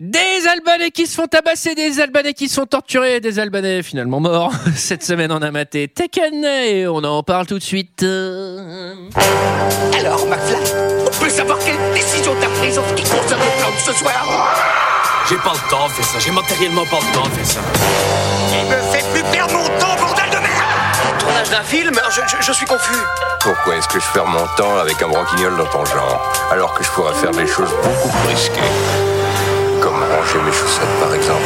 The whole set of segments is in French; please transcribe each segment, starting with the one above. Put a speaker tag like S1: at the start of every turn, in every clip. S1: Des Albanais qui se font tabasser, des Albanais qui sont torturés, des Albanais finalement morts. Cette semaine, on a maté Tekken et on en parle tout de suite. Euh,
S2: Alors, McFly, on peut savoir quelle décision t'as prise en ce qui concerne le plan de ce soir
S3: J'ai pas le temps de faire ça, j'ai matériellement pas le temps de faire ça.
S2: Il me fait plus perdre mon temps, bordel de merde
S4: Tournage d'un film
S1: euh,
S4: je, je- je suis confus.
S5: Pourquoi est-ce que je perds mon temps avec un branquignol dans ton genre Alors que je pourrais faire des choses beaucoup plus risquées. Comme ranger mes chaussettes par exemple.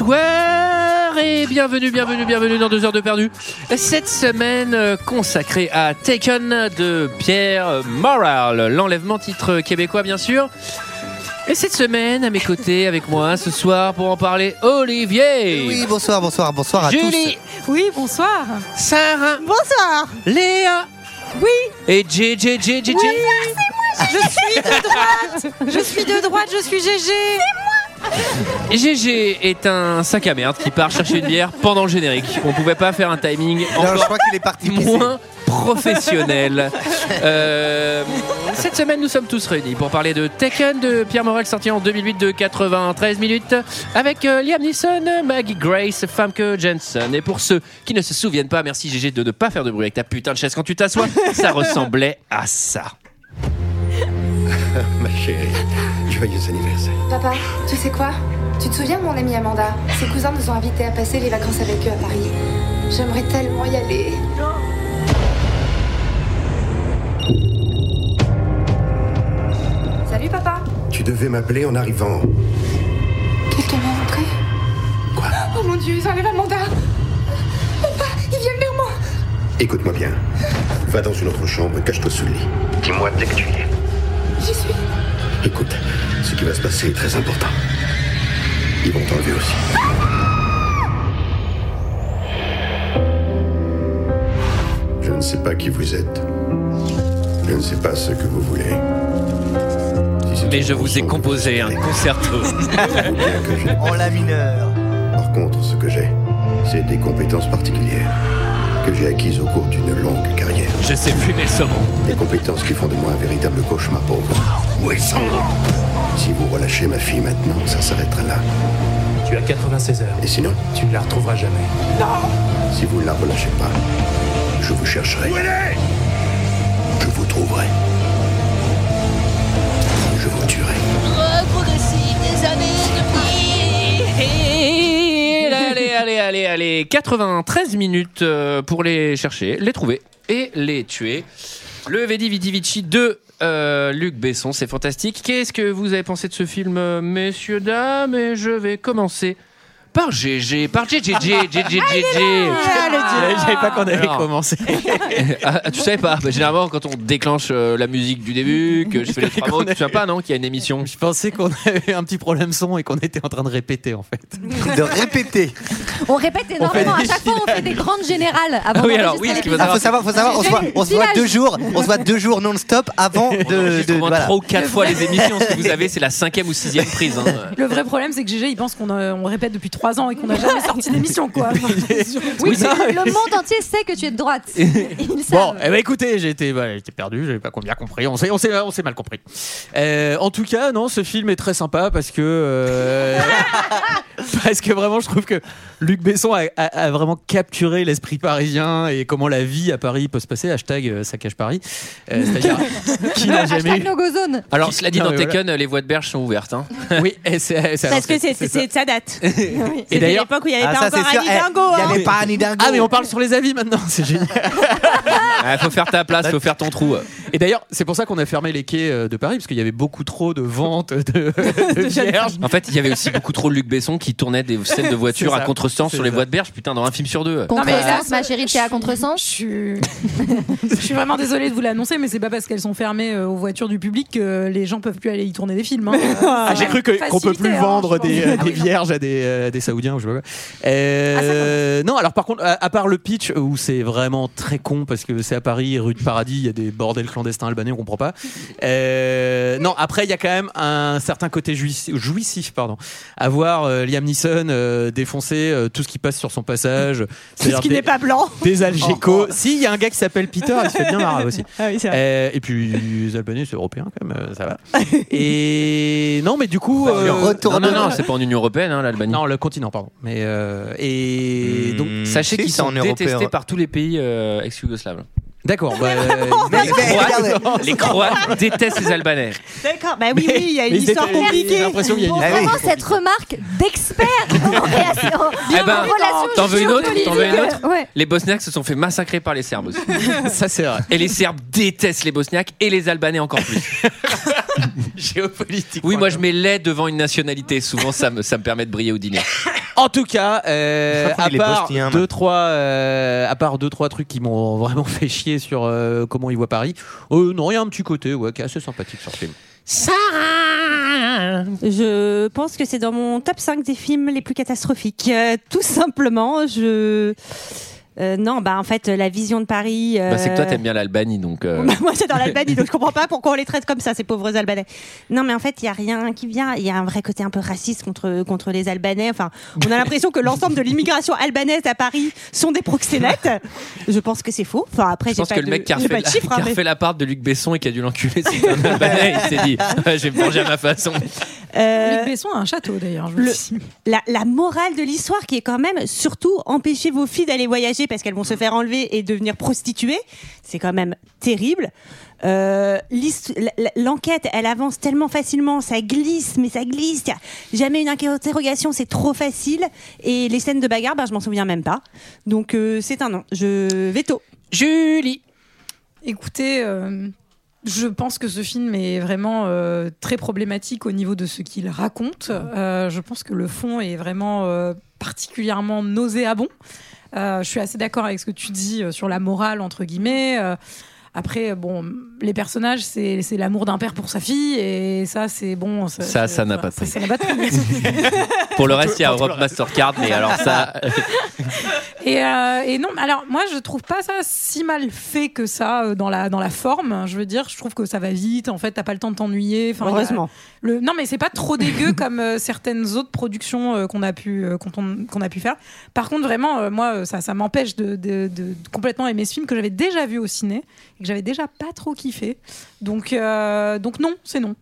S1: Bonsoir et bienvenue, bienvenue, bienvenue dans deux heures de perdu. Cette semaine euh, consacrée à Taken de Pierre Moral, l'enlèvement titre québécois bien sûr. Et cette semaine, à mes côtés, avec moi ce soir pour en parler, Olivier,
S6: Oui, bonsoir, bonsoir, bonsoir à
S1: Julie,
S7: Oui, bonsoir.
S1: Sarah,
S7: Bonsoir.
S1: Léa,
S7: Oui, Ah,
S1: et JJ, JJ,
S7: je suis de droite. Je suis de droite, je suis GG.
S1: GG est un sac à merde qui part chercher une bière pendant le générique. On pouvait pas faire un timing
S6: tous. Non, je
S1: encore
S6: crois qu'il est parti. pisser.
S1: moins professionnel. Euh, cette semaine, nous sommes tous réunis pour parler de Tekken de Pierre Morel, sorti en 2008 de 93 minutes, avec euh, Liam Neeson, Maggie Grace, Famke Jensen. Et pour ceux qui ne se souviennent pas, merci GG de ne pas faire de bruit avec ta putain de chaise quand tu t'assois. Ça ressemblait à ça.
S8: Ma chérie, joyeux anniversaire.
S9: Papa, tu sais quoi Tu te souviens, mon amie Amanda Ses cousins nous ont invités à passer les vacances avec eux à Paris. J'aimerais tellement y aller. Salut, papa
S8: Tu devais m'appeler en arrivant.
S9: Quelqu'un m'a rentré
S8: Quoi
S9: Oh mon dieu, ils enlèvent Amanda Papa, ils viennent vers moi
S8: Écoute-moi bien. Va dans une autre chambre, cache-toi sous le lit. Dis-moi dès que tu y es.
S9: J'y suis.
S8: Écoute, ce qui va se passer est très important. Ils vont t'enlever aussi. Je ne sais pas qui vous êtes. Je ne sais pas ce que vous voulez. Si c'est
S1: Mais
S8: une
S1: je vous ai
S8: chanson que
S1: composé un
S8: souhaitez,
S1: concerto.
S8: ou bien que je n'ai
S6: En Oh, la mineure.
S8: Par contre, ce que j'ai, c'est des compétences particulières que j'ai acquises au cours d'une longue carrière.
S1: Je sais fumer le saumon.
S8: Des compétences qui font de moi un véritable cauchemar pauvre. Où est Si vous relâchez ma fille maintenant, ça s'arrêtera là.
S3: Tu as 96 heures,
S8: Et sinon,
S3: tu ne la retrouveras jamais.
S8: si vous ne la relâchez pas, je vous chercherai. Je vous trouverai. Je vous tuerai.
S1: Et allez, allez, allez, allez, 93 minutes euh, pour les chercher, les trouver et les tuer. Le Vedi Vidi Vici de euh, Luc Besson, c'est fantastique. Qu'est-ce que vous avez pensé de ce film, euh, messieurs, dames Et je vais commencer par GG, par GGG, GGG.
S6: Je savais pas qu'on
S1: avait
S6: commencé.
S1: Ah, tu savais pas Bah, Généralement, quand on déclenche euh, la musique du début, que je fais les trois mots, tu sais pas, non Qu'il y a une émission.
S10: Je pensais qu'on avait un petit problème son et qu'on était en train de répéter en fait.
S6: De répéter.
S7: On répète énormément.
S10: On fait
S7: À
S10: des
S7: chaque fois, on fait des grandes générales avant
S1: Ah oui, alors, oui,
S7: d'enregistrer
S1: ce qui
S7: l'épisode.
S6: Ah, faut savoir, faut savoir, on se voit, on se voit
S7: Village.
S6: deux jours, on se voit deux jours non-stop avant de.
S1: On enregistre
S6: de-
S1: au moins
S6: voilà.
S1: trois ou quatre fois les émissions. Ce que vous avez, c'est la cinquième ou sixième prise. hein.
S7: Le vrai problème, c'est que GG, il pense qu'on euh, on répète depuis 3 ans et qu'on n'a jamais sorti d'émission, quoi.
S10: Oui, ça, mais-
S7: le monde entier sait que tu es de droite. Ils
S10: Bon, eh ben écoutez, j'ai été, bah, j'étais perdu, j'avais pas bien compris. On s'est, on s'est, on s'est mal compris. Euh, en tout cas, non, ce film est très sympa parce que euh, parce que vraiment, je trouve que Luc Besson a, a- a vraiment capturé l'esprit parisien et comment la vie à Paris peut se passer. Hashtag euh, saccage Paris. Euh, c'est-à-dire qui n'a jamais. eu-
S7: no go zone.
S1: Alors, cela dit,
S10: Non,
S1: dans
S10: mais
S1: Tekken, les voies de berge sont ouvertes. hein.
S10: ah Oui, et c'est, c'est-
S7: Parce que c'est-
S10: c'est
S7: c'est
S10: ça.
S7: c'est- ça date.
S10: Et
S7: C'était
S10: d'ailleurs.
S7: l'époque où il n'y avait
S6: Ah, ça,
S7: pas
S6: c'est
S7: encore
S6: sûr.
S7: Annie
S6: Eh,
S7: Dingo.
S6: Il n'y
S7: hein.
S6: avait pas Annie Dingo.
S10: Ah mais on parle sur les avis maintenant, c'est génial.
S1: Ah, faut faire ta place, faut faire ton trou.
S10: Et d'ailleurs, c'est pour ça qu'on a fermé les quais euh, de Paris, parce qu'il y avait beaucoup trop de ventes de, de vierges.
S1: En fait, il y avait aussi beaucoup trop de Luc Besson qui tournait des scènes de voitures
S10: C'est
S1: à
S10: ça,
S1: contresens
S10: c'est
S1: sur les
S10: ça.
S1: voies de berge, putain, dans un film sur deux.
S7: Non, mais là,
S9: ma chérie, t'es à contresens
S7: Je suis... je suis vraiment désolée de vous l'annoncer, mais c'est pas parce qu'elles sont fermées euh, aux voitures du public que les gens peuvent plus aller y tourner des films. hein.
S10: Ah, j'ai cru que- qu'on peut
S7: Facilité,
S10: plus
S7: hein,
S10: vendre
S7: je pense.
S10: des, euh,
S7: Ah
S10: des
S7: oui, Ah, non.
S10: vierges à des, euh, des saoudien ou je sais pas quoi. Euh, non, alors par contre, à, à part le pitch où c'est vraiment très con parce que c'est à Paris, rue de Paradis, il y a des bordels clandestins albanais, on comprend pas. Euh, non, après il y a quand même un certain côté jouissif, jouissif pardon. À voir euh, Liam Neeson euh, défoncer euh, tout ce qui passe sur son passage,
S7: Tout
S10: C'est-à-dire
S7: ce qui
S10: des-
S7: n'est pas blanc.
S10: des Algécos. si, il y a un gars qui s'appelle Peter, il se fait bien marrer aussi.
S7: Ah oui, c'est vrai.
S10: Euh, et puis les Albanais, c'est européen quand même, euh, ça va. Et non, mais du coup.
S6: Bah, Le
S1: euh, Non,
S6: retournement.
S1: non, non, c'est pas en Union Européenne, hein, l'Albanie.
S10: Non, le continent, pardon. Mais euh, et donc,
S6: Hmm.
S1: Sachez
S6: Si,
S1: qu'ils
S6: c'est
S1: sont
S6: en européen.
S1: détestés par tous les pays euh, ex-yougoslaves.
S10: d'accord. bah,
S6: euh, Oh, Mais- mais regardez.
S1: Les Croates détestent les Albanais.
S11: D'accord, bah oui, oui, il y a
S10: mais
S11: une histoire
S10: c'était- J'ai
S11: compliquée.
S10: l'impression qu'il y a une.
S6: Ah oui.
S12: Vraiment, cette remarque d'expert en relation-
S1: Eh ben,
S12: en relation
S1: t'en veux une autre T'en veux une
S12: géopolitique. Ouais.
S1: Les Bosniaques se sont fait massacrer par les Serbes aussi.
S10: Ça c'est vrai.
S1: Et les Serbes détestent les Bosniaques et les Albanais encore plus.
S10: Géopolitique.
S1: Oui, moi je mets les devant une nationalité. Souvent, ça me, ça me permet de briller au dîner.
S10: En tout cas, euh,
S6: Je crois
S10: à
S6: qu'il est
S10: part
S6: bostien,
S10: deux
S6: maintenant.
S10: trois, euh, à part deux trois trucs qui m'ont vraiment fait chier sur euh, comment ils voient Paris. euh, non, il y a un petit côté ouais, qui est assez sympathique sur le film.
S11: Je pense que c'est dans mon top 5 des films les plus catastrophiques. Euh, tout simplement, je. euh, non, bah en fait, la vision de Paris. euh,
S1: Bah, c'est que toi, t'aimes bien l'Albanie, donc. euh,
S11: Bah, moi, c'est dans l'Albanie, donc je comprends pas pourquoi on les traite comme ça, ces pauvres Albanais. Non, mais en fait, il y a rien qui vient. Il y a un vrai côté un peu raciste contre contre les Albanais. Enfin, on a l'impression que l'ensemble de l'immigration albanaise à Paris sont des proxénètes. Je pense que c'est faux. Enfin, après,
S1: Je
S11: j'ai
S1: pense
S11: pas
S1: que le
S11: de-
S1: mec qui a
S11: j'ai
S1: refait
S11: pas
S1: la-
S11: de chiffres.
S1: qui
S11: hein,
S1: a
S11: mais-
S1: refait la part de Luc Besson et qui a dû l'enculer, c'était un Albanais. Il s'est dit Ouais, Je vais me venger à ma façon.
S11: Euh,
S7: Luc Besson a un château d'ailleurs. je
S11: le-
S7: sais.
S11: la, la morale de l'histoire qui est quand même surtout empêcher vos filles d'aller voyager parce qu'elles vont se faire enlever et devenir prostituées, c'est quand même terrible. Euh, l'hist- l- l- L'enquête, elle avance tellement facilement, ça glisse, mais ça glisse. y a jamais une interrogation, c'est trop facile. Et les scènes de bagarre, ben, je m'en souviens même pas. Donc euh, c'est un non. Je veto.
S1: Julie
S7: Écoutez, euh, je pense que ce film est vraiment euh, très problématique au niveau de ce qu'il raconte. Euh, je pense que le fond est vraiment euh, particulièrement nauséabond. Euh, je suis assez d'accord avec ce que tu dis euh, sur la morale, entre guillemets. Euh, après, bon, les personnages, c'est c'est l'amour d'un père pour sa fille, et ça, c'est bon.
S1: Ça, ça n'a
S7: voilà,
S1: pas de prix.
S7: Ça n'a pas de prix.
S1: Pour le reste, il y a Europe Mastercard, mais alors ça.
S7: Et, euh, et non, alors moi je trouve pas ça si mal fait que ça euh, dans la dans la forme. Je veux dire, je trouve que ça va vite. En fait, t'as pas le temps de t'ennuyer. Enfin, il y a-
S11: Heureusement.
S7: le... Non, mais c'est pas trop dégueu comme euh, certaines autres productions euh, qu'on a pu euh, qu'on on- qu'on a pu faire. Par contre, vraiment, euh, moi, euh, ça, ça m'empêche de, de- de- de complètement aimer ce film que j'avais déjà vu au ciné et que j'avais déjà pas trop kiffé. Donc euh, donc non, c'est non.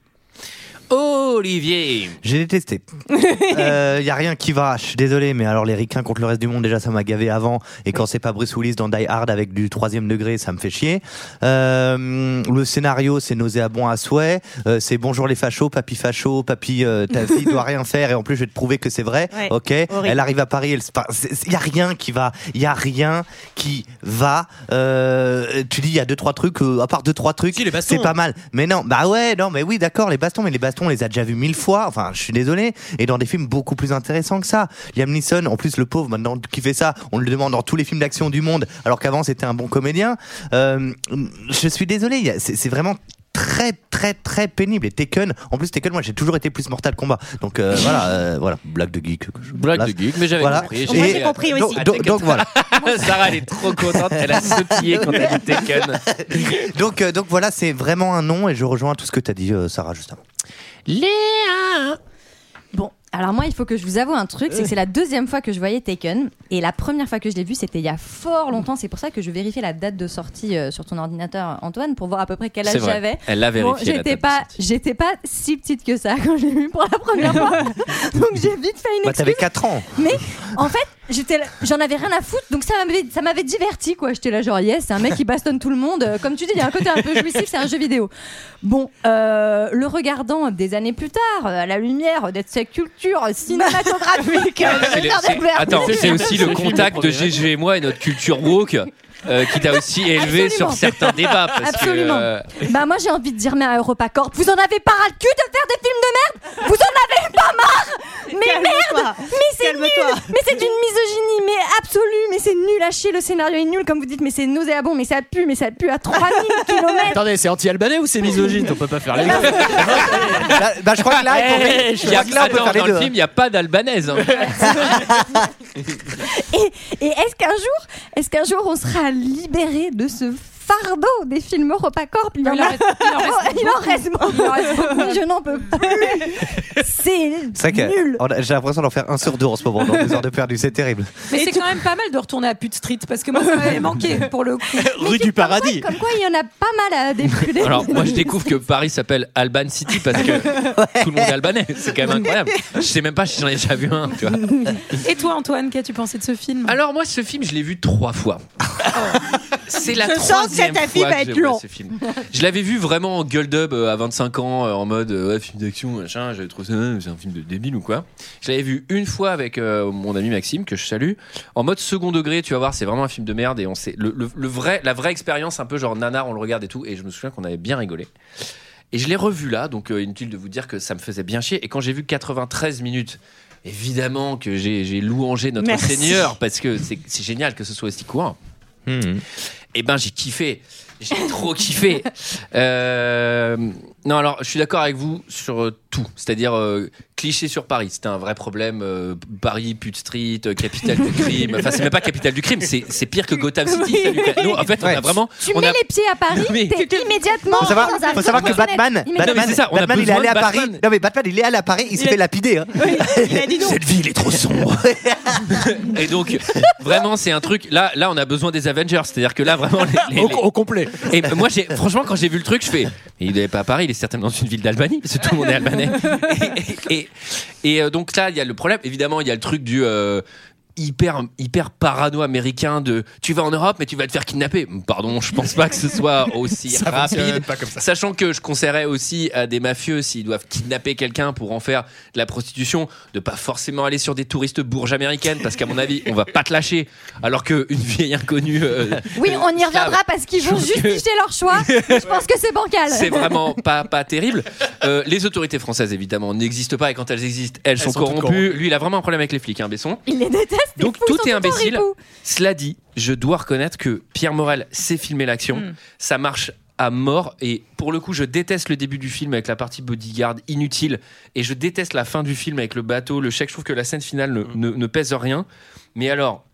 S1: Olivier
S6: J'ai détesté. Il y a rien qui va. Je suis désolé, mais alors les ricains contre le reste du monde, déjà ça m'a gavé avant. Et quand c'est pas Bruce Willis dans Die Hard avec du troisième degré, ça me fait chier. Euh, le scénario, c'est nauséabond à souhait. Euh, c'est bonjour les fachos, papy facho, papy euh, ta fille doit rien faire et en plus je vais te prouver que c'est vrai.
S11: Ouais,
S6: ok.
S11: horrible.
S6: Elle arrive à Paris, elle se par- c'est- c'est- y a rien qui va. Il y a rien qui va. Euh, tu dis il y a deux trois trucs. euh, à part deux trois trucs,
S10: Si, les bastons.
S6: c'est pas mal. Mais non, bah ouais, non, mais oui, d'accord, les bastons, mais les bastons, on les a déjà vus mille fois. Enfin, je suis désolé. Et dans des films beaucoup plus intéressants que ça. Liam Neeson, en plus, le pauvre, maintenant, qui fait ça, on le demande dans tous les films d'action du monde, alors qu'avant, c'était un bon comédien. Euh, je suis désolé, il y a- c'est c'est vraiment très très très pénible et Taken en plus Taken moi j'ai toujours été plus Mortal Kombat donc euh, voilà euh, voilà blague de geek que je-
S1: Blague
S6: Là,
S1: de geek, mais j'avais
S6: voilà.
S1: compris.
S11: Moi, j'ai compris
S10: euh,
S11: aussi.
S6: donc, donc- donc voilà
S1: Sarah, elle est trop contente. Elle a sautillé quand elle dit Taken.
S6: donc euh, donc voilà c'est vraiment un non et je rejoins tout ce que t'as dit euh, Sarah juste avant
S1: Léa
S12: Bon, alors moi, il faut que je vous avoue un truc, c'est que c'est la deuxième fois que je voyais Taken, et la première fois que je l'ai vu, c'était il y a fort longtemps. C'est pour ça que je vérifiais la date de sortie euh, sur ton ordinateur, Antoine, pour voir à peu près quel
S1: C'est
S12: âge
S1: vrai.
S12: j'avais.
S1: Elle l'a
S12: Bon,
S1: vérifié. la
S12: j'étais
S1: table.
S12: pas, j'étais pas si petite que ça quand je l'ai vu pour la première fois. Donc j'ai vite fait une
S6: bah
S12: excuse.
S6: t'avais 4 ans
S12: Mais en fait, j'étais, là- j'en avais rien à foutre, donc ça m'avait, ça m'avait diverti quoi. J'étais là genre yes, c'est un mec qui bastonne tout le monde. Euh, Comme tu dis, il y a un côté un peu jouissif, c'est un jeu vidéo. Bon, euh, le regardant des années plus tard, euh, à la lumière d'être cette culture cinématographique, euh, de
S1: Ah, C'est le-
S12: Richard
S1: c'est-
S12: Edberg.
S1: Attends, c'est aussi le
S10: C'est le film
S1: contact de
S10: premier.
S1: GG et moi et notre culture woke euh, qui t'a aussi élevé
S12: Absolument.
S1: sur certains débats. Parce
S12: Absolument.
S1: Que, euh,
S12: Bah moi j'ai envie de dire mais à EuropaCorp, vous en avez pas ras le cul de faire des films de merde Vous en avez pas marre Mais merde Mais c'est nul Mais c'est d'une misogynie, mais absolue, mais c'est nul à chier, le scénario est nul comme vous dites, mais c'est nauséabond, mais ça pue, mais ça pue à 3000 km
S10: Attendez, c'est anti-albanais ou c'est misogyne On peut pas faire les deux.
S6: bah, je crois que là, il faut-
S1: Eh,
S6: je
S1: il y a-
S6: crois que là, on peut
S1: attends,
S6: faire les
S1: dans le
S6: deux,
S1: film, il n'y a pas d'albanaise. hein.
S12: Et, et est-ce qu'un jour, est-ce qu'un jour on sera libéré de ce fardeau des films EuropaCorp Il en a- il en reste beaucoup, il en reste beaucoup, je n'en peux plus. C'est
S6: C'est vrai que
S12: nul.
S6: on a- j'ai l'impression d'en faire un sur deux en ce moment, dans deux heures de perdu, c'est terrible.
S7: Mais c'est quand même pas mal de retourner à Put Street parce que moi ça m'avait manqué pour le coup.
S10: Rue du paradis.
S12: Comme quoi, il y en a pas mal à des plus des-
S1: Alors, moi, je découvre que Paris s'appelle Alban City parce que tout le monde est albanais. C'est quand même incroyable. Je sais même pas si j'en ai déjà vu un. Tu vois.
S7: Et toi Antoine, qu'as-tu pensé de ce film
S1: Alors moi ce film je l'ai vu trois fois. C'est la
S11: Je sens que
S1: troisième
S11: cet avis
S1: fois
S11: va
S1: que
S11: être
S1: je vois
S11: long.
S1: ce film. Je l'avais vu vraiment en gueule d'ub euh, à 25 ans, euh, en mode euh, ouais, film d'action, machin. J'avais trouvé ça, euh, c'est un film de débile ou quoi. Je l'avais vu une fois avec euh, mon ami Maxime, que je salue, en mode second degré. Tu vas voir, c'est vraiment un film de merde. Et on sait, le, le- le vrai, la vraie expérience, un peu genre nanar, on le regarde et tout. Et je me souviens qu'on avait bien rigolé. Et je l'ai revu là, donc euh, inutile de vous dire que ça me faisait bien chier. Et quand j'ai vu 93 minutes, évidemment que j'ai j'ai louangé notre
S10: Merci.
S1: Seigneur parce que c'est c'est génial que ce soit aussi court. Et ben j'ai kiffé, j'ai trop kiffé. Euh, non alors je suis d'accord avec vous sur euh, tout, c'est-à-dire euh, cliché sur Paris, c'était un vrai problème. euh, Paris, pute street, euh, capitale du crime. Enfin c'est même pas capitale du crime, c'est c'est pire que Gotham City. Ah, ça, Lucas. Nous, en fait on a vraiment,
S12: Tu
S1: on
S12: mets
S1: a-
S12: les pieds à Paris,
S1: Mais-
S12: t'es immédiatement
S6: Faut savoir,
S12: dans un
S6: faut savoir que
S12: fourgonnette.
S6: Batman,
S12: Immédiatement.
S1: Non, mais
S6: Batman,
S1: c'est ça, on a
S6: Batman, il est
S1: besoin
S6: allé à
S1: de
S6: Paris.
S1: Batman.
S6: Non mais Batman, il est allé à Paris, il s'est fait lapider. hein.
S11: Il a dit non.
S1: Cette ville est trop sombre. Et donc, vraiment, c'est un truc. Là, là, on a besoin des Avengers. C'est-à-dire que là, vraiment. les- les-
S10: Au,
S1: les-
S10: au complet.
S1: Et moi, j'ai, franchement, quand j'ai vu le truc, je fais. mais Il n'est pas à Paris, il est certainement dans une ville d'Albanie, parce que tout le monde est albanais. Et, et- et, euh, donc là, il y a le problème. Évidemment, il y a le truc du. euh, hyper hyper parano américain de tu vas en Europe mais tu vas te faire kidnapper pardon je pense pas que ce soit aussi
S10: Ça
S1: rapide
S10: fonctionne pas comme ça.
S1: Sachant que je conseillerais aussi à des mafieux, s'ils doivent kidnapper quelqu'un pour en faire de la prostitution, de pas forcément aller sur des touristes bourges américaines, parce qu'à mon avis, on va pas te lâcher. Alors qu'une vieille inconnue. euh,
S12: Oui, on y reviendra parce qu'ils vont
S1: Je pense que-
S12: justifier leur choix. Je pense que c'est bancal.
S1: C'est vraiment pas, pas terrible. Euh, les autorités françaises, évidemment, n'existent pas et quand elles existent, elles, sont,
S10: sont toutes
S1: corrompues.
S10: corrompues.
S1: Lui, il a vraiment un problème avec les flics, hein, Besson.
S12: Il les déteste.
S1: Donc
S12: fous, ils
S1: tout
S12: sont
S1: est
S12: tout le temps
S1: imbécile.
S12: ripoux.
S1: Cela dit, je dois reconnaître que Pierre Morel sait filmer l'action.
S10: Hmm.
S1: Ça marche à mort et pour le coup je déteste le début du film avec la partie bodyguard inutile et je déteste la fin du film avec le bateau le chèque je trouve que la scène finale
S10: Hmm.
S1: ne, ne- ne pèse rien mais alors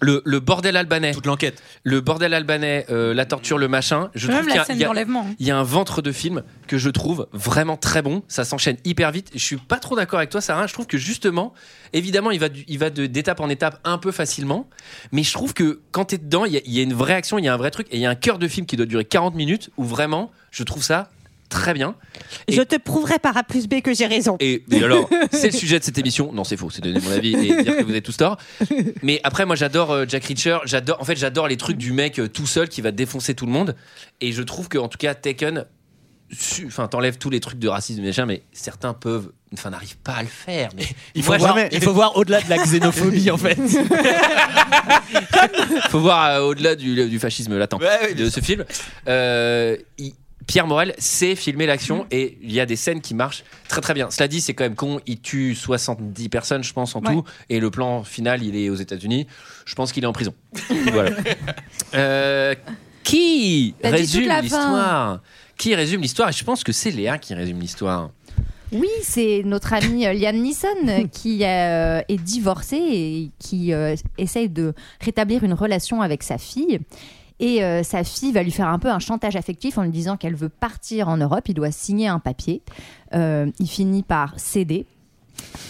S1: le, le bordel albanais
S10: Toute l'enquête.
S1: le bordel albanais euh, la torture le machin je trouve
S7: Même
S1: qu'il y
S7: la
S1: a-
S7: scène
S1: il y a-
S7: d'enlèvement. hein.
S1: il y a un ventre de film que je trouve vraiment très bon. Ça s'enchaîne hyper vite. Je suis pas trop d'accord avec toi, Sarah. Je trouve que justement, évidemment, il va, du- il va de- d'étape en étape un peu facilement. Mais je trouve que quand t'es dedans, il y, a- il y a une vraie action, il y a un vrai truc. Et il y a un cœur de film qui doit durer 40 minutes où vraiment, je trouve ça très bien.
S11: Je te prouverai par A plus B que j'ai raison.
S1: Et, et alors, c'est le sujet de cette émission. Non, c'est faux, c'est donner mon avis et dire que vous êtes tous tort. Mais après, moi, j'adore euh, Jack Reacher. J'adore, en fait, j'adore les trucs du mec euh, tout seul qui va défoncer tout le monde. Et je trouve que, en tout cas, Taken, su- enfin, t'enlèves tous les trucs de racisme et machin, mais certains peuvent, enfin, n'arrivent pas à le faire. Mais
S10: Il faut,
S1: Moi,
S10: voir,
S1: genre,
S10: il faut voir au-delà de la xénophobie en fait.
S1: faut voir euh, au-delà du, du fascisme latent
S10: Ouais, ouais, bien
S1: de ce film. Euh, il- Pierre Morel sait filmer
S10: Mm.
S1: l'action et il y a des scènes qui marchent très très bien. Cela dit, c'est quand même con. Il tue 70 personnes, je pense, en
S7: Ouais.
S1: tout. Et le plan final, il est aux États-Unis. Je pense qu'il est en prison. voilà. Euh, qui
S12: T'as dit toute
S1: résume
S12: la fin.
S1: l'histoire Qui résume l'histoire Et je pense que c'est Léa qui résume l'histoire.
S12: Oui, c'est notre ami euh, Liam Neeson euh, qui euh, est divorcé et qui euh, essaye de rétablir une relation avec sa fille. Et euh, sa fille va lui faire un peu un chantage affectif en lui disant qu'elle veut partir en Europe. Il doit signer un papier. Euh, il finit par céder.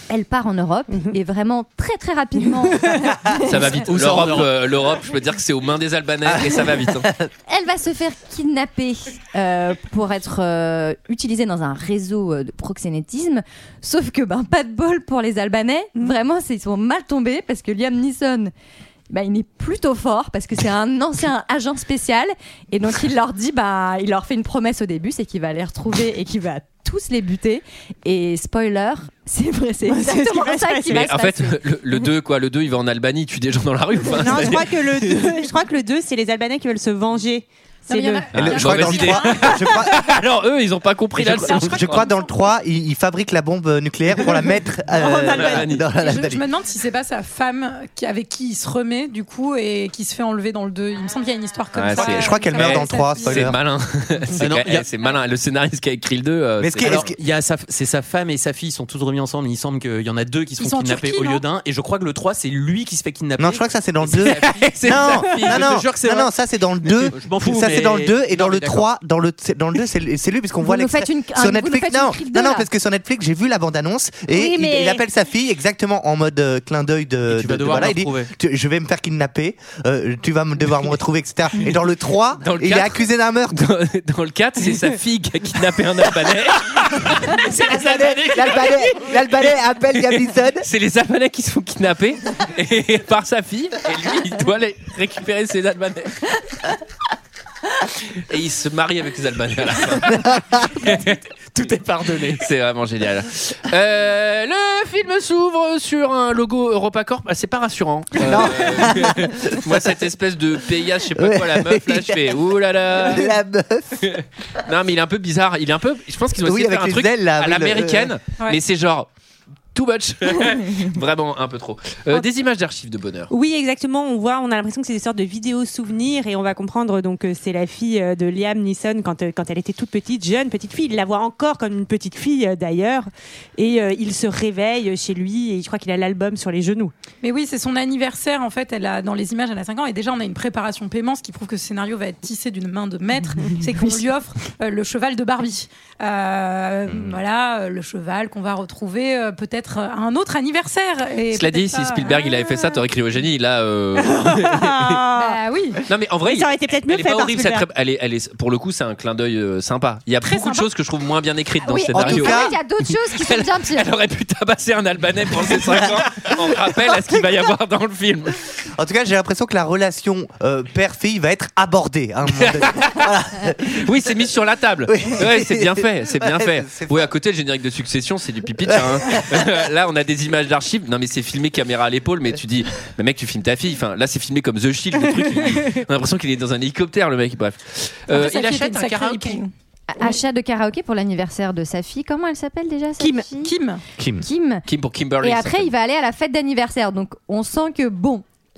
S12: Elle part en Europe et vraiment très très rapidement,
S10: Ah.
S1: Ça va vite.
S10: Où ça en
S1: L'Europe,
S10: Europe
S1: euh, l'Europe, je peux dire que c'est aux mains des Albanais
S10: Ah.
S1: et ça va vite. hein.
S12: elle va se faire kidnapper euh, pour être euh, utilisée dans un réseau euh, de proxénétisme. Sauf que ben pas de bol pour les Albanais.
S6: Mm.
S12: Vraiment, c'est- ils sont mal tombés parce que Liam Neeson. Bah, il est plutôt fort parce que c'est un ancien agent ben, spécial et donc il leur dit bah il leur fait une promesse au début c'est qu'il va les retrouver et qu'il va tous les buter. Et spoiler, c'est vrai, c'est
S11: Bah, c'est ce qui
S12: exactement
S11: va se
S12: ça qui
S11: passer.
S12: va
S1: Mais
S12: se
S1: en fait,
S12: passer.
S1: le, le 2, quoi, le 2, il va en Albanie, il tue des gens dans la rue. enfin,
S11: Non, je
S1: c'est-
S11: crois que le 2, je crois que le 2 c'est les Albanais qui veulent se venger. C'est
S12: mais il y en
S11: le...
S12: a-
S1: Ah,
S6: je crois que dans
S1: mauvaise
S6: le
S1: idée. Alors eux, ils ont pas compris
S6: Je
S1: la
S6: crois,
S1: leçon.
S6: je crois dans le 3, ils, ils fabriquent la bombe nucléaire pour la mettre euh,
S1: En Albanie.
S6: dans la-
S7: Je,
S6: l'Albanie.
S7: je me demande si c'est pas sa femme qui, avec qui il se remet du coup et qui se fait enlever dans le 2. Il me semble qu'il y a une histoire comme
S1: Ouais,
S7: ça.
S1: c'est-
S6: Je crois qu'elle meurt dans le 3, spoiler.
S1: C'est malin. c'est
S10: Ah non,
S1: quand-
S10: il y a-
S1: eh, c'est malin. Le scénariste qui a écrit le 2. euh,
S6: Mais ce qui
S1: c'est-
S6: est-
S10: Alors,
S6: que-
S10: il y a sa- c'est sa femme et sa fille sont tous remis ensemble. Il semble qu'il y en a deux qui se
S7: Ils
S10: font
S7: sont en
S10: kidnapper
S7: Turquie,
S10: au lieu
S7: non
S10: d'un. Et je crois que le 3, c'est lui qui se fait kidnapper.
S6: Non, je crois que ça c'est dans le 2. Non,
S1: c'est
S6: non,
S10: sa fille, je
S6: non,
S10: te jure que c'est
S6: non,
S10: vrai.
S6: non, ça c'est dans le 2.
S10: Je m'en fous,
S6: Ça c'est
S10: mais-
S6: dans le 2 et
S10: Non,
S6: dans
S10: mais
S6: le
S10: d'accord.
S6: 3, dans le c'est- dans le 2 c'est c'est lui parce qu'on
S12: Vous
S6: voit
S12: nous
S6: l'extrait
S12: faites une- un- vous
S6: sur
S12: nous
S6: Netflix.
S12: faites une
S6: Non,
S12: crise de
S6: non, non,
S12: là.
S6: parce que sur Netflix, j'ai vu la bande-annonce et
S12: Oui,
S6: il-
S12: mais-
S6: il appelle sa fille exactement en mode euh, clin d'œil de
S10: Et tu
S6: de-
S10: vas
S6: de-
S10: devoir
S6: voilà,
S10: la
S6: il dit
S10: retrouver.
S6: tu- je vais me faire kidnapper, euh, tu vas me devoir me retrouver etc. Et dans le 3,
S1: Dans le
S6: il est
S1: quatre.
S6: accusé d'un meurtre.
S1: Dans, dans le 4, c'est sa fille qui a kidnappé un Albanais. c'est les Albanais.
S6: L'Albanais, l'Albanais appelle Gablison.
S1: C'est les Albanais qui se font kidnapper et, par sa fille et lui il doit les récupérer ses Albanais. Et il se marie avec les Albanais à la fin.
S10: Tout est pardonné.
S1: C'est vraiment génial. Euh, le film s'ouvre sur un logo EuropaCorp. Ah, c'est pas rassurant. Euh, moi, cette espèce de PIA, je sais pas quoi, la meuf, là, je fais ouh là là.
S6: La meuf.
S1: Non, mais il est un peu bizarre. Il est un peu. Je pense qu'ils ont
S6: Oui,
S1: essayé de
S6: avec
S1: faire un
S6: les
S1: truc
S6: ailes, là,
S1: à
S6: oui, le-
S1: l'américaine,
S7: Ouais.
S1: mais c'est genre too much. Vraiment un peu trop. Euh, des images d'archives de bonheur.
S11: Oui, exactement. On voit, on a l'impression que c'est des sortes de vidéos souvenirs et on va comprendre donc euh, c'est la fille euh, de Liam Neeson quand, euh, quand elle était toute petite, jeune petite fille. Il la voit encore comme une petite fille euh, d'ailleurs et euh, il se réveille chez lui et je crois qu'il a l'album sur les genoux.
S7: Mais oui, c'est son anniversaire en fait. Elle a dans les images, elle a 5 ans et déjà on a une préparation paiement, ce qui prouve que ce scénario va être tissé d'une main de maître. c'est qu'on lui offre euh, le cheval de Barbie. Euh,
S1: Hmm.
S7: Voilà, euh, le cheval qu'on va retrouver euh, peut-être à un autre anniversaire. Et
S1: Cela dit,
S7: peut-être
S1: si
S7: pas-
S1: Spielberg il avait fait ça, t'aurais crié au génie. Là, euh,
S11: Ah
S7: Bah oui.
S1: non mais en vrai,
S11: Et ça aurait été peut-être mieux
S1: elle est
S11: fait
S1: pas
S11: par
S1: horrible. cette
S11: Spielberg.
S1: crêpe. Elle est, elle est- pour le coup, c'est un clin d'œil euh, sympa. Il y a
S7: Très
S1: beaucoup de
S7: sympa.
S1: choses que je trouve moins bien écrites dans
S12: Oui,
S1: ce
S12: en tout
S1: scénario.
S12: cas, il y a d'autres choses qui sont bien pires.
S1: Elle aurait pu tabasser un Albanais pendant ses 5 ans en rappel à ce qu'il va y avoir dans le film.
S6: En tout cas, j'ai l'impression que la relation euh, père-fille va être abordée. hein, à un moment donné.
S1: Oui, c'est mis sur la table.
S6: Oui.
S1: Ouais, c'est bien fait, c'est bien
S6: Ouais,
S1: fait.
S6: c'est-
S1: Oui, à côté, le générique de Succession, c'est du pipi. tiens, hein. là, on a des images d'archives. Non, mais c'est filmé caméra à l'épaule, mais tu dis, mais mec, tu filmes ta fille. Enfin, là, c'est filmé comme The Shield. Le truc, il- on a l'impression qu'il est dans un hélicoptère, le mec. Bref, Euh, il
S7: En fait, sa fille était
S1: achète
S7: une
S1: un
S7: sacrée
S1: karaoké.
S7: hippie.
S12: Achat de karaoké pour l'anniversaire de sa fille. Comment elle s'appelle déjà sa
S11: Kim.
S12: fille
S7: Kim.
S6: Kim.
S12: Kim.
S1: Kim pour Kimberly.
S12: Et
S1: ça
S12: après,
S1: s'appelle.
S12: il va aller à la fête d'anniversaire. Donc, on sent que bon,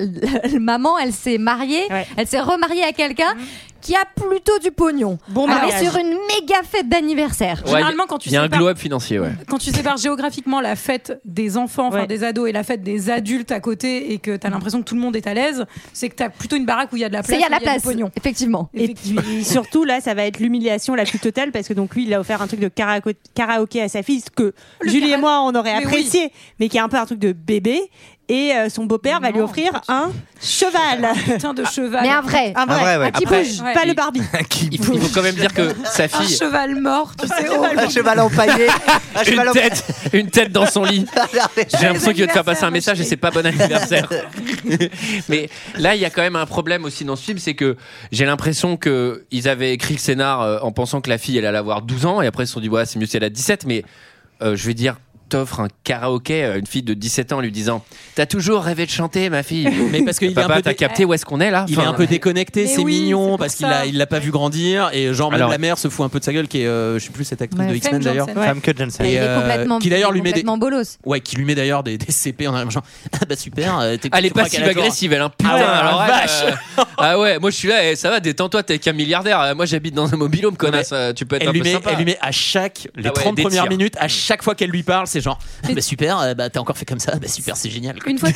S12: maman, elle s'est mariée,
S11: Ouais.
S12: elle s'est remariée à quelqu'un qui a plutôt du pognon.
S11: Bon
S12: Elle est
S11: mariage.
S12: Ah, sur une méga fête d'anniversaire.
S1: Ouais,
S7: Généralement, quand tu
S1: Il y a un
S7: sépares-
S1: glow-up financier, ouais.
S7: quand tu sépares géographiquement la fête des enfants, enfin
S11: Ouais.
S7: des ados et la fête des adultes à côté et que t'as l'impression que tout le monde est à l'aise, c'est que t'as plutôt une baraque où il y a de la
S12: C'est
S7: place.
S12: il y a
S7: où
S12: la
S7: du
S12: place,
S7: pognon.
S12: effectivement.
S11: Et
S7: Effectivement.
S11: puis surtout là, ça va être l'humiliation la plus totale parce que donc lui, il a offert un truc de karaoké karaoké à sa fille ce que
S7: Le
S11: Julie et
S7: kara-
S11: moi on aurait
S7: Mais
S11: apprécié, mais qui est un peu un truc de bébé. Et euh, son beau-père va lui offrir un cheval.
S7: Putain de cheval.
S12: Mais un vrai.
S11: Un vrai,
S6: vrai, ouais.
S11: un qui
S1: Après-
S11: bouge,
S7: Ouais.
S11: pas le Barbie.
S1: Il faut, il faut quand même dire que sa
S7: Un
S1: fille,
S7: cheval mort, tu sais. oh.
S6: un cheval empaillé. Un Ah, cheval
S1: une
S6: empaillé.
S1: tête, une tête dans son lit.
S6: Ah,
S1: J'ai l'impression qu'il veut te faire passer un
S7: anniversaires,
S1: message et
S7: moi,
S1: c'est pas bon anniversaire. Mais là, il y a quand même un problème aussi dans ce film, c'est que j'ai l'impression que ils avaient écrit le scénar euh, en pensant que la fille elle allait avoir 12 ans et après ils se sont dit ouais, c'est mieux si elle a 17 mais euh, je vais dire t'offres un karaoké à une fille de 17 ans en lui disant t'as toujours rêvé de chanter ma fille
S10: Mais parce qu'il est un
S1: papa
S10: peu
S1: t'as
S10: dé-
S1: capté où est-ce qu'on est là
S10: Il est
S1: Enfin,
S10: un peu déconnecté,
S7: Mais
S10: c'est
S7: oui, c'est
S10: mignon
S7: pour
S10: parce qu'il
S7: ça.
S10: a, il l'a pas vu grandir et genre même
S1: Alors-
S10: la mère se fout un peu de sa gueule qui est, euh, je sais plus cette actrice
S12: Ouais,
S10: de
S12: Femme
S10: X-Men d'ailleurs.
S7: Janssen.
S6: Femme que Johnson.
S10: Et,
S12: il est
S10: euh,
S12: complètement,
S10: qui d'ailleurs
S12: il est
S10: lui met des-
S12: complètement bolos.
S10: Ouais, qui lui met d'ailleurs des, des CP en arrière genre ah bah super. euh, t'es-
S1: Elle est
S10: tu crois qu'elle
S1: passive
S10: a genre-
S1: agressive, elle, hein. Putain,
S10: Ah ouais,
S1: alors
S10: la
S1: elle,
S10: vache.
S1: euh, ah ouais, moi je suis là, eh, ça va, détends-toi, t'es qu'un milliardaire. euh, Moi j'habite dans un mobilhome, connasse, euh, tu peux être
S10: Elle
S1: un
S10: lui,
S1: peu
S10: met,
S1: sympa.
S10: elle lui met à chaque les
S1: Ah ouais,
S10: 30
S1: des
S10: premières
S1: tirs.
S10: minutes à chaque fois qu'elle lui parle c'est genre ah bah super euh, bah t'as encore fait comme ça bah super c'est génial
S7: Une fois de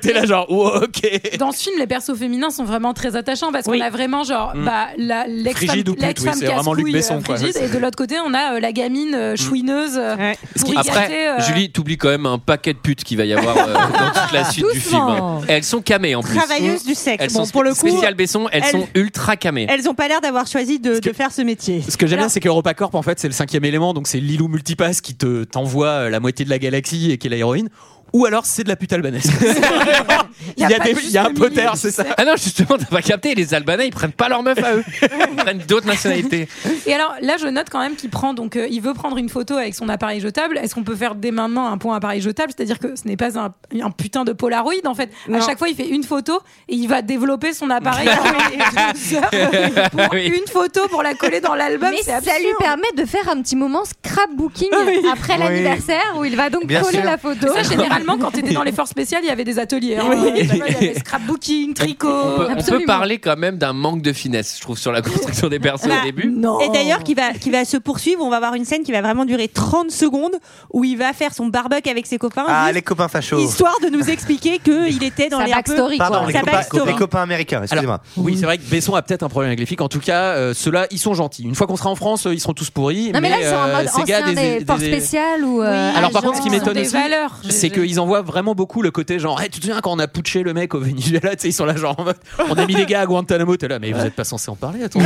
S10: t'es là genre Wow, ok
S7: dans ce film, les persos féminins sont vraiment très attachants parce
S10: Oui.
S7: qu'on a vraiment genre bah, la- l'ex-femme
S10: Mm. Frigide ou pute,
S7: l'ex-femme
S10: oui, c'est vraiment Luc
S7: casse-couille,
S10: Besson,
S7: euh,
S10: quoi. Mm.
S7: frigide, et de l'autre côté, on a euh, la gamine euh, chouineuse. euh,
S11: Ouais.
S7: pour
S1: Après,
S7: écarter, euh,
S1: Julie, t'oublies quand même un paquet de putes qu'il va y avoir euh, dans toute la suite du film.
S12: Doucement.
S1: Elles sont camées en plus.
S11: Travailleuses du sexe.
S1: Elles
S11: bon,
S1: sont
S11: pour le coup,
S1: spécial Besson, elles
S11: elles-
S1: sont ultra camées.
S11: elles ont pas l'air d'avoir choisi de,
S10: que-
S11: de faire ce métier.
S10: ce que j'aime bien
S7: Alors-
S10: c'est qu'EuropaCorp en fait c'est le cinquième élément donc c'est Lilou Multipass qui te t'envoie euh, la moitié de la galaxie et qui est l'héroïne ou alors c'est de la pute albanaise. Il y a, des- il y a un poter, c'est ça.
S1: Ah non, justement, t'as pas capté, les Albanais, ils prennent pas leur meuf à eux. Ils prennent d'autres nationalités.
S7: Et alors là, je note quand même qu'il prend donc euh, il veut prendre une photo avec son appareil jetable. Est-ce qu'on peut faire dès maintenant un point appareil jetable, c'est-à-dire que ce n'est pas un, un putain de Polaroid en fait. À chaque fois, il fait une photo et il va développer son appareil pour
S1: Oui.
S7: une photo pour la coller dans l'album.
S12: Mais
S7: c'est
S12: ça
S7: absurde.
S12: lui permet de faire un petit moment scrapbooking après
S7: Oui.
S12: l'anniversaire où il va donc coller la photo.
S7: Ça, généralement, quand tu étais dans les forces spéciales, il y avait des ateliers. hein. Il y avait scrapbooking, tricot.
S1: On peut, on peut parler quand même d'un manque de finesse, je trouve, sur la construction des persos
S11: Bah,
S1: au début.
S11: Et d'ailleurs, qui va, qui va se poursuivre. On va avoir une scène qui va vraiment durer 30 secondes où il va faire son barbecue avec ses copains.
S6: Ah,
S11: juste
S6: les copains fachos.
S11: Histoire de nous expliquer qu'il était dans
S12: Sa
S11: les un peu-
S12: backstory,
S6: Pardon, les
S11: Sa
S6: copains,
S11: backstory.
S6: les copains américains, excusez-moi.
S10: Oui, c'est vrai que Besson a peut-être un problème avec les flics. En tout cas, euh, ceux-là, ils sont gentils. Une fois qu'on sera en France, euh, ils seront tous pourris.
S12: Non mais, là ils sont en
S10: euh,
S12: mode
S10: ces gars,
S12: anciens
S10: des-
S12: des,
S10: des-
S12: forces
S10: des-
S12: spéciales ou euh,
S10: Alors par contre, ce qui
S12: agents.
S10: m'étonne aussi, c'est qu'ils envoient vraiment beaucoup le côté genre, Hey, tu te souviens quand on a putché le mec au Venezuela, tu sais, ils sont là genre en mode, on a mis les gars à Guantanamo, t'es là, mais vous êtes pas censé en parler, attends.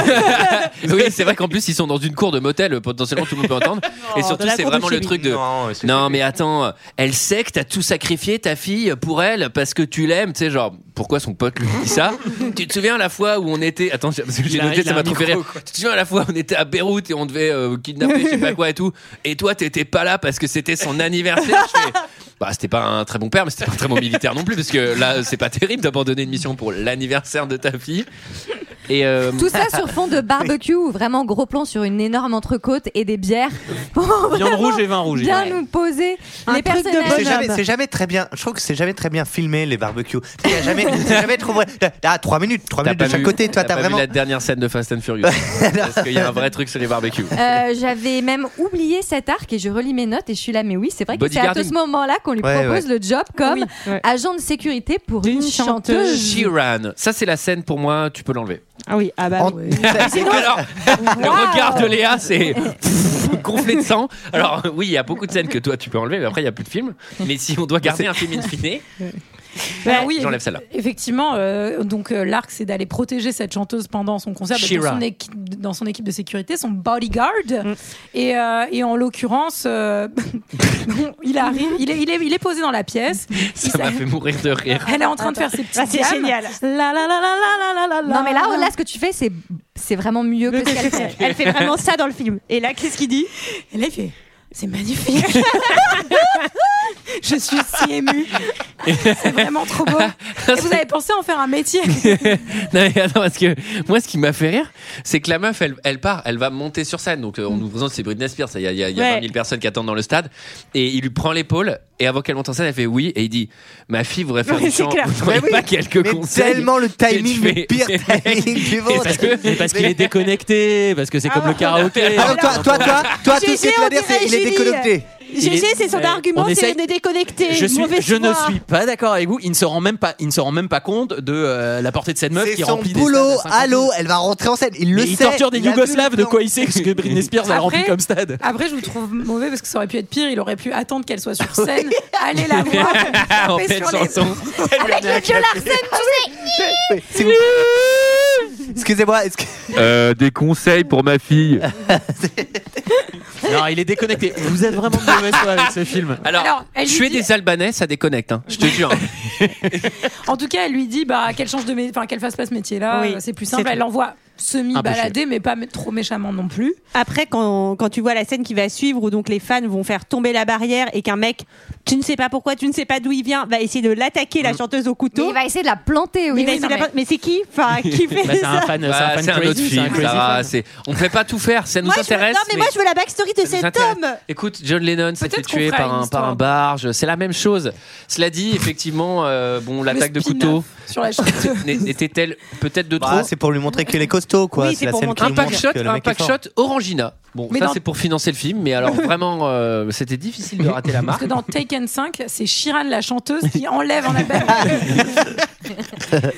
S1: oui, c'est vrai qu'en plus, ils sont dans une cour de motel, euh, potentiellement tout le monde peut entendre. et
S10: Non,
S1: surtout,
S10: dans la
S1: c'est
S10: cour de
S1: vraiment
S10: chez
S1: le
S10: lui.
S1: truc de. Non, mais attends, euh, elle sait que t'as tout sacrifié, ta fille, pour elle, parce que tu l'aimes. Tu sais, genre, pourquoi son pote lui dit ça Tu te souviens la fois où on était. Attends, j'ai- parce que j'ai
S10: Il a-
S1: noté,
S10: il
S1: ça
S10: a
S1: m'a
S10: un
S1: trop fait
S10: micro,
S1: rire. Tu te souviens la fois où on était à Beyrouth et on devait euh, kidnapper, je sais pas quoi et tout. Et toi, t'étais pas là parce que c'était son anniversaire. Je fais, Bah, c'était pas un très bon père, mais c'était pas un très bon militaire non plus, parce que là, c'est pas terrible d'abandonner une mission pour l'anniversaire de ta fille. Et euh,
S12: Tout ça sur fond de barbecue, où vraiment gros plan sur une énorme entrecôte et des bières. Pour
S10: Viande rouge et vin rouge.
S12: bien
S10: Ouais.
S12: nous poser les personnages.
S6: C'est jamais, c'est jamais très bien. Je trouve que c'est jamais très bien filmé les barbecues. Il y a jamais, c'est jamais trop vrai. Ah, trois minutes, trois
S1: T'as
S6: minutes de
S1: pas
S6: chaque
S1: vu-
S6: côté. Toi,
S1: t'as pas
S6: t'as
S1: vu
S6: vraiment.
S1: la dernière scène de Fast and Furious. Parce qu'il y a un vrai truc sur les barbecues.
S12: Euh, J'avais même oublié cet arc et je relis mes notes et je suis là, mais oui, c'est vrai que c'est à
S1: Bodyguarding.
S12: tout ce moment-là qu'on lui
S1: Ouais,
S12: propose
S1: ouais.
S12: le job comme agent de sécurité pour une, chanteuse.
S1: Shiran. Ça, c'est la scène pour moi, tu peux l'enlever.
S11: Ah oui, ah bah. oui.
S1: Alors,
S7: Ah.
S1: le regard de Léa, c'est pff, gonflé de sang. Alors, oui, il y a beaucoup de scènes que toi, tu peux enlever, mais après, il n'y a plus de film. Mais si on doit garder un film in fine,
S7: Alors Ben oui,
S1: Ben j'enlève celle-là.
S7: Effectivement, euh, donc euh, l'arc, c'est d'aller protéger cette chanteuse pendant son concert d'être
S1: She-Ra.
S7: dans son, équi- dans son équipe de sécurité, son bodyguard.
S1: Mm.
S7: Et, euh, et en l'occurrence, euh, bon, il arrive, il est, il, est, il est posé dans la pièce.
S1: Ça m'a fait mourir de rire.
S7: Elle est en train de faire ses
S11: Ah,
S7: petites gammes. La, la, la, la, la, la, la, la.
S12: Non mais là, là, ce que tu fais, c'est c'est vraiment mieux que ce qu'elle fait.
S11: Elle fait vraiment ça dans le film. Et là, qu'est-ce qu'il dit
S7: Et là, il fait C'est magnifique Je suis si émue. C'est vraiment trop beau. Et vous avez pensé en faire un métier
S1: non, mais attends, parce que moi, ce qui m'a fait rire, c'est que la meuf, elle, elle part, elle va monter sur scène. Donc, euh,
S6: Mm.
S1: on nous présente, c'est Britney Spears. Il y a, il y a- il y a
S11: Ouais.
S1: 20 000 personnes qui attendent dans le stade. Et il lui prend l'épaule. Et avant qu'elle monte en scène, elle fait oui. Et il dit Ma fille voudrait faire
S6: Ouais,
S1: du
S6: c'est
S1: chant.
S6: clair.
S1: Vous n'auriez
S6: Mais oui.
S1: pas quelques
S6: Mais
S1: conseils
S6: tellement le timing,
S1: Et tu fais-
S6: le pire timing du monde.
S1: Et parce que-
S10: Mais parce qu'il est déconnecté, parce que c'est comme le karaoké.
S6: Ah, toi, toi, toi, toi, tout ce que
S11: GG,
S6: tu
S11: on
S6: vas dire, c'est
S11: dirait
S6: il est
S11: Julie.
S6: déconnecté.
S11: GG, c'est son
S10: Ouais.
S11: argument,
S10: On
S11: c'est
S10: essaye-
S11: de déconnecter.
S10: Je, suis,
S11: Mauvaise
S10: je ne
S11: foi.
S10: suis pas d'accord avec vous. Il ne se rend même pas, il ne se rend même pas compte de euh, la portée de cette meuf
S6: C'est
S10: qui
S6: son
S10: remplit des
S6: boulot.
S10: stades à 50 000.
S6: Allô, elle va rentrer en scène. Il le
S10: Mais
S6: sait.
S10: il torture des
S6: il a vu le
S10: Yougoslaves, de
S6: plan.
S10: quoi il sait que Britney Spears elle remplit
S7: Après-
S10: comme stade
S7: Après, je vous trouve mauvais parce que ça aurait pu être pire. Il aurait pu attendre qu'elle soit sur scène, aller la voir,
S1: En
S7: taper
S1: pleine
S7: sur les...
S1: chanson.
S12: Avec le vieux Larsen,
S6: tu sais. Excusez-moi. est-ce que-
S1: Euh, des conseils pour ma fille.
S10: Non, il est déconnecté. Vous êtes vraiment de mauvaise foi avec ce film.
S1: Alors,
S7: Alors, elle lui
S1: tuer
S7: dit-
S1: des Albanais, ça déconnecte, hein, je te jure.
S7: En tout cas, elle lui dit bah, qu'elle change de mé- enfin, qu'elle fasse pas ce métier-là.
S11: Oui,
S7: euh, c'est plus
S11: c'est
S7: simple.
S11: tout.
S7: Elle l'envoie semi-baladée, mais pas mé- trop méchamment non plus.
S11: Après, quand, quand tu vois la scène qui va suivre où donc les fans vont faire tomber la barrière et qu'un mec, tu ne sais pas pourquoi, tu ne sais pas d'où il vient, va essayer de l'attaquer, la chanteuse au couteau.
S12: il va essayer de la planter. Oui,
S11: Il va
S12: oui,
S11: essayer de
S12: non,
S11: la
S12: mais-
S11: planter. Mais c'est qui Enfin, qui fait
S10: Bah, c'est
S11: ça
S10: un fan, c'est un
S1: Bah,
S10: fan
S1: c'est un autre
S10: crazy, c'est un
S1: film,
S10: crazy
S1: Sarah.
S10: fan.
S1: c'est- On ne fait pas tout faire, ça nous
S11: Moi, je veux-
S1: intéresse.
S11: Non, mais, moi, je veux la backstory de
S1: Ça nous
S11: cet
S1: intéresse.
S11: homme.
S1: Écoute, John Lennon s'est fait
S11: Peut-être qu'on
S1: tuer
S11: fera
S1: par
S11: une
S1: un, par
S11: histoire.
S1: un barge. C'est la même chose. Cela dit, effectivement, euh, bon, l'attaque de couteau
S7: sur la chanteuse.
S1: n'é- n'était-elle peut-être de
S6: Bah,
S1: trop
S6: c'est pour lui montrer qu'il est costaud, quoi. C'est la scène qui
S1: un
S6: lui
S1: pack
S6: montre
S1: shot,
S6: que le
S1: un
S6: mec est
S1: pack
S6: fort.
S1: shot Orangina. Bon,
S7: Mais
S1: ça
S7: dans-
S1: c'est pour financer le film, mais alors vraiment, euh, c'était difficile de rater la
S7: Parce
S1: marque.
S7: que dans Taken 5, c'est Shiran, la chanteuse, qui enlève un appel.
S6: Ah,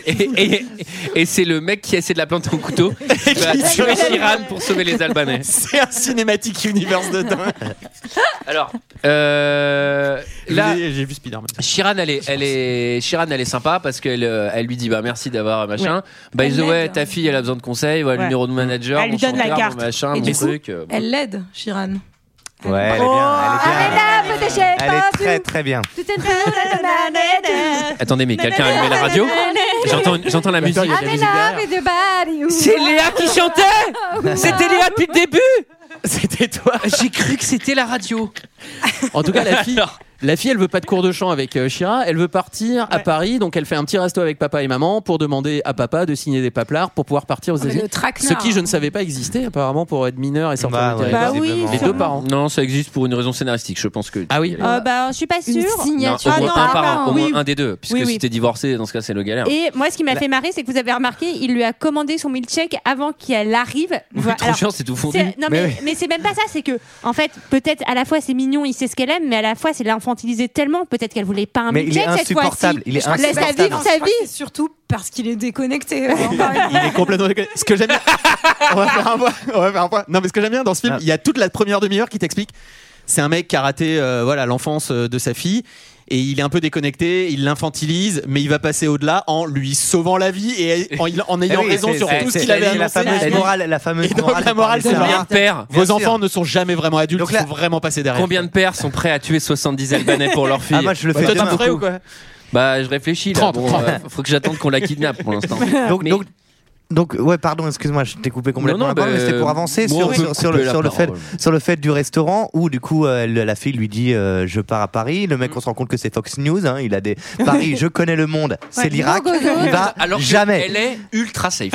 S1: Et, et- et c'est le mec qui essaie de la planter au couteau qui va tuer Shiran pour sauver les Albanais.
S10: C'est un cinématique universe de dingue.
S1: Alors, euh, là,
S10: J'ai j'ai vu Spider-Man.
S1: Shiran, elle est, elle est, Shiran, elle est sympa parce qu'elle, euh, elle lui dit bah merci d'avoir euh, machin.
S7: Ouais.
S1: By the
S7: Elle
S1: way,
S7: l'aide.
S1: ta fille, elle a besoin de conseils, voilà le
S11: Ouais.
S1: numéro de manager,
S11: Elle
S1: mon
S11: lui donne la
S1: chanteur, mon
S11: carte.
S1: machin,
S7: Et
S1: mon
S7: du coup,
S1: truc. euh,
S7: Elle l'aide, Shiran.
S6: Ouais, elle est
S12: Oh,
S6: bien, elle est bien. Elle est très très bien.
S1: Attendez, mais quelqu'un a allumé la radio J'entends j'entends la musique.
S12: C'est
S1: Léa qui chantait C'était Léa depuis le début
S10: C'était toi
S1: J'ai cru que c'était la radio.
S10: En tout cas, la fille, la fille, elle veut pas de cours de chant avec euh, Shira. Elle veut partir à Paris, donc elle fait un petit resto avec papa et maman pour demander à papa de signer des paplards pour pouvoir partir aux
S7: mais
S10: États-Unis.
S7: le traquenard.
S10: Ce qui, je ne savais pas exister apparemment pour être mineur et sortir
S6: Bah
S10: du
S6: ouais,
S10: territoire.
S11: Bah oui, visiblement.
S10: les deux
S11: sûrement.
S10: parents.
S1: Non, ça existe pour une raison scénaristique, je pense que. Ah
S10: oui
S11: Euh, bah, je suis pas sûre. Ah,
S12: Une
S1: Non,
S12: signature.
S1: au moins un parent, au moins
S11: Oui,
S1: un des deux, puisque
S11: Oui, oui.
S1: si t'es divorcé, dans ce cas, c'est le galère.
S11: Et moi, ce qui m'a
S1: La-
S11: fait marrer, c'est que vous avez remarqué, il lui a commandé son milkshake avant qu'elle arrive. Voilà.
S1: trop chiant, c'est tout fondu.
S11: c'est- Non, mais,
S1: Mais oui.
S11: mais c'est même pas ça. C'est que, en fait, peut-être à la fois c'est mignon, il sait ce qu'elle aime, mais à la fois c'est l'infantiliser tellement. Peut-être qu'elle voulait pas un
S6: Mais il est
S11: milkshake cette fois-ci.
S6: insupportable, il est
S11: Laisse la
S6: insupportable.
S11: vivre sa vie.
S7: Surtout parce qu'il est déconnecté.
S10: Il est complètement déconné. Ce que j'aime bien. on, va faire un point. on va faire un point. Non, mais ce que j'aime bien dans ce
S6: Ah.
S10: film, il y a toute la première demi-heure qui t'explique. C'est un mec qui a raté euh, voilà, l'enfance euh, de sa fille. Et il est un peu déconnecté, il l'infantilise, mais il va passer au-delà en lui sauvant la vie et en, il- en ayant
S6: Eh oui,
S10: raison
S6: c'est-
S10: sur
S6: c'est-
S10: tout ce
S6: c'est-
S10: qu'il avait
S6: c'est la
S10: annoncé.
S6: fameuse morale- la fameuse
S10: Et donc,
S6: morale
S10: la morale,
S6: de
S10: c'est
S6: Barbara
S10: genre,
S1: Père,
S10: Vos
S6: bien sûr.
S10: enfants ne sont jamais vraiment adultes,
S6: Donc
S10: il
S6: là-
S10: faut vraiment passer derrière.
S1: Combien de pères sont prêts à tuer 70 Albanais pour leur fille
S6: Ah, moi, je le
S1: Bah,
S6: fais
S1: toi, t'en
S6: demain.
S1: ferais
S10: ou quoi
S1: Bah, je réfléchis là.
S6: 30,
S1: Bon,
S6: 30.
S1: euh, faut que j'attende qu'on la kidnappe pour l'instant.
S6: Donc,
S1: Mais-
S6: donc, donc, ouais, pardon, excuse-moi, je t'ai coupé complètement
S1: Non, non,
S6: la parole,
S1: bah,
S6: mais c'était pour avancer
S1: bon, on
S6: sur,
S1: peut
S6: sur, sur
S1: couper
S6: le,
S1: la
S6: sur, le fait,
S1: parole.
S6: sur le fait du restaurant où, du coup, euh, le- la fille lui dit euh, Je pars à Paris. Le
S1: Mm.
S6: mec, on se rend compte que c'est Fox News. hein, il a des Paris, je connais le monde, c'est l'Irak. Il va
S1: Alors que
S6: jamais.
S1: Elle est ultra safe.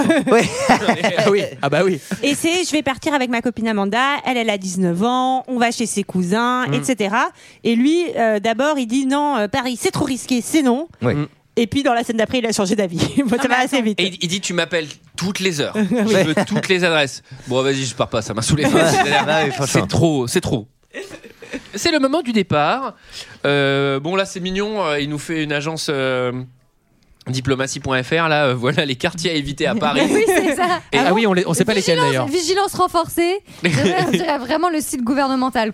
S10: Ah oui, ah bah oui.
S11: Et c'est je vais partir avec ma copine Amanda, elle elle a 19 ans, on va chez ses cousins,
S10: Mm.
S11: etc. Et lui euh, d'abord il dit non euh, Paris c'est trop risqué, c'est non.
S6: Ouais.
S11: Et puis dans la scène d'après il a changé d'avis. Bon, ça va assez vite.
S1: Mm. Et il- il dit tu m'appelles toutes les heures, je veux toutes les adresses. Bon vas-y je pars pas, ça m'a saoulé.
S6: Ouais,
S1: c'est
S6: franchement.
S1: trop, c'est trop. C'est le moment du départ. Euh, bon là c'est mignon, euh, il nous fait une agence euh, diplomatie.fr là, euh, voilà les quartiers à éviter à Paris.
S12: Oui, c'est ça.
S1: Et-
S10: ah oui, on, les- on sait pas lesquels d'ailleurs.
S12: Vigilance renforcée. C'est vrai, On dirait vraiment le site gouvernemental,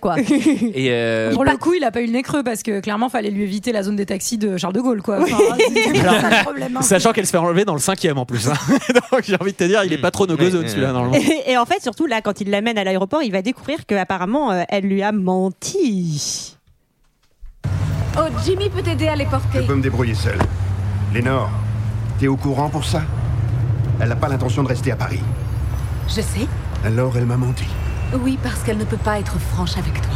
S12: quoi.
S1: Et euh,
S7: Pour le coup, il a pas eu le nez creux parce que clairement, fallait lui éviter la zone des taxis de Charles de Gaulle, quoi. Enfin, c'est- c'est ça le problème, hein.
S10: Sachant qu'elle se fait enlever dans le cinquième en plus. hein. Donc j'ai envie de te dire,
S6: Mm.
S10: il est pas trop no-go zone celui-là normalement.
S11: Et, et en fait surtout là quand il l'amène à l'aéroport il va découvrir que apparemment euh, elle lui a menti.
S13: Oh, Jimmy peut t'aider à les porter.
S8: Je peux me débrouiller seul. Lénore, t'es au courant pour ça Elle n'a pas l'intention de rester à Paris.
S13: Je sais.
S8: Alors elle m'a menti.
S13: Oui, parce qu'elle ne peut pas être franche avec toi.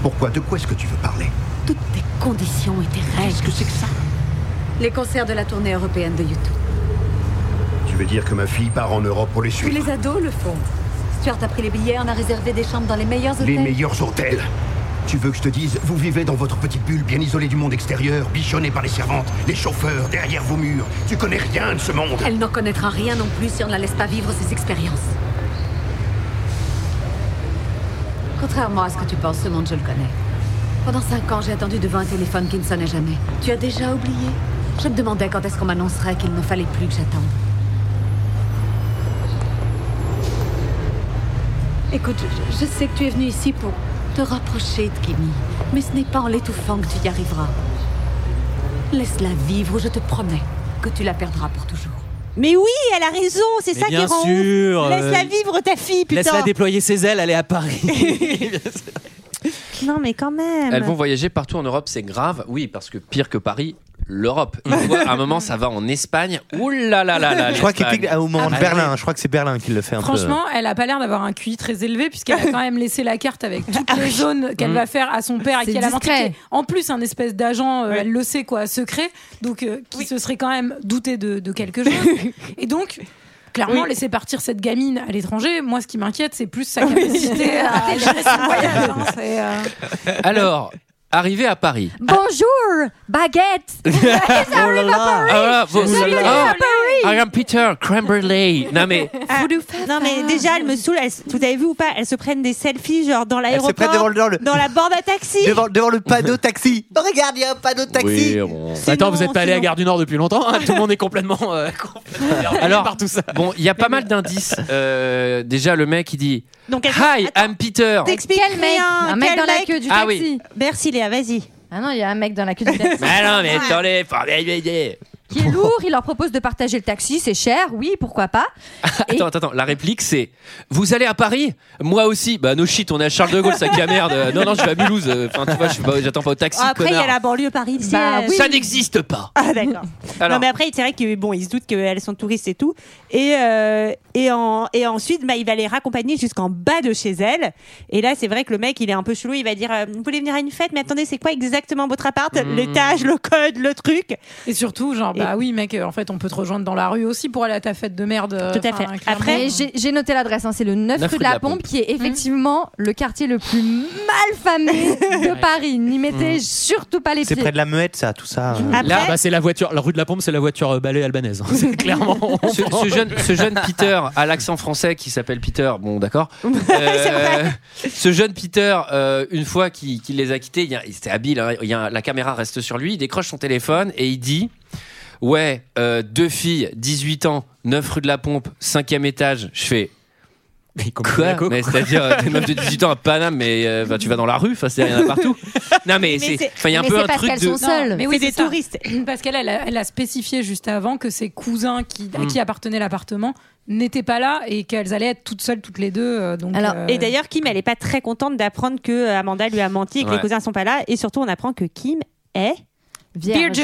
S8: Pourquoi De quoi est-ce que tu veux parler
S13: Toutes tes conditions et tes règles. Qu'est-ce que c'est que ça Les concerts de la tournée européenne de YouTube.
S8: Tu veux dire que ma fille part en Europe pour les
S13: Puis
S8: suivre
S13: les ados le font. Stuart a pris les billets, on a réservé des chambres dans les meilleurs hôtels.
S8: Les meilleurs hôtels Tu veux que je te dise, vous vivez dans votre petite bulle, bien isolée du monde extérieur, bichonnée par les servantes, les chauffeurs, derrière vos murs. Tu connais rien de ce monde
S13: Elle n'en connaîtra rien non plus si on ne la laisse pas vivre ses expériences. Contrairement à ce que tu penses, ce monde, je le connais. Pendant cinq ans, j'ai attendu devant un téléphone qui ne sonnait jamais. Tu as déjà oublié Je me demandais quand est-ce qu'on m'annoncerait qu'il ne fallait plus que j'attende. Écoute, je, je sais que tu es venu ici pour te rapprocher de Kimi, mais ce n'est pas en l'étouffant que tu y arriveras. Laisse-la vivre, je te promets que tu la perdras pour toujours.
S11: Mais oui elle a raison c'est
S10: Mais
S11: ça qui
S10: bien
S11: rend ouf.
S10: sûr, euh,
S11: Laisse-la vivre ta fille putain.
S10: Laisse-la déployer ses ailes, aller à Paris.
S11: Non mais quand même.
S1: elles vont voyager partout en Europe, c'est grave. Oui parce que pire que Paris. L'Europe. Une fois, à un moment, ça va en Espagne. Ouh là là là là.
S6: Je crois
S1: l'Espagne.
S6: qu'il au moment
S1: Ah,
S6: de Berlin, je crois que c'est Berlin qui le fait un peu.
S7: Franchement, elle a pas l'air d'avoir un QI très élevé puisqu'elle a quand même laissé la carte avec toutes les zones qu'elle
S1: Mm.
S7: va faire à son père et
S12: C'est
S7: qu'elle a menti.
S12: discret.
S7: En plus, un espèce d'agent, euh, elle le sait quoi, secret, donc euh, qui se serait quand même douté de, de quelque chose. et donc. Clairement,
S11: Oui.
S7: laisser partir cette gamine à l'étranger, moi, ce qui m'inquiète, c'est plus sa capacité
S1: euh,
S2: Ah,
S7: à gérer son voyage. hein, c'est, euh,
S11: Ah.
S1: Alors, arrivé à Paris. Oh
S12: Bonjour, baguette.
S1: Ah, voilà, vous-
S12: Je suis
S1: oh,
S12: allée à
S1: I am Peter Cranberry. Non mais
S11: bah Ah, non mais déjà elle me saoule. Elles- vous avez vu ou pas Elles se prennent des selfies genre dans
S6: Elle se
S11: l'aéroport,
S6: prête devant le. Dans le
S11: dans la borne à taxi.
S6: devant, devant le panneau taxi. Regarde, il y a un panneau taxi.
S10: Attends, vous n'êtes pas allé à Gare du Nord depuis longtemps hein Tout le monde est complètement. euh, complètement perdu
S1: Alors,
S10: par tout ça.
S1: bon, il y a pas mal d'indices. Euh, déjà, le mec il dit
S11: Donc elle
S1: Hi, I'm Peter.
S11: t'explique
S12: Quel mec
S11: rien,
S12: Un mec
S11: quel
S12: dans la queue du
S1: Ah
S12: taxi.
S1: oui.
S11: Merci Léa, vas-y.
S12: Ah non, il y a un mec dans la queue du taxi.
S1: Mais non, mais attendez, faut bien y aider.
S12: qui est lourd. Il leur propose de partager le taxi, c'est cher, oui, pourquoi pas.
S1: Attends, attends, attends, la réplique c'est Vous allez à Paris Moi aussi. Bah, no shit, on est à Charles de Gaulle, sac à merde. Euh, Non, non, je vais à Mulhouse. Euh, Enfin, tu vois, je suis pas- j'attends pas au taxi,
S11: Après, il y
S1: connard.
S11: a la banlieue parisienne.
S1: Bah oui. Ça n'existe pas.
S11: Ah, d'accord.
S1: Alors.
S11: Non, mais après, c'est vrai que bon, ils se doutent qu'elles sont touristes et tout. Et, euh, et, en- et ensuite, bah, il va les raccompagner jusqu'en bas de chez elle. Et là, c'est vrai que le mec, il est un peu chelou. Il va dire euh, Vous voulez venir à une fête, mais attendez, c'est quoi exactement votre appart
S10: Hmm.
S7: Mmh.
S11: L'étage, le code, le truc
S7: Et surtout, genre, bah oui, mec, euh, en fait, on peut te rejoindre dans la rue aussi pour aller à ta fête de merde. euh,
S11: Tout à
S7: enfin, clairement.
S11: fait.
S7: Mhm.
S12: Après, j'ai j'ai noté l'adresse, hein, c'est le 9, rue de la, pompe, qui est effectivement le quartier le plus mal famé de Paris. N'y mettez
S10: Mmh.
S12: surtout pas les
S6: C'est
S12: pieds.
S6: près de la muette, ça, tout ça.
S10: Là, bah, c'est la voiture. La rue de la Pompe, c'est la voiture euh, balai albanaise. C'est clairement.
S1: Ce, ce jeune, ce jeune Peter à l'accent français qui s'appelle Peter, bon d'accord. Euh, ce jeune Peter, euh, une fois qu'il qu'il les a quittés, il y a- il- c'était habile, hein, il y a- la caméra reste sur lui, il décroche son téléphone et il dit Ouais, euh, deux filles, 18 ans, 9 rue de la Pompe, 5 étage. Je fais. Quoi
S10: Monaco,
S1: Mais
S10: quoi.
S1: c'est-à-dire, euh, t'es meuf de 18 ans à Paname, mais euh, bah, tu vas dans la rue, enfin, c'est- il y en a partout. Non, mais, c'est. Enfin, il y a un peu un truc de.
S7: Non, mais oui,
S11: C'est des
S7: ça.
S11: touristes.
S7: Parce qu'elle elle a, elle a spécifié juste avant que ses cousins qui, à
S1: Mm.
S7: qui appartenait l'appartement n'étaient pas là et qu'elles allaient être toutes seules toutes les deux. euh, Donc, euh,
S11: Et d'ailleurs, Kim, elle est pas très contente d'apprendre que euh, Amanda lui a menti et que
S7: Ouais.
S11: les cousins sont pas là. Et surtout, on apprend que Kim est
S12: Vierge.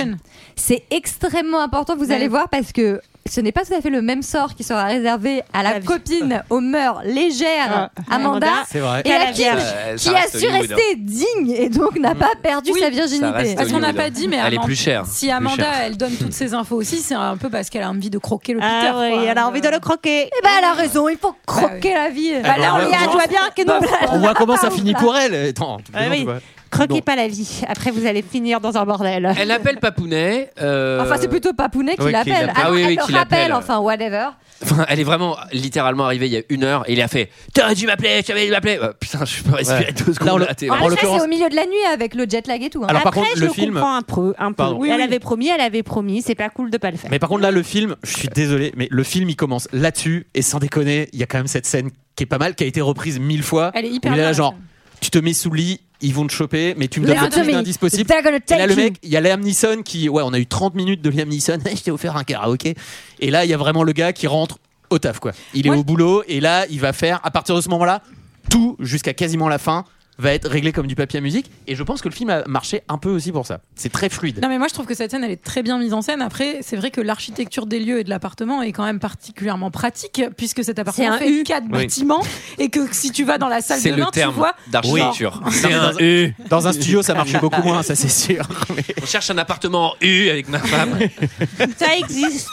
S12: C'est extrêmement important, vous allez voir, parce que ce n'est pas tout à fait le même sort qui sera réservé à la copine aux mœurs légères,
S11: Ah.
S12: Amanda,
S11: C'est vrai.
S12: et
S11: Qu'à
S12: à
S11: la
S12: Kim,
S11: Vierge. Euh,
S12: qui
S11: ça
S12: a
S11: reste
S12: su
S11: Hollywood,
S12: rester digne et donc n'a pas perdu sa virginité.
S1: reste Parce qu'on n'a
S7: hein.
S1: Hollywood. pas dit, mais Elle est Amanda- plus chère.
S7: Si
S1: Plus
S7: Amanda,
S1: chère.
S7: elle donne toutes ses infos aussi, c'est un peu parce qu'elle a envie de croquer le
S11: Ah
S7: Peter.
S11: oui,
S7: quoi. hein, Bah
S11: elle a envie de le croquer.
S12: Eh ben, elle a raison, il faut croquer la vie.
S10: Bah, là, on lui a-
S11: je vois bien que nous-
S10: bah, On voit comment ça finit pour elle. Attends, tu
S11: Ah
S10: plaisantes,
S11: oui.
S10: quoi.
S11: Croquez
S10: Bon.
S11: pas la vie. Après, vous allez finir dans un bordel.
S1: Elle l'appelle Papounet. euh,
S12: Enfin, c'est plutôt Papounet qui
S1: oui, qui
S12: l'appelle.
S1: l'appelle. Ah
S12: Alors,
S1: oui, oui,
S12: elle le
S1: qui l'appelle.
S12: rappelle, enfin, whatever.
S1: Enfin, elle est vraiment littéralement arrivée il y a une heure et il a fait T'aurais dû m'appeler, tu avais dû m'appeler. Euh, putain, je peux respirer
S10: Ouais.
S1: deux secondes.
S10: Là, en
S1: là,
S10: l'oc-
S1: t'es-
S10: en
S1: en
S12: Ça,
S1: l'occurrence-
S12: c'est au milieu de la nuit avec le jet lag et tout. hein.
S10: Alors, par contre,
S11: je
S10: le
S11: le
S10: film.
S11: comprends un peu. Un peu.
S10: Pardon.
S11: elle
S10: Oui, oui.
S11: avait promis, elle avait promis. C'est pas cool de pas le faire.
S10: Mais par contre, là, le film, je suis désolé, mais le film, il commence là-dessus, et sans déconner, il y a quand même cette scène qui est pas mal, qui a été reprise mille fois.
S7: Elle est hyper
S10: Où il est là,
S7: bien,
S10: genre, tu te mets sous le lit, ils vont te choper, mais tu me
S11: They're
S10: donnes le
S11: gonna
S10: plus
S11: me-
S10: d'indices possible.
S11: they're gonna
S10: Et là,
S11: take
S10: le
S11: you.
S10: mec, il y a Liam Neeson qui, ouais, on a eu 30 minutes de Liam Neeson, je t'ai offert un karaoké. Et là, il y a vraiment le gars qui rentre au taf, quoi. Il est au boulot, et là, il va faire, à partir de ce moment-là, tout jusqu'à quasiment la fin va être réglé comme du papier à musique et je pense que le film a marché un peu aussi pour ça c'est très fluide
S7: Non mais moi je trouve que cette scène elle est très bien mise en scène. Après c'est vrai que l'architecture des lieux et de l'appartement est quand même particulièrement pratique puisque cet appartement
S11: un
S7: fait
S11: U.
S7: quatre
S10: Oui.
S7: bâtiments et que si tu vas dans la salle
S10: C'est
S7: de
S10: le
S7: bain tu
S10: terme
S7: vois
S1: d'architecture.
S10: Oui.
S1: C'est
S10: Non,
S1: un
S10: mais dans-
S1: U.
S10: Dans un studio, ça marche beaucoup moins, ça c'est sûr.
S1: On cherche un appartement en U avec ma femme.
S11: Ça existe.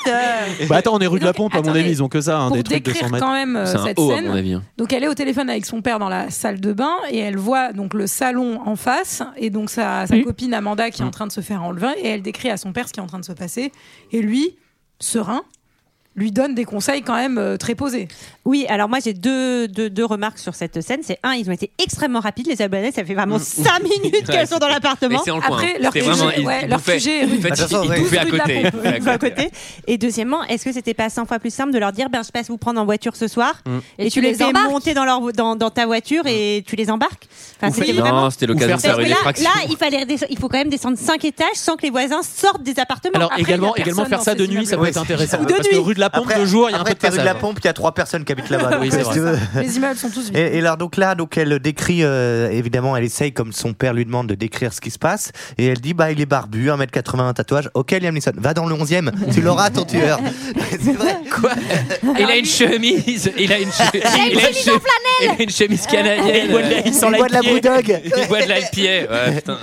S10: Bah attends, on est rue de la Pompe, à mon avis, ils ont que ça, hein,
S7: pour
S10: des trucs de 100
S7: décrire
S10: mètres.
S7: quand même euh,
S10: C'est un
S7: cette
S10: haut, à
S7: scène.
S10: mon avis, hein.
S7: Donc elle est au téléphone avec son père dans la salle de bain et elle voit donc le salon en face et donc sa, sa copine Amanda
S10: Mm.
S7: qui est en train de se faire enlever et elle décrit à son père ce qui est en train de se passer et lui serein lui donne des conseils quand même euh, très posés.
S11: Oui, alors moi j'ai deux, deux, deux remarques sur cette scène. C'est un, ils ont été extrêmement rapides, les abonnés. Ça fait vraiment 5 minutes qu'elles sont dans l'appartement.
S7: Et c'est en le coin, Après, hein. leur C'était QG, vraiment- ils- ouais, ils leur euh, bouffaient- QG, oui. en fait,
S11: Bah, de toute
S7: ils-
S11: façon,
S7: ils
S11: ouais.
S7: bouffaient à
S11: Ils
S7: côté, ils bouffaient à
S11: bouffaient à côté. Et deuxièmement, est-ce que c'était pas 100 fois plus simple de leur dire ben, je passe vous prendre en voiture ce soir
S1: Mm.
S11: et, tu, les, fais
S12: embarques.
S11: monter dans, leur, dans, dans ta voiture et tu les embarques Enfin,
S1: Ou faire- Non, c'était l'occasion
S11: Parce
S1: de faire
S11: que
S1: une
S11: là,
S1: effraction.
S11: Là, il, fallait redescendre- il faut quand même descendre 5 étages sans que les voisins sortent des appartements.
S10: Alors
S11: Après,
S10: également,
S11: il y a
S10: également
S11: personne
S10: faire ça
S11: dans
S10: de
S11: ces
S10: nuit, ça
S11: immeubles.
S10: peut être intéressant.
S6: Ou de
S10: parce que
S6: nuit.
S10: rue de la Pompe,
S6: Après-
S10: de jour, il y a un peu
S6: après,
S10: de
S6: t'as rue de la
S10: passage.
S6: pompe, il y a trois personnes qui habitent là-bas.
S10: Oui,
S6: donc,
S10: c'est
S6: si tu
S10: vrai.
S6: veux.
S7: Les immeubles sont tous vides.
S6: Et, et alors donc là, donc elle décrit euh, évidemment, elle essaye comme son père lui demande de décrire ce qui se passe et elle dit bah il est barbu, 1m80, un tatouage. Ok Liam Neeson, va dans le 11e, tu l'auras ton tueur. c'est vrai
S1: quoi Il a une chemise, il a une chemise, il a une chemise Il a une chemise canadienne.
S10: Il boit de la- il sent la bière.
S1: Il boit de la pied.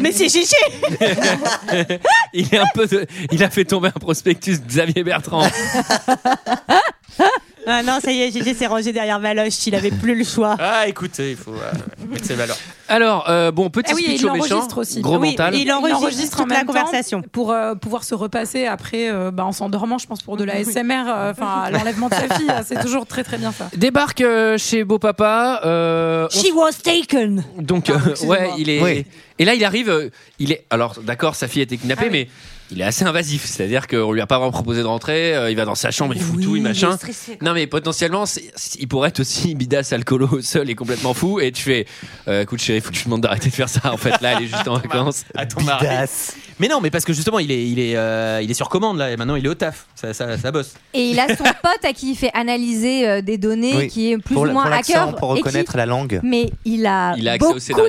S11: Mais c'est GG
S1: Il est un peu, de- il a fait tomber un prospectus Xavier Bertrand.
S11: Ah non, ça y est, GG s'est rangé derrière Valoche, il avait plus le choix.
S10: Ah écoute, il faut euh, mettre ses valeurs.
S1: Alors euh, bon, petit
S7: Ah oui, et
S1: speech
S7: il
S1: au méchant,
S7: l'enregistre aussi.
S1: gros mental.
S11: il enregistre toute la
S7: même temps
S11: conversation.
S7: pour euh, pouvoir se repasser après euh, bah, en s'endormant, je pense pour de la SMR, euh, enfin l'enlèvement de sa fille, euh, c'est toujours très très bien ça.
S1: Débarque euh, chez Beau Papa. euh, on-
S11: She was taken.
S1: euh,
S12: Ah
S1: Donc, euh, ouais, il est. Et là, il arrive. euh, il est. Alors, d'accord, sa fille a été kidnappée, mais il est assez invasif. C'est-à-dire qu'on lui a pas vraiment proposé de rentrer. euh, il va dans sa chambre, il fout tout, il machin. non, mais potentiellement, c'est- il pourrait être aussi bidas alcoolo seul et complètement fou. Et tu fais, euh, écoute chérie, faut que je te demande d'arrêter de faire ça. En fait, là, elle est juste en vacances.
S10: à ton mari. Mais non, mais parce que justement, il est, il est, euh, il est sur commande là, et maintenant il est au taf. Ça, ça, ça bosse.
S12: Et il a son pote à qui il fait analyser euh, des données,
S10: Oui.
S12: qui est plus
S10: Pour
S12: ou
S10: la-
S12: moins
S10: pour l'accent,
S12: hacker.
S6: pour
S12: et qui-
S6: reconnaître la langue.
S12: Mais il a,
S6: Il a accès au
S12: beaucoup
S6: scénario.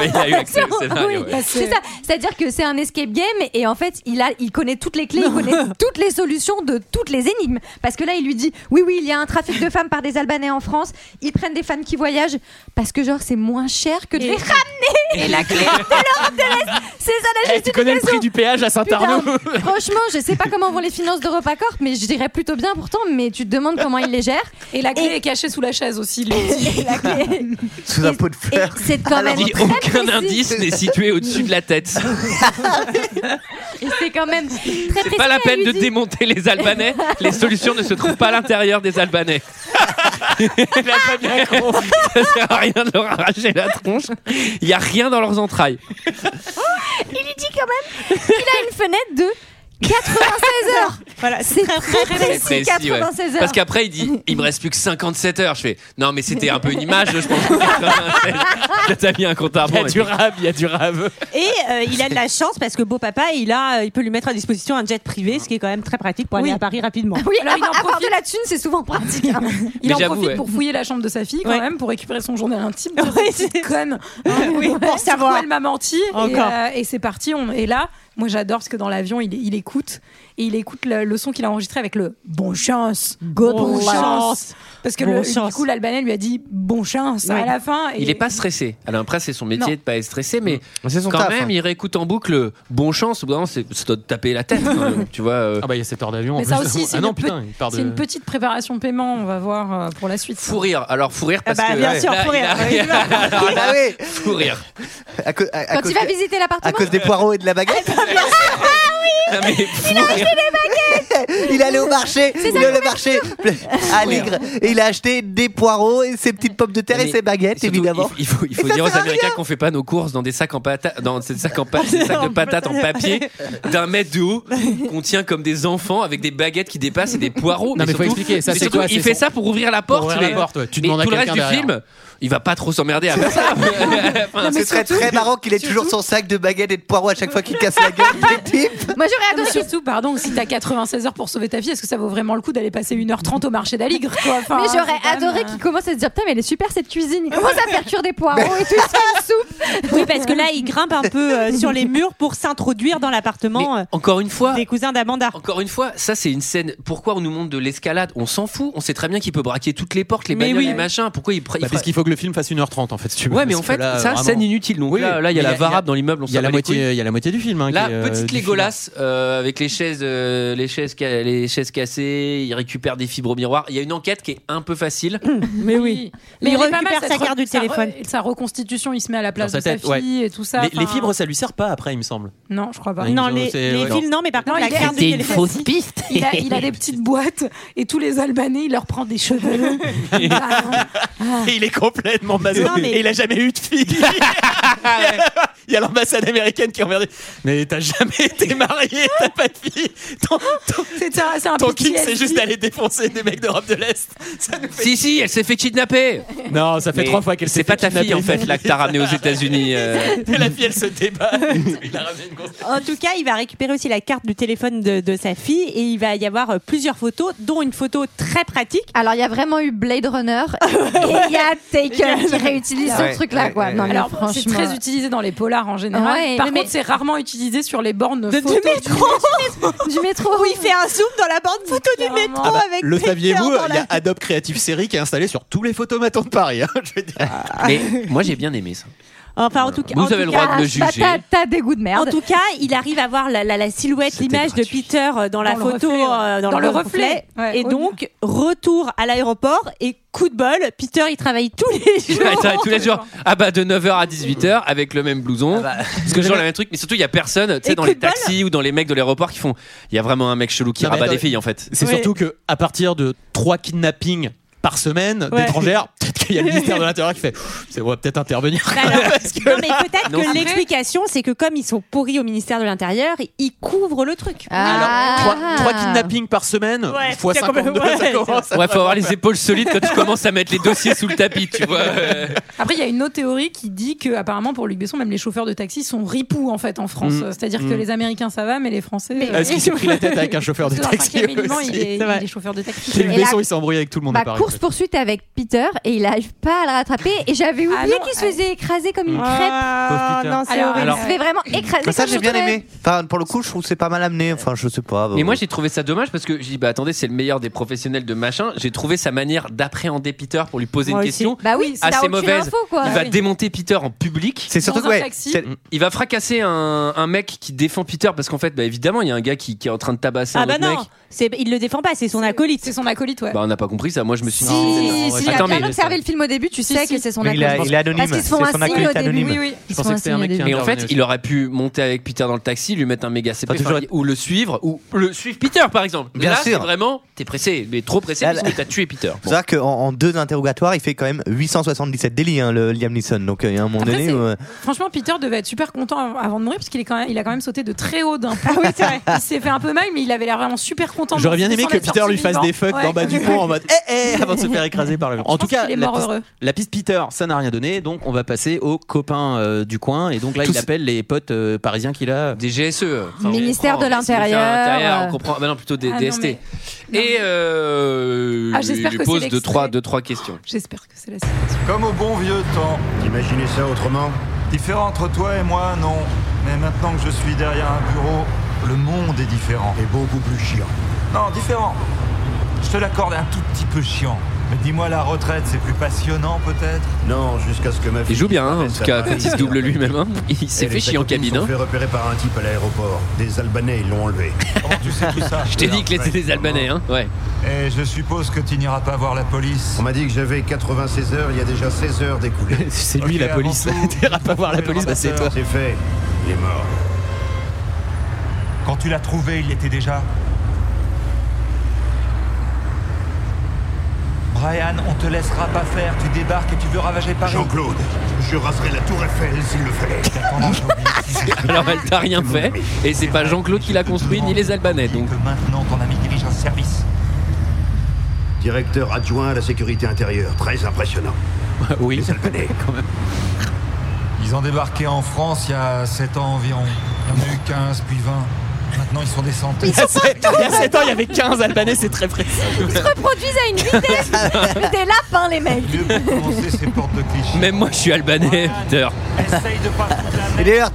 S6: Ouais, il a eu accès au scénario,
S12: Oui,
S6: ouais.
S12: C'est ça. C'est-à-dire que c'est un escape game et en fait, il, a, il connaît toutes les clés, il connaît toutes les solutions de toutes les énigmes. Parce que là, il lui dit Oui, oui, il y a un trafic de femmes par des Albanais en France. Ils prennent des femmes qui voyagent parce que, genre, c'est moins cher que de les ramener.
S10: Et la clé.
S12: de l'Europe de l'Est. C'est ça la
S10: Eh, tu connais le prix du péage à Saint-Arnaud
S12: Putain, franchement, je sais pas comment vont les finances d'EuropaCorp, mais je dirais plutôt bien pourtant, mais tu te demandes comment ils les gèrent.
S7: Et la clé est cachée sous la chaise aussi, lui.
S12: la clé.
S6: Sous un pot de fleurs.
S12: C'est quand même
S1: Dis,
S12: très
S1: aucun
S12: précis.
S1: indice n'est situé au-dessus de la tête.
S12: Et c'est quand même très
S1: C'est pas la peine de démonter les Albanais. Les solutions ne se trouvent pas à l'intérieur des Albanais. Il a pas bien compris. Ça sert à rien de leur arracher la tronche. Il y a rien dans leurs entrailles.
S12: Oh, Il lui dit quand même qu'il a une fenêtre de 96 heures. Voilà, c'est très, précis,
S1: C'est précis, ouais.
S12: 96 heures.
S1: Parce qu'après, il dit il me reste plus que 57 heures. Je fais non, mais c'était un peu une image, je pense. 96. Là, T'as mis un compte à
S10: Il y a
S1: rebours,
S10: du
S1: mais-
S10: rab, il y a du rab.
S11: Et euh, il a de la chance parce que beau papa, il a, euh, il peut lui mettre à disposition un jet privé, ce qui est quand même très pratique pour aller à Paris rapidement.
S12: Oui, alors il en profite. de la thune, c'est souvent pratique. hein.
S7: Il
S11: Mais
S7: en
S11: j'avoue,
S7: profite
S11: ouais.
S7: pour fouiller la chambre de sa fille quand même pour récupérer son journal intime. de cette petite conne. hein.
S11: Oui,
S7: Ouais, sur
S11: pour savoir.
S7: quoi elle m'a menti. Et,
S11: Encore.
S7: euh, et c'est parti. On... Et là, moi j'adore parce que dans l'avion, il, il écoute et il écoute le, le son qu'il a enregistré avec le bon chance,
S11: Bon
S7: bon
S11: chance.
S7: Parce que
S11: Bon
S7: le-
S11: chance.
S7: du coup, l'Albanais lui a dit bon chance
S1: Ouais.
S7: à la fin. Et
S1: Il n'est pas stressé. Alors après, c'est son métier
S7: Non.
S1: de pas être stressé, mais
S6: son
S1: quand
S6: taf,
S1: même,
S6: hein.
S1: il réécoute en boucle euh, Bon chance. Au bout d'un moment, c'est- ça doit te taper la tête. quand même, tu vois. Ah
S10: bah il y a 7 heures d'avion.
S7: Mais ça aussi, c'est
S1: ah
S7: une,
S1: non,
S7: pe-
S1: putain, il part de.
S7: c'est une petite préparation paiement. On va voir euh, pour la suite.
S1: Fou rire. Alors fou rire parce
S7: Ah bah,
S1: que.
S7: bien sûr,
S1: là,
S7: fou
S1: il
S7: rire.
S1: a-
S7: Ouais,
S1: Alors
S7: bah
S1: là,
S6: Ah oui.
S1: Fou rire.
S6: À co- à- à
S12: Quand
S6: cause
S12: il va
S6: des-
S12: visiter
S6: À
S12: l'appartement. Ah,
S6: cause des poireaux et de la baguette
S1: Non, mais
S12: Il a acheté des baguettes
S6: Il allait au marché,
S12: C'est
S6: il
S12: ça,
S6: allait
S12: le
S6: au marché à Ligre, et il a acheté des poireaux et ses petites pommes de terre et ses baguettes, évidemment.
S1: Il faut, il faut
S6: ça
S1: dire aux
S6: sert à
S1: Américains qu'on fait pas nos courses dans des sacs en patates, dans des sacs en pa- des sacs de patates en papier d'un mètre de haut qu'on tient comme des enfants avec des baguettes qui dépassent et des poireaux.
S10: Non, mais faut
S1: surtout-
S10: expliquer, ça,
S1: mais
S10: c'est
S1: surtout,
S10: quoi,
S1: Il
S10: c'est
S1: fait
S10: son-
S1: ça pour ouvrir la
S10: Pour
S1: porte.
S10: ouvrir
S1: mais,
S10: la porte, ouais. Tu
S1: mais
S10: demandes à
S1: tout le reste
S10: quelqu'un
S1: du
S10: derrière.
S1: film, il va pas trop s'emmerder à faire ça. Enfin,
S6: Ce serait très marrant qu'il ait toujours son sac de baguettes et de poireaux à chaque fois qu'il casse la gueule des types.
S12: Moi j'aurais
S7: adoré. Surtout, pardon, si t'as 96 heures pour sauver ta fille, est-ce que ça vaut vraiment le coup d'aller passer 1h30 au marché d'Aligre quoi Enfin,
S12: mais
S7: c'est
S12: j'aurais
S7: quand même,
S12: adoré
S7: euh,
S12: qu'il commence à se dire putain mais elle est super cette cuisine. Il commence à faire cuire des poireaux et tout ça une soupe.
S11: Oui, parce que là, il grimpe un peu euh, sur les murs pour s'introduire dans l'appartement euh,
S1: Encore une fois,
S11: des cousins d'Amanda.
S1: Encore une fois, ça c'est une scène. Pourquoi on nous montre de l'escalade On s'en fout. On sait très bien qu'il peut braquer toutes les portes, les
S10: Mais
S1: bagnoles,
S10: oui.
S1: les machins. Pourquoi il, pr- il
S10: Bah,
S1: fera-
S10: parce qu'il faut que le film fasse 1h30 en fait. si tu veux,
S1: Ouais, mais en
S10: parce que
S1: fait,
S10: là,
S1: ça,
S10: vraiment-
S1: scène inutile. Donc
S10: Oui,
S1: là, là, il y a
S10: mais
S1: la varable dans l'immeuble. on
S10: Il y a
S1: s'en
S10: la
S1: bat les couilles.
S10: moitié, il y a la moitié du film. Hein,
S1: Là,
S10: qui est, euh,
S1: petite
S10: du
S1: Légolas euh, avec les chaises, euh, les chaises, ca- les chaises cassées. Il récupère des fibres au miroir. Il y a une enquête qui est un peu facile.
S11: Mais oui. Mais
S7: elle
S11: il
S7: est pas mal,
S11: récupère
S7: cette
S11: sa
S7: re-
S11: carte du
S7: sa re-
S11: téléphone.
S7: Sa reconstitution, il se met à la
S10: film. Dans
S7: place
S10: sa
S7: de sa
S10: tête, ouais.
S7: fille et tout ça.
S10: Les, les
S7: enfin,
S10: fibres, ça lui sert pas après, il me semble.
S7: Non, je crois pas.
S10: Ouais, Non, ils ont- les- c'est- les ouais. fils,
S11: non, mais par contre, la
S7: il a-
S11: carte
S10: du C'était une téléphone, fausse si. piste.
S7: Il a, il a des petites boîtes et tous les Albanais, il leur prend des cheveux.
S11: Ah,
S10: Et il est complètement basé.
S7: Non, mais-
S10: Et il a jamais eu de fille. il y a l'ambassade américaine qui a regardé. Mais t'as jamais été marié, t'as pas de fille. Ton, ton-
S7: C'est un- c'est un
S10: ton kick, c'est
S7: PTSD.
S10: juste d'aller défoncer des mecs d'Europe de l'Est. Ça nous fait-
S1: Si si, elle s'est fait kidnapper.
S10: Non, ça fait
S1: Mais
S10: trois fois qu'elle s'est
S1: C'est pas ta fille en
S10: kidnapper.
S1: fait là que t'as ramenée aux États-Unis. euh.
S10: Et la fille, elle se débat. il a ramené une grosse.
S11: En tout cas, il va récupérer aussi la carte du téléphone de, de sa fille et il va y avoir euh, plusieurs photos, dont une photo très pratique.
S12: Alors il y a vraiment eu Blade Runner et il y a Taken qui réutilise ce
S7: Ouais,
S12: truc là
S7: ouais,
S12: quoi.
S7: ouais,
S12: Non
S7: ouais.
S12: mais
S7: Alors, c'est
S12: franchement.
S7: très utilisé dans les polars en général.
S12: Ouais,
S7: Par
S12: mais-
S7: contre, c'est rarement utilisé sur les bornes
S11: De,
S7: photos
S11: du métro
S12: Du métro
S11: Où il fait un zoom dans la bande photo du métro
S10: Ah bah,
S11: Oh, avec
S10: le
S11: des
S10: saviez-vous,
S11: cœurs dans
S10: il y a
S11: la-
S10: Adobe Creative Series qui est installé sur tous les photomatons de Paris. hein, je veux dire.
S11: Ah.
S1: Mais moi j'ai bien aimé ça.
S11: Enfin, en tout cas,
S1: Vous
S11: en tout
S1: avez le
S11: cas-
S1: droit de le juger.
S12: T'as- T'as des goûts de merde.
S11: En tout cas, il arrive à voir la, la- la silhouette, l'image de Peter euh, dans la
S7: Dans le
S11: photo,
S7: reflet, ouais.
S11: euh, dans,
S7: Dans le reflet. Ouais,
S11: et
S12: Oh,
S7: au-
S11: donc, retour à l'aéroport et coup de bol, Peter il travaille tous les jours.
S1: Ouais, t'arrêtes tous les jours. Ah bah de 9h à 18h avec le même blouson. Parce que toujours le même truc, mais surtout il y a personne, tu sais,
S11: Ah bah. Et
S1: dans
S11: coup
S1: les
S11: de bol.
S1: taxis ou dans les mecs de l'aéroport qui font. Il y a vraiment un mec chelou qui
S10: Non, mais
S1: rabat
S10: attends,
S1: des filles en fait.
S10: C'est surtout que à partir de 3 kidnappings par semaine
S11: Ouais.
S10: d'étrangères, peut-être qu'il y a le ministère de l'Intérieur qui fait c'est on va peut-être intervenir.
S11: Bah,
S10: Parce que
S11: Non, mais peut-être
S10: Non, c'est
S11: que
S10: vrai.
S11: l'explication, c'est que comme ils sont pourris au ministère de l'Intérieur, ils couvrent le truc.
S12: Ah.
S10: Alors, trois, trois kidnappings par semaine,
S11: Ouais,
S10: fois
S11: c'est quand même-
S10: 52,
S11: ouais,
S10: ça commence. à
S1: Ouais, faut avoir
S10: faire
S1: les épaules solides quand tu commences à mettre les dossiers sous le tapis, tu vois. euh.
S7: Après, il y a une autre théorie qui dit que, apparemment, pour Luc Besson, même les chauffeurs de taxi sont ripoux en fait en France.
S10: Mm.
S7: C'est-à-dire que
S10: Mm.
S7: les Américains ça va, mais les Français. euh,
S10: Ah, Est-ce qu'il s'est pris la tête avec un chauffeur de
S7: Le
S10: taxi
S7: cinquième élément,
S10: aussi
S7: il est,
S10: C'est vrai.
S7: il est chauffeur de taxi.
S10: Luc
S12: Et
S10: Besson,
S12: la-
S10: il s'est embrouillé avec tout le monde à
S12: Bah,
S10: Paris.
S12: course poursuite avec Peter et il n'arrive pas à le rattraper et j'avais
S11: Ah
S12: oublié qu'il se faisait écraser
S10: Mm.
S12: comme une crêpe.
S6: Ah, Pauvre Peter. non, c'est
S12: Alors,
S6: horrible.
S12: Il se fait vraiment écraser.
S6: ça
S12: comme
S6: j'ai
S12: je
S6: bien
S12: trouvais-
S6: aimé. Enfin, pour le coup, je trouve que c'est pas mal amené. Enfin, je sais pas. bah,
S1: Mais moi j'ai trouvé ça dommage parce que je dis bah attendez c'est le meilleur des professionnels de machin j'ai trouvé sa manière d'appréhender Peter pour lui poser
S6: Moi
S1: une
S6: aussi.
S1: question
S12: Bah oui, si t'as
S1: assez
S12: aucune
S1: mauvaise
S12: info, quoi.
S1: il va
S12: Oui.
S1: démonter Peter en public Mm.
S6: C'est surtout Dans que, un ouais, taxi. c'est-
S1: il va fracasser un, un mec qui défend Peter parce qu'en fait bah évidemment il y a un gars qui, qui est en train de tabasser
S11: Ah
S1: un
S11: bah
S1: autre
S11: non,
S1: mec
S11: c'est- il le défend pas, c'est son acolyte.
S7: C'est son acolyte, ouais.
S1: bah on n'a pas compris ça moi je me suis
S12: Si, si, si,
S1: Attends,
S12: t'as bien
S1: mais-
S12: observé le film au début, tu sais que c'est son
S1: Oui, il a-
S12: acolyte.
S1: il est anonyme.
S12: Parce qu'ils se font
S1: C'est
S12: un
S1: son
S12: signe
S1: acolyte
S12: au début.
S1: anonyme.
S12: Oui, oui. Ils
S1: Je
S12: se font
S1: pensais que
S12: signe au début.
S1: Et en fait, il aurait pu monter avec Peter dans le taxi, lui mettre un méga CP, enfin, ou le suivre, ou le suivre Peter par exemple.
S6: Bien
S1: Là,
S6: sûr.
S1: c'est vraiment, t'es pressé, mais trop pressé, parce que t'as tué Peter.
S6: Faut savoir qu'en en deux interrogatoires, il fait quand même 877 délits, hein, le Liam Neeson. Donc, euh, il y a un moment
S7: Après,
S6: donné.
S7: c'est- Ah,
S6: où, euh,
S7: Franchement, Peter devait être super content av- avant de mourir parce qu'il est quand même, il a quand même sauté de très haut d'un
S11: Ah
S7: pont. Il s'est fait un peu mal, mais il avait l'air vraiment super content.
S10: J'aurais bien aimé
S7: Sans
S10: que
S7: être
S10: Peter
S7: sorti
S10: lui fasse
S7: vivant.
S10: des fucks
S7: Ouais.
S10: d'en bas du pont en mode Eh eh avant de se faire écraser par le vent. En tout cas,
S7: qu'il est
S10: la
S7: mort
S10: piste,
S7: heureux.
S10: la piste Peter, ça n'a rien donné. Donc on va passer aux copains euh, du coin. Et donc là, il appelle les potes euh, parisiens qu'il a.
S1: Des E. GSE.
S12: Ministère de
S1: Intérieur, on
S12: l'Intérieur.
S1: comprend. Mais non, plutôt des
S12: Ah non,
S1: DST.
S12: mais-
S1: Et euh,
S7: Ah,
S1: il
S7: j'espère
S1: lui
S7: que
S1: pose
S7: c'est
S1: deux
S7: l'extrait.
S1: trois, deux, trois questions.
S7: J'espère que c'est la
S14: Comme au bon vieux temps.
S8: Imaginez ça autrement
S14: Différent entre toi et moi, non. Mais maintenant que je suis derrière un bureau, le monde est différent. Et beaucoup plus chiant. Non, différent. Je te l'accorde un tout petit peu chiant. Mais dis-moi, la retraite, c'est plus passionnant peut-être
S8: Non, jusqu'à ce que ma
S1: Il
S8: fille.
S1: joue bien, hein, en tout cas, quand il se double lui-même. hein. Il s'est
S8: Elle
S1: fait
S8: et sa
S1: chier en
S8: copine
S1: cabine.
S8: sont
S1: hein.
S8: fait repérer par un type à l'aéroport. Des Albanais, ils l'ont enlevé.
S14: Oh, Tu sais tout ça.
S1: Je t'ai dit que c'était des Albanais, hein. Ouais.
S14: Et je suppose que tu n'iras pas voir la police.
S8: On m'a dit que j'avais 96 heures, il y a déjà 16 heures découlées.
S10: C'est lui la police. T'iras pas voir la police, bah, c'est toi.
S8: C'est fait. Il est mort.
S14: Quand tu l'as trouvé, il était déjà. Brian, on te laissera pas faire. Tu débarques et tu veux ravager Paris.
S8: Jean-Claude, je raserai la Tour Eiffel s'il le fallait.
S1: Alors elle t'a rien fait. Et c'est pas Jean-Claude qui l'a construit, ni les Albanais. Donc.
S14: Maintenant, ton ami dirige un service.
S8: Directeur adjoint à la sécurité intérieure. Très impressionnant.
S10: Oui.
S8: Les Albanais.
S14: Ils ont débarqué en France il y a 7 ans environ. Il y en a eu 15, puis 20. Maintenant, ils sont des centaines.
S10: Il y a sept- il y a 7 ans, il y avait 15 Albanais, c'est très précis.
S12: Ils se reproduisent à une vitesse.
S7: Ah
S12: Mais des lapins, les mecs.
S1: Même moi, je suis Albanais, Peter.
S6: Et d'ailleurs,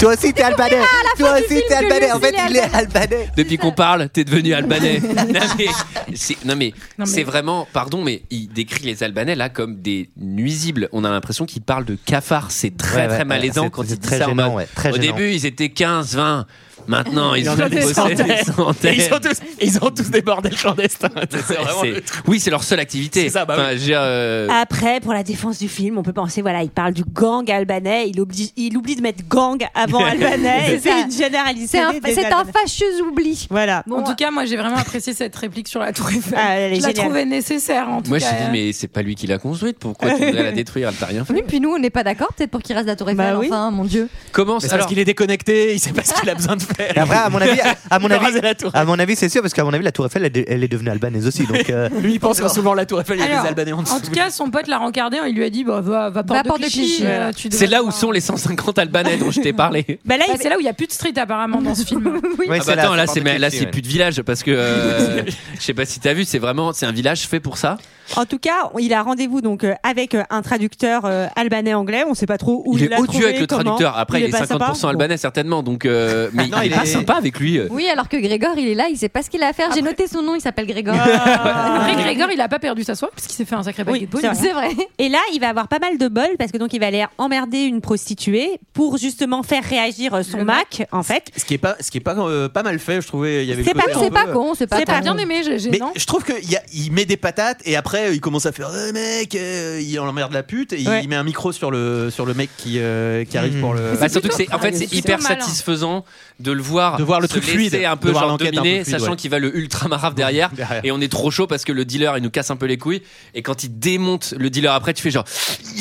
S6: toi aussi t'es albanais. Toi aussi Ah, t'es albanais. En fait, il est albanais.
S1: Depuis qu'on parle, t'es devenu albanais. non mais c'est non, mais
S6: Non, mais-
S1: c'est vraiment pardon mais il décrit les albanais là comme des nuisibles. On a l'impression qu'il parle de cafards, c'est très
S6: Ouais,
S1: très
S6: ouais,
S1: malaisant
S6: c'est-
S1: quand
S6: c'est
S1: il dit
S6: très
S1: ça en
S6: gênant,
S1: mode-
S6: ouais, très
S1: Au
S6: gênant.
S1: début, ils étaient 15 20. Maintenant, ils
S10: Il y en
S1: ont
S10: a des centaines.
S1: des centaines.
S10: Et ils ont tous- ils ont tous des bordels clandestins. C'est vraiment
S1: C'est-
S10: le
S1: Oui, c'est leur seule activité.
S10: bah
S1: Enfin, je veux dire, euh,
S7: Ah,
S11: Après, pour la défense du film, on peut penser, voilà, il parle du gang albanais, il oublie, il oublie de mettre gang avant albanais, et
S7: C'est
S11: c'est
S7: ça.
S11: une généralité.
S12: C'est un-
S11: des
S12: c'est un
S11: Albanais.
S12: fâcheux oubli.
S11: Voilà. Ah,
S7: En tout cas, moi, j'ai vraiment apprécié cette réplique sur la Tour Eiffel.
S11: est
S7: je la
S11: géniale.
S7: trouvais nécessaire en tout
S1: moi je
S7: cas. hein.
S1: dit mais c'est pas lui qui l'a construite, pourquoi tu voudrais la détruire, elle t'a rien fait.
S12: Oui, puis nous, on n'est pas d'accord, peut-être pour qu'il reste la Tour Eiffel.
S6: Bah
S12: Enfin, mon Dieu.
S1: Comment
S10: c'est
S1: alors-
S10: parce qu'il est déconnecté, il sait pas ce qu'il a besoin de faire.
S6: Et après, à mon avis, à, à mon
S10: Il a
S6: avis,
S10: rasé la tour.
S6: à mon avis, c'est sûr parce qu'à mon avis, la Tour Eiffel, elle, est- elle est devenue albanaise aussi. Donc, euh,
S10: Lui, il pense qu'en souvent la Tour Eiffel, il y a
S7: Alors,
S10: des Albanais en dessous.
S7: En tout cas, son pote l'a rencardé. Il lui a dit bah, va, va, porte, de Clichy, euh, tu devrais-
S1: C'est là où sont les 150 albanais dont je t'ai parlé.
S11: Bah, là,
S7: il- c'est là où il y a plus de street apparemment dans ce film.
S1: Ah bah attends, là c'est
S6: porte de
S1: mais là,
S6: Clichy,
S1: c'est
S6: ouais.
S1: plus de village parce que euh, je sais pas si t'as vu, c'est vraiment c'est un village fait pour ça.
S11: En tout cas, il a rendez-vous donc euh, avec euh, un traducteur euh, albanais-anglais. On sait pas trop où
S1: il
S11: il
S1: est
S11: l'a
S1: odieux
S11: trouvé,
S1: avec le
S11: comment.
S1: traducteur. Après il, est
S11: pas
S1: 50%
S11: sympa.
S1: albanais certainement, donc euh, mais
S10: Non,
S1: il, est
S10: il
S1: pas
S10: est-
S1: sympa avec lui.
S12: Oui, alors que Grégor, il est là, il sait pas ce qu'il a à faire. J'ai noté son nom, il s'appelle Grégor.
S6: Ah.
S7: Après, Grégor, il a pas perdu sa soif parce qu'il s'est fait un sacré paquet de
S11: Oui,
S7: pognon.
S11: c'est vrai. Et là, il va avoir pas mal de bol parce que donc il va aller emmerder une prostituée pour justement faire réagir euh, son Mac, en fait.
S10: Ce qui est pas, ce qui est pas, euh, pas mal fait, je trouvais. il y avait le
S11: C'est pas
S1: hein.
S10: côté
S11: con.
S10: un peu,
S11: C'est pas
S10: euh,
S11: con, c'est pas C'est pas con. bien aimé,
S7: j'ai-
S10: Mais
S7: non.
S10: je trouve que il y a- il met des patates et après après, il commence à faire Eh, mec, euh, il emmerde la pute et
S1: Ouais.
S10: il met un micro sur le, sur le mec qui, euh, qui arrive pour le.
S1: Bah, surtout que c'est en fait c'est hyper satisfaisant de le voir
S10: De voir le
S1: se
S10: truc
S1: laisser
S10: fluide,
S1: un peu
S10: de voir
S1: genre
S10: l'enquête un peu
S1: dominer
S10: fluide,
S1: sachant
S10: ouais.
S1: qu'il va le ultra marave derrière, et on est trop chaud parce que le dealer il nous casse un peu les couilles et quand il démonte le dealer après tu fais genre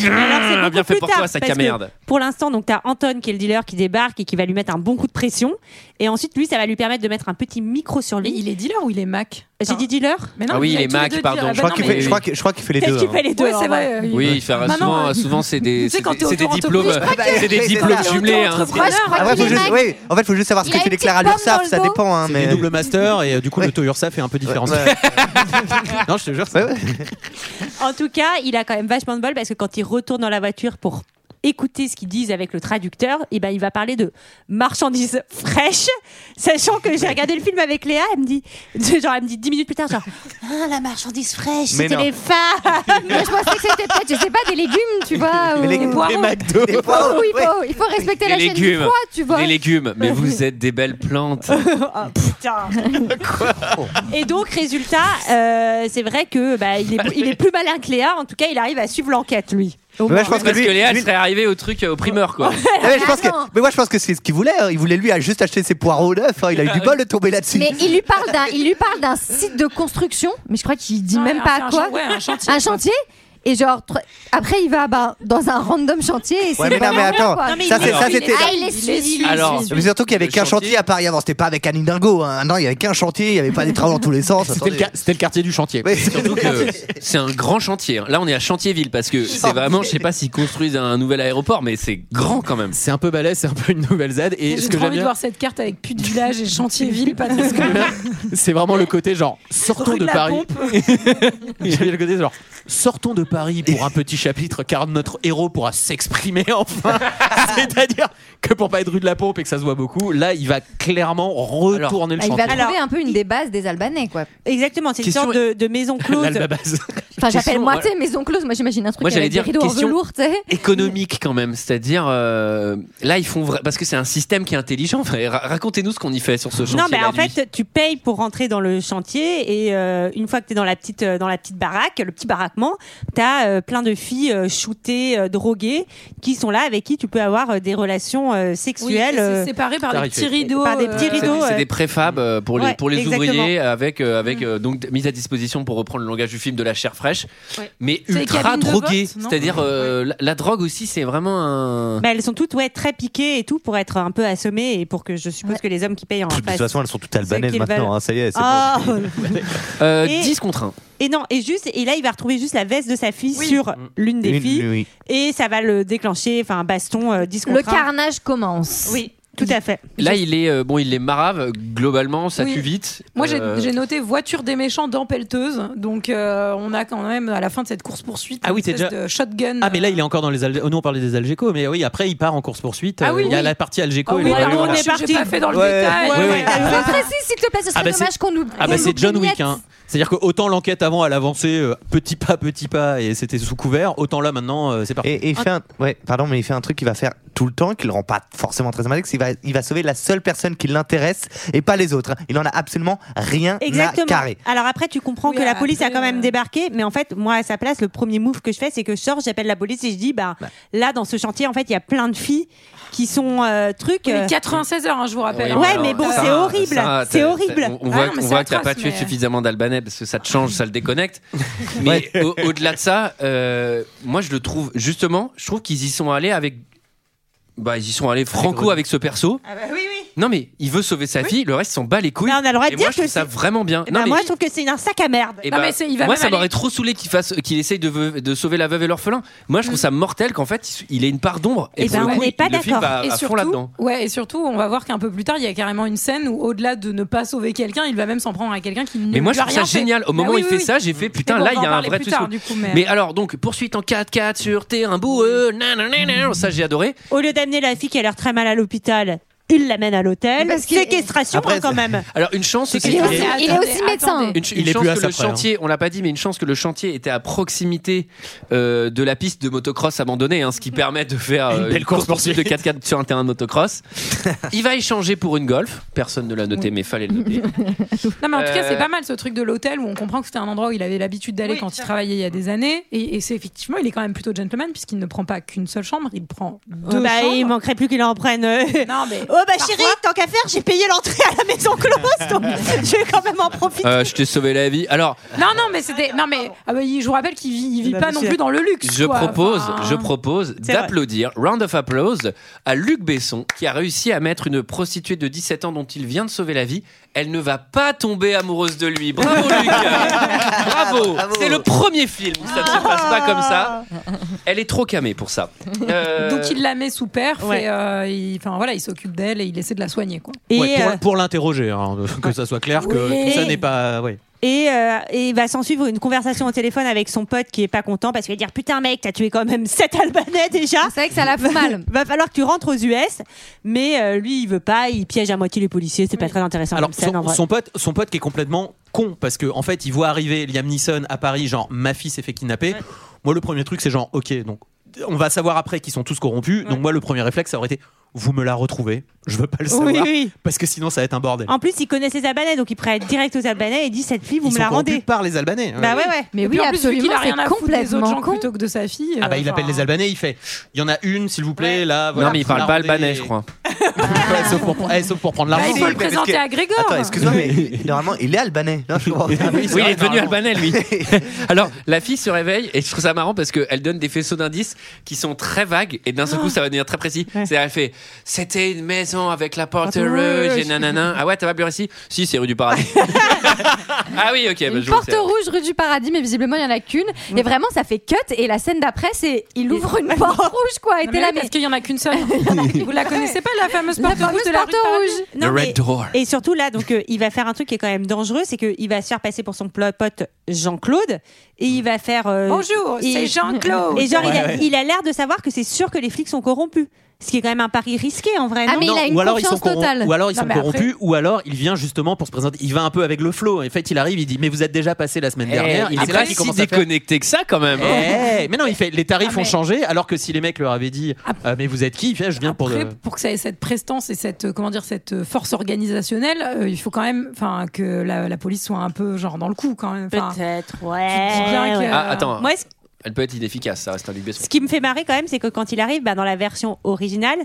S11: Ah, beaucoup
S1: bien fait
S11: plus
S1: pour
S11: tard,
S1: toi ça
S11: parce que
S1: camerde
S11: Pour l'instant, donc t'as Anton qui est le dealer qui débarque et qui va lui mettre un bon coup de pression. Et ensuite, lui, ça va lui permettre de mettre un petit micro sur lui. il
S7: est dealer ou il est Mac
S11: J'ai dit dealer.
S7: Mais
S1: Ah oui, il est Mac, pardon. Je
S11: Ah
S1: crois
S11: bah
S1: qu'il fait- je crois que-
S6: je crois qu'il fait les
S11: Peut-être
S6: deux,
S11: qu'il
S6: hein.
S11: fait les deux.
S7: Ouais, c'est
S11: en
S7: vrai,
S11: vrai.
S1: oui, il fait
S11: Maman,
S1: souvent,
S11: euh,
S1: souvent c'est des,
S11: tu sais,
S1: c'est
S11: quand
S1: des-
S11: t'es
S1: c'est des
S11: auto-entreprise,
S1: diplômes,
S11: je crois
S1: c'est
S11: qu'il
S1: des
S11: est
S1: diplômes jumelés. hein.
S6: Après, Ah faut juste, oui, en fait, faut juste savoir ce
S11: Il
S6: que
S11: a
S6: tu
S11: une
S6: déclares à
S11: petite
S6: l'URSSAF,
S11: pomme
S6: ça
S11: dans le dos.
S6: dépend. Hein,
S10: C'est
S6: mais...
S10: des double master et euh, du coup le taux URSAF est un peu différent. non, je te jure. c'est-
S11: En tout cas, il a quand même vachement de bol parce que quand il retourne dans la voiture pour écouter ce qu'ils disent avec le traducteur, et ben il va parler de marchandises fraîches, sachant que j'ai regardé le film avec Léa, elle me dit genre elle me dit 10 minutes plus tard genre Ah, la marchandise fraîche,
S12: Mais
S11: c'était
S12: non.
S11: les femmes.
S12: Moi, je pensais que c'était peut-être, je sais pas, des légumes, tu vois.
S11: Mais
S12: ou-
S11: les- Des poireaux. des McDo.
S12: Des poireaux, il faut, il faut respecter la
S1: les
S12: chaîne du
S1: légumes,
S12: froid, tu vois.
S1: les légumes, mais vous êtes des belles plantes.
S11: Ah, putain. Et donc résultat, euh, c'est vrai que bah, il, est, il est plus malin que Léa, en tout cas, il arrive à suivre l'enquête lui. Au moins.
S1: pense parce que, Léa elle serait arrivée au truc euh, au primeur quoi.
S6: Ah ouais, je pense que- mais moi je pense que c'est ce qu'il voulait. hein. Il voulait lui à juste acheter ses poireaux neufs. hein. Il a eu
S10: Ah,
S6: du bol de tomber là-dessus.
S12: Mais il lui parle d'un, il lui parle d'un site de construction, mais je crois qu'il dit même
S7: un-
S12: pas
S7: un
S12: à quoi.
S7: chan- ouais, un chantier.
S12: chantier. Et genre tr- après il va bah, dans un random chantier. Et
S6: Ouais,
S12: c'est
S6: mais non,
S12: vraiment
S6: mais attends,
S12: rien, quoi.
S6: Non, mais ça, il c'est- est- ça, il est- c'était-
S12: Ah, il est
S7: il est
S12: suivi.
S6: Alors, mais surtout qu'il n'y avait qu'un chantier. à Paris avant, c'était pas avec Anne Hidalgo. hein. Non, il n'y avait qu'un chantier, il n'y avait pas des travaux dans tous les sens.
S1: C'était le
S10: quartier du chantier.
S1: Surtout que c'est un grand chantier. hein. Là, on est à Chantierville parce que c'est vraiment, je sais pas s'ils construisent un nouvel aéroport, mais c'est grand quand même.
S10: C'est un peu balèze, c'est un peu une nouvelle Z. Et
S7: J'ai
S10: ce que
S7: trop envie
S10: j'aime
S7: de
S10: bien,
S7: voir cette carte avec plus de village et chantier ville, pas de
S10: c'est vraiment le côté genre sortons
S7: Rue de
S10: de
S7: la
S10: Paris.
S7: Pompe.
S10: J'aime bien le côté genre sortons de Paris pour un petit chapitre car notre héros pourra s'exprimer enfin. C'est-à-dire que pour pas être rue de la Pompe et que ça se voit beaucoup, là il va clairement retourner
S12: Bah, il
S10: le
S12: va
S10: chantier.
S12: trouver un peu une des bases des Albanais quoi.
S11: Exactement, c'est une
S12: Question-
S11: sorte de, de maison close.
S10: L'Albabase.
S12: Enfin j'appelle
S1: Question-
S10: euh,
S12: moi tu sais maison close, moi j'imagine un truc
S1: Moi, j'allais
S12: avec des
S1: dire
S12: rideaux en
S1: question-
S12: velours, tu sais.
S1: Économique quand même, c'est-à-dire euh, là ils font vrai parce que c'est un système qui est intelligent. Enfin, ra- Racontez-nous ce qu'on y fait sur ce chantier.
S11: Non, mais
S1: la
S11: en
S1: nuit.
S11: fait, tu payes pour rentrer dans le chantier et euh, une fois que tu es dans la petite euh, dans la petite baraque, le petit baraquement, tu as plein de filles euh, shootées, euh, droguées qui sont là avec qui tu peux avoir euh, des relations euh, sexuelles euh,
S7: C'est séparé par des petits rideaux.
S11: par des petits
S1: C'est-
S11: rideaux.
S1: C'est
S11: euh,
S1: des préfabs euh, pour les,
S11: Ouais,
S1: pour les
S11: exactement. Mm.
S1: ouvriers avec, euh, avec euh, donc d- mise à disposition pour reprendre le langage du film de la chair fraîche, mais
S11: C'est les
S1: ultra
S11: cabines de
S1: droguée.
S11: vote, non
S1: C'est-à-dire euh, la, la drogue aussi, c'est vraiment
S6: hein.
S1: un.
S11: bah, elles sont toutes ouais très piquées et tout pour être un peu assommées et pour que je suppose que les hommes qui payent en
S6: De
S11: euh,
S6: toute façon, elles sont toutes albanaises
S11: qu'ils
S6: maintenant.
S11: veulent.
S6: hein. Ça y est, c'est
S11: Ah.
S6: bon.
S1: Euh,
S11: Et-
S1: 10 contre 1.
S11: Et non, et juste, et là, il va retrouver juste la veste de sa fille sur
S6: Mm.
S11: l'une des
S6: Une-
S11: filles.
S6: oui.
S11: Et ça va le déclencher, enfin, un baston, euh, 10
S12: Le
S11: contre un.
S12: carnage commence.
S11: Oui, tout à fait.
S1: Là, il est euh, bon, il les marave globalement, ça
S7: Oui.
S1: tue vite.
S7: Moi, j'ai-
S1: Euh,
S7: j'ai noté voiture des méchants dans pelleteuse. Donc, euh, on a quand même à la fin de cette course poursuite
S10: Ah oui,
S7: une
S10: t'es
S7: espèce
S10: déjà-
S7: de shotgun.
S10: Ah mais là il est encore dans les Algé- oh, nous on parlait des Algéco mais oui après il part en course poursuite
S7: Ah oui,
S10: il y a
S7: oui.
S10: la partie Algéco
S7: Ah
S10: il
S7: oui,
S10: est allé
S7: pardon,
S10: voir.
S7: on est parti. J'ai pas fait dans le Ouais. détail.
S10: Ouais,
S7: Ouais,
S10: ouais.
S7: ouais.
S10: Ah,
S12: Très précis, s'il te plaît, ce serait
S10: Ah bah,
S12: dommage
S10: c'est-
S12: qu'on nous.
S10: Ah bah
S12: qu'on
S10: c'est
S12: nous
S10: John Wick
S12: vignette.
S10: hein. C'est-à-dire que autant l'enquête avant elle avançait euh, petit pas petit pas et c'était sous couvert, autant là maintenant euh, c'est parti.
S6: Et, et il fait un, ouais, pardon, mais il fait un truc qu'il va faire tout le temps, qui le rend pas forcément très sympathique, c'est qu'il va, il va sauver la seule personne qui l'intéresse et pas les autres. hein. Il en a absolument rien à
S11: Exactement.
S6: carrer.
S11: Alors après, tu comprends
S7: Oui,
S11: que la
S7: après, euh,
S11: police a quand même débarqué, mais en fait, moi, à sa place, le premier move que je fais, c'est que je sors, j'appelle la police et je dis, bah, là, dans ce chantier, en fait, il y a plein de filles qui sont euh, trucs.
S7: Oui, mais
S11: euh,
S7: 96 heures, hein, je vous rappelle.
S1: Oui,
S7: hein.
S11: Ouais,
S1: alors, euh,
S11: mais bon,
S1: ça,
S11: c'est
S1: ça,
S11: horrible,
S1: ça,
S11: c'est
S1: t'as-
S11: horrible.
S1: t'as- On, on
S11: Ah
S1: voit,
S11: non, mais
S1: on
S11: c'est
S1: voit que t'as pas
S11: atroce,
S1: tué
S11: mais-
S1: suffisamment d'Albanais parce que ça te change, ça le déconnecte. Mais au- au-delà de ça, euh, moi je le trouve justement, je trouve qu'ils y sont allés avec. Bah, ils y sont allés franco avec ce perso.
S11: Ah bah oui, oui.
S1: Non, mais il veut sauver sa fille, le reste s'en bat les couilles.
S11: Mais on a le droit de
S1: Et moi,
S11: dire
S1: je trouve
S11: que
S1: ça
S11: c'est-
S1: vraiment bien.
S11: Eh
S1: Non,
S11: ben,
S1: mais-
S11: moi, je trouve que c'est un sac à merde.
S1: eh ben, moi, ça m'aurait trop saoulé qu'il fasse, qu'il essaye de, veu- de sauver la veuve et l'orphelin. Moi, je trouve
S11: Mm.
S1: ça mortel qu'en fait, il ait une part d'ombre. Et,
S7: Eh
S1: pour
S7: ben,
S1: le
S7: on
S1: coup,
S7: n'est
S1: il-
S7: pas
S1: le film
S7: d'accord.
S1: va
S7: Et
S1: à fond
S7: surtout-
S1: là-dedans.
S7: Ouais, et surtout, on va voir qu'un peu plus tard, il y a carrément une scène où, au-delà de ne pas sauver quelqu'un, il va même s'en prendre à quelqu'un qui ne
S1: Mais moi,
S7: lui
S1: je
S7: a
S1: trouve ça
S7: rien fait.
S1: génial. Au
S7: Bah
S1: moment où
S7: oui,
S1: il
S7: oui,
S1: fait
S7: oui.
S1: ça, j'ai fait putain,
S7: Mais bon,
S1: là,
S7: on va
S1: il y
S7: en
S1: a un
S7: parler
S1: vrai
S7: plus
S1: truc.
S7: tard,
S1: sur-
S7: du coup,
S1: mais...
S7: mais-
S1: alors, donc, poursuite en 4x4 euh, sur terrain boueux, nanana, ça j'ai adoré.
S11: Au lieu d'amener la fille qui a l'air très mal à l'hôpital, il l'amène à l'hôtel.
S1: Parce que-
S11: Séquestration hein, quand même.
S1: Alors une chance,
S11: C'est
S1: c'est
S11: qu'il
S1: que-
S11: est aussi- il est aussi Attendez, médecin. attendez.
S1: Une, ch- une
S10: Il est
S1: chance
S10: plus à
S1: que
S10: sa
S1: le
S10: près, hein.
S1: chantier, on l'a pas dit, mais une chance que le chantier était à proximité euh, de la piste de motocross abandonnée, hein, ce qui permet de faire
S10: Une
S1: euh,
S10: belle course
S1: poursuite de 4x4 sur un terrain de motocross. il va échanger pour une golf. Personne ne l'a noté, mais fallait le noter.
S7: Non, mais en tout cas,
S1: Euh,
S7: c'est pas mal ce truc de l'hôtel où on comprend que c'était un endroit où il avait l'habitude d'aller quand il travaillait il y a des années. Et, et c'est effectivement, il est quand même plutôt gentleman puisqu'il ne prend pas qu'une seule chambre, il prend deux
S11: bah,
S7: chambres.
S11: il manquerait plus qu'il en prenne. euh.
S7: Non, mais
S11: Oh bah chérie, tant qu'à faire, j'ai payé l'entrée à la maison close, donc je vais quand même en profiter.
S1: Euh, je t'ai sauvé la vie. Alors,
S7: Non, non, mais c'était. Non, mais ah bah, il- je vous rappelle qu'il vit, il vit pas non plus dans le luxe.
S1: Je
S7: quoi.
S1: propose,
S7: Enfin,
S1: je propose
S7: C'est vrai.
S1: d'applaudir, round of applause, à Luc Besson qui a réussi à mettre une prostituée de 17 ans dont il vient de sauver la vie. Elle ne va pas tomber amoureuse de lui. Bravo Luc Bravo C'est le premier film où ça ne se passe pas comme ça. Elle est trop camée pour ça. Euh,
S7: Ah. Donc il la met sous perf
S1: Ouais.
S7: et euh, il- enfin voilà, il s'occupe d'elle et euh, il essaie de la soigner quoi.
S10: Ouais,
S11: euh,
S10: pour pour l'interroger, hein, que ça soit clair, que
S11: Oui.
S10: ça n'est pas. ouais.
S11: Et, euh, et il va s'en suivre une conversation au téléphone avec son pote qui est pas content parce qu'il va dire putain mec t'as tué quand même 7 Albanais déjà. C'est vrai que ça l'a fait mal. Va falloir que tu rentres aux US, mais euh, lui il veut pas, il piège à moitié les policiers, c'est pas très intéressant.
S10: Alors
S11: comme scène, en
S10: son,
S11: vrai.
S10: son pote, son pote qui est complètement con parce que en fait il voit arriver Liam Neeson à Paris, genre ma fille s'est fait kidnapper. Moi le premier truc c'est genre ok donc on va savoir après qu'ils sont tous corrompus. Donc moi le premier réflexe ça aurait été vous me la retrouvez, je veux pas le
S11: Oui,
S10: savoir
S11: oui.
S10: parce que sinon ça va être un bordel.
S11: En plus il connaît ses Albanais donc il prête direct aux Albanais et dit cette fille vous
S10: Ils
S11: me
S10: sont
S11: la
S10: corrompus
S11: rendez.
S10: par les Albanais.
S11: Bah ouais ouais.
S7: Et puis, en plus, vu qu'il a rien à foutre des autres gens
S11: con.
S7: plutôt que de sa fille.
S10: Ah bah
S7: euh,
S10: il
S1: hein.
S10: appelle les Albanais, il fait il y en a une s'il vous plaît là. voilà,
S1: non mais il
S10: vous
S1: parle
S10: la
S1: pas
S10: rendez.
S1: albanais, je crois.
S10: Ouais, sauf, pour, eh,
S1: Ah,
S10: sauf pour prendre
S6: Bah,
S10: l'argent.
S6: il faut le présenter à
S7: Grégor.
S6: Attends, excuse-moi, mais normalement, il est albanais. Non, je comprends
S10: Ah
S6: pas.
S1: Oui, il est devenu albanais, lui. Alors, la fille se réveille et je trouve ça marrant parce qu'elle donne des faisceaux d'indices qui sont très vagues et d'un seul coup, ça va devenir très précis. C'est-à-dire, elle fait C'était une maison avec la porte
S10: Ah, oui,
S1: rouge
S10: oui,
S1: et
S10: oui.
S1: nanana. Ah ouais, t'as pas plus réussi Si, c'est rue du Paradis. ah oui, ok, bah, je vous le
S12: Porte
S1: sais.
S12: rouge, rue du paradis, mais visiblement il y en a qu'une. Et vraiment, ça fait cut. Et la scène d'après, c'est il ouvre une porte rouge, quoi. Et
S7: Non,
S12: t'es
S7: mais
S12: là,
S7: oui, parce qu'il y en a qu'une seule. hein. Vous la connaissez pas la fameuse porte rouge de la rue rouge
S11: Non, mais-
S1: Door.
S11: Et surtout là, donc euh, il va faire un truc qui est quand même dangereux, c'est qu'il va se faire passer pour son plo- pote Jean-Claude et il va faire euh,
S7: Bonjour,
S11: et-
S7: c'est Jean-Claude.
S11: Et genre il a-
S10: Ouais, ouais.
S11: il a l'air de savoir que c'est sûr que les flics sont corrompus, ce qui est quand même un pari risqué en vrai.
S7: Ah,
S11: non
S10: Non, ou alors ils sont corrom- Ou alors ils sont corrompus, ou alors il vient justement pour se présenter. Il va un peu avec le flow. En fait, il arrive, il dit Mais vous êtes déjà passé la semaine
S1: Eh,
S10: dernière.
S1: il
S10: Et
S1: est
S10: c'est
S1: pas
S10: là qu'il
S1: si
S10: commence à faire-
S1: déconnecté que ça quand même. hein.
S10: Eh, mais non, il fait les tarifs
S7: Ah, mais-
S10: ont changé. Alors que si les mecs leur avaient dit Euh, Mais vous êtes qui Il fait, Je viens pour.
S7: Après,
S10: le-
S7: pour que ça ait cette prestance et cette euh, comment dire cette euh, force organisationnelle, euh, il faut quand même, enfin que la, la police soit un peu genre dans le coup quand même.
S11: Peut-être,
S7: Tu dis
S10: Eh,
S7: bien que-
S1: Ah, attends.
S11: Moi, ce-
S1: Elle peut être inefficace, ça reste un Luc Besson.
S11: Ce qui me fait marrer quand même, c'est que quand il arrive, bah, dans la version originale,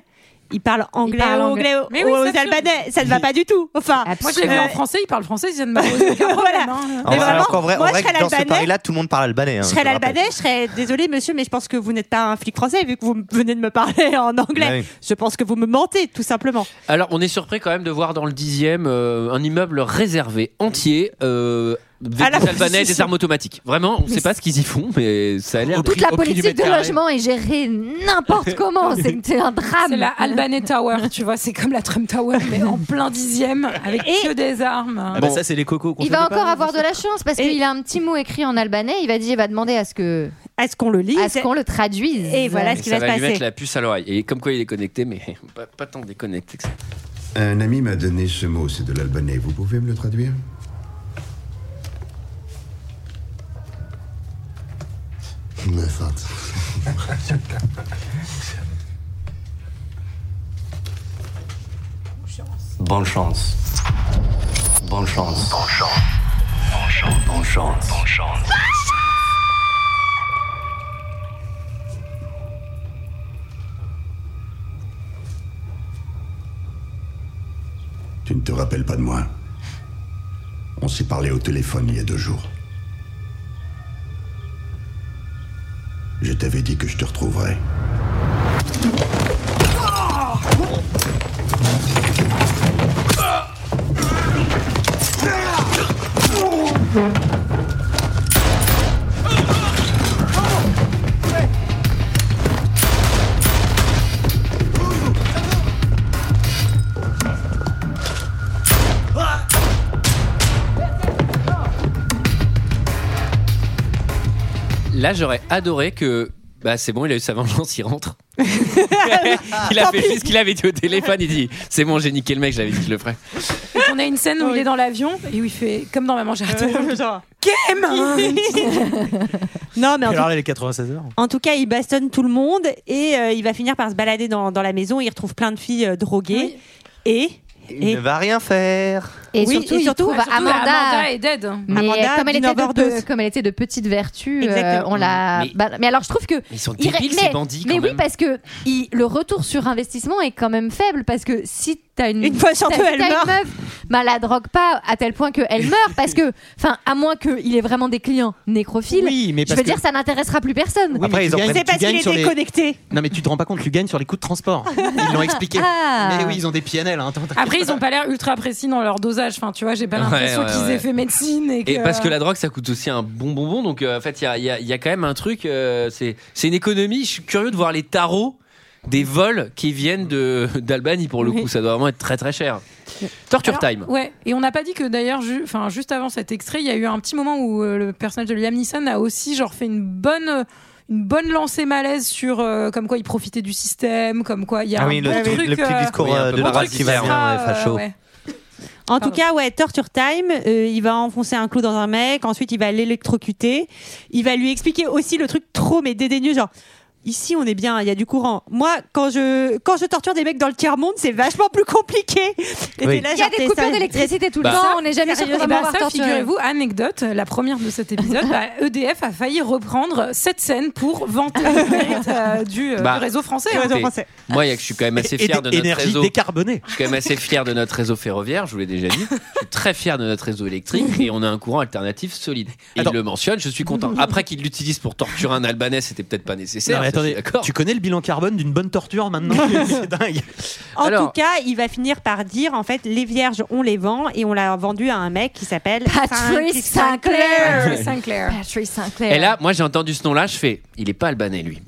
S11: il parle anglais,
S7: parle
S11: aux
S7: anglais.
S11: anglais aux-
S7: Mais oui,
S11: aux
S7: ça tue.
S11: Albanais. Ça ne va pas du tout. Enfin,
S7: Moi je l'ai vu
S11: euh,
S7: en français, il parle français, ça ne m'a posé aucun problème. hein.
S6: Alors,
S11: vraiment,
S6: qu'en vrai, en
S11: moi,
S6: vrai,
S11: je serais
S6: dans ce
S11: l'Albanais.
S6: pari-là, tout le monde parle albanais. hein,
S11: Je
S6: je
S11: serais
S6: le rappelle.
S11: l'Albanais, je serais désolé monsieur, mais je pense que vous n'êtes pas un flic français vu que vous venez de me parler en anglais.
S1: Ouais.
S11: Je pense que vous me mentez tout simplement.
S1: Alors, on est surpris quand même de voir dans le dixième euh, un immeuble réservé entier. Euh, des
S11: À la
S1: Albanais, et des
S11: prostitution.
S1: armes automatiques. Vraiment, on ne sait pas ce qu'ils y font, mais ça a l'air.
S12: Toute la politique de logement est gérée n'importe comment. C'est un drame.
S7: C'est la Albanais Tower, tu vois, c'est comme la Trump Tower, mais en plein dixième, avec que des armes.
S10: Ah, bah, ça, c'est les cocos qu'on
S12: Il
S10: fait
S12: va
S10: pas.
S12: encore avoir de la chance parce qu'il a un petit mot écrit en albanais. Il va dire, il va demander à ce que,
S11: à ce qu'on le lise,
S12: à ce qu'on le traduise.
S11: Et voilà
S1: Et ça va lui mettre la puce à l'oreille. Et comme quoi il est connecté, mais pas, pas tant déconnecté que ça.
S15: Un ami m'a donné ce mot, c'est de l'albanais. Vous pouvez me le traduire
S16: Bonne chance. Bonne chance. Bonne chance. Bonne chance. Bonne chance.
S15: Tu ne te rappelles pas de moi On s'est parlé au téléphone il y a deux jours. Je t'avais dit que je te retrouverais.
S1: Là, j'aurais adoré que Bah c'est bon, il a eu sa vengeance, il rentre. il a fait juste ce qu'il avait dit au téléphone, il dit c'est bon, j'ai niqué le mec, j'avais dit que je le ferais.
S7: Et on a une scène où il est dans l'avion et où il fait comme dans Maman j'ai raté un avion. Game
S11: Non, mais en tout,
S10: les 96 heures.
S11: en tout cas, il bastonne tout le monde et euh, il va finir par se balader dans, dans la maison. Il retrouve plein de filles euh, droguées et.
S6: Il ne va rien faire.
S12: Et surtout, il trouve
S7: surtout,
S12: Amanda,
S7: Amanda est dead.
S12: Mais
S11: Amanda,
S12: comme, elle
S11: d'une
S12: était de,
S11: overdose.
S12: pe- comme elle était de petite vertu, euh,
S11: Exactement.
S12: on l'a.
S11: Mais-
S12: bah, Mais, alors je trouve que.
S11: Ils sont
S12: il-
S11: débiles,
S12: mais,
S11: ces bandits, quand
S12: Mais oui,
S11: même.
S12: parce que il- le retour sur investissement est quand même faible parce que si t'as une.
S11: Une fois sur
S12: t'as-
S11: deux,
S12: si
S11: elle
S12: t'as
S11: meurt.
S12: Une meuf, bah la drogue pas à tel point qu'elle meurt parce que, enfin, à moins qu'il ait vraiment des clients nécrophiles.
S10: Oui, mais
S12: je
S10: parce
S12: veux
S10: que-
S12: dire, ça n'intéressera plus personne.
S10: Oui, mais tu gagnes- tu gagnes sur les-
S11: déconnecté.
S10: Non, mais tu te rends pas compte, tu gagnes sur les coûts de transport. Ils l'ont expliqué.
S7: Ah.
S10: Mais oui, ils ont des PNL. Hein. Attends, t'as-
S7: Après, ils ont pas l'air ultra précis dans leur dosage. Enfin, tu vois, j'ai pas
S1: Ouais,
S7: l'impression
S1: ouais,
S7: qu'ils
S1: ouais.
S7: aient fait médecine. Et, euh,
S1: Et parce que la drogue, ça coûte aussi un bon bonbon. Donc, euh, en fait, il y a, il y a- il y a quand même un truc. euh, c'est c'est une économie. Je suis curieux de voir les tarots des vols qui viennent de- d'Albanie pour le coup. Ça doit vraiment être très très cher. Torture
S7: Alors,
S1: Time.
S7: Ouais, et on n'a pas dit que d'ailleurs, ju- enfin, juste avant cet extrait, il y a eu un petit moment où euh, le personnage de Liam Neeson a aussi genre fait une bonne une bonne lancée malaise sur euh, comme quoi il profitait du système, comme quoi il y a
S6: Ah
S7: un
S6: oui, le
S7: bon
S6: truc-
S7: truc,
S6: le petit
S7: euh,
S6: discours,
S7: un
S6: euh, de
S7: bon
S6: la
S7: truc
S6: race qui va
S7: sera,
S6: bien, ouais,
S7: euh,
S6: facho.
S7: ouais.
S11: En tout cas, ouais, Torture Time, euh, il va enfoncer un clou dans un mec, ensuite il va l'électrocuter, il va lui expliquer aussi le truc trop mais dédaigneux, genre ici on est bien, il y a du courant. Moi, quand je quand je torture des mecs dans le tiers monde, c'est vachement plus compliqué. Et
S7: Oui.
S11: t'es là,
S12: Il y a
S11: genre,
S12: des
S11: t'es
S12: coupures
S11: sérieux-
S12: d'électricité tout le Bah. temps, on n'est jamais sûr qu'on va
S7: Eh ben,
S12: pouvoir
S7: ça,
S12: torturer.
S7: Figurez-vous, anecdote, la première de cet épisode, bah, EDF a failli reprendre cette scène pour vanter le mérite euh, du, euh,
S1: Bah,
S7: du réseau français.
S1: écoutez,
S7: hein.
S1: Moi, il y a que je suis quand même assez
S10: Et- et
S1: fier de
S10: des-
S1: notre
S10: énergie
S1: réseau.
S10: décarbonée.
S1: Je suis quand même assez fier de notre réseau ferroviaire. Je vous l'ai déjà dit. Je suis très fier de notre réseau électrique et on a un courant alternatif solide. Et il le mentionne. Je suis content. Après qu'il l'utilise pour torturer un Albanais, c'était peut-être pas nécessaire.
S10: Non,
S1: ça, je
S10: mais
S1: suis
S10: attendez,
S1: d'accord.
S10: tu connais le bilan carbone d'une bonne torture maintenant C'est dingue.
S11: En
S10: Alors-
S11: tout cas, il va finir par dire en fait les vierges, on les vend et on l'a vendu à un mec qui s'appelle
S12: Patrice Sinclair.
S11: Patrice
S7: Sinclair.
S12: Patrice Sinclair.
S1: Et là, moi, j'ai entendu ce nom-là, je fais, il est pas albanais, lui.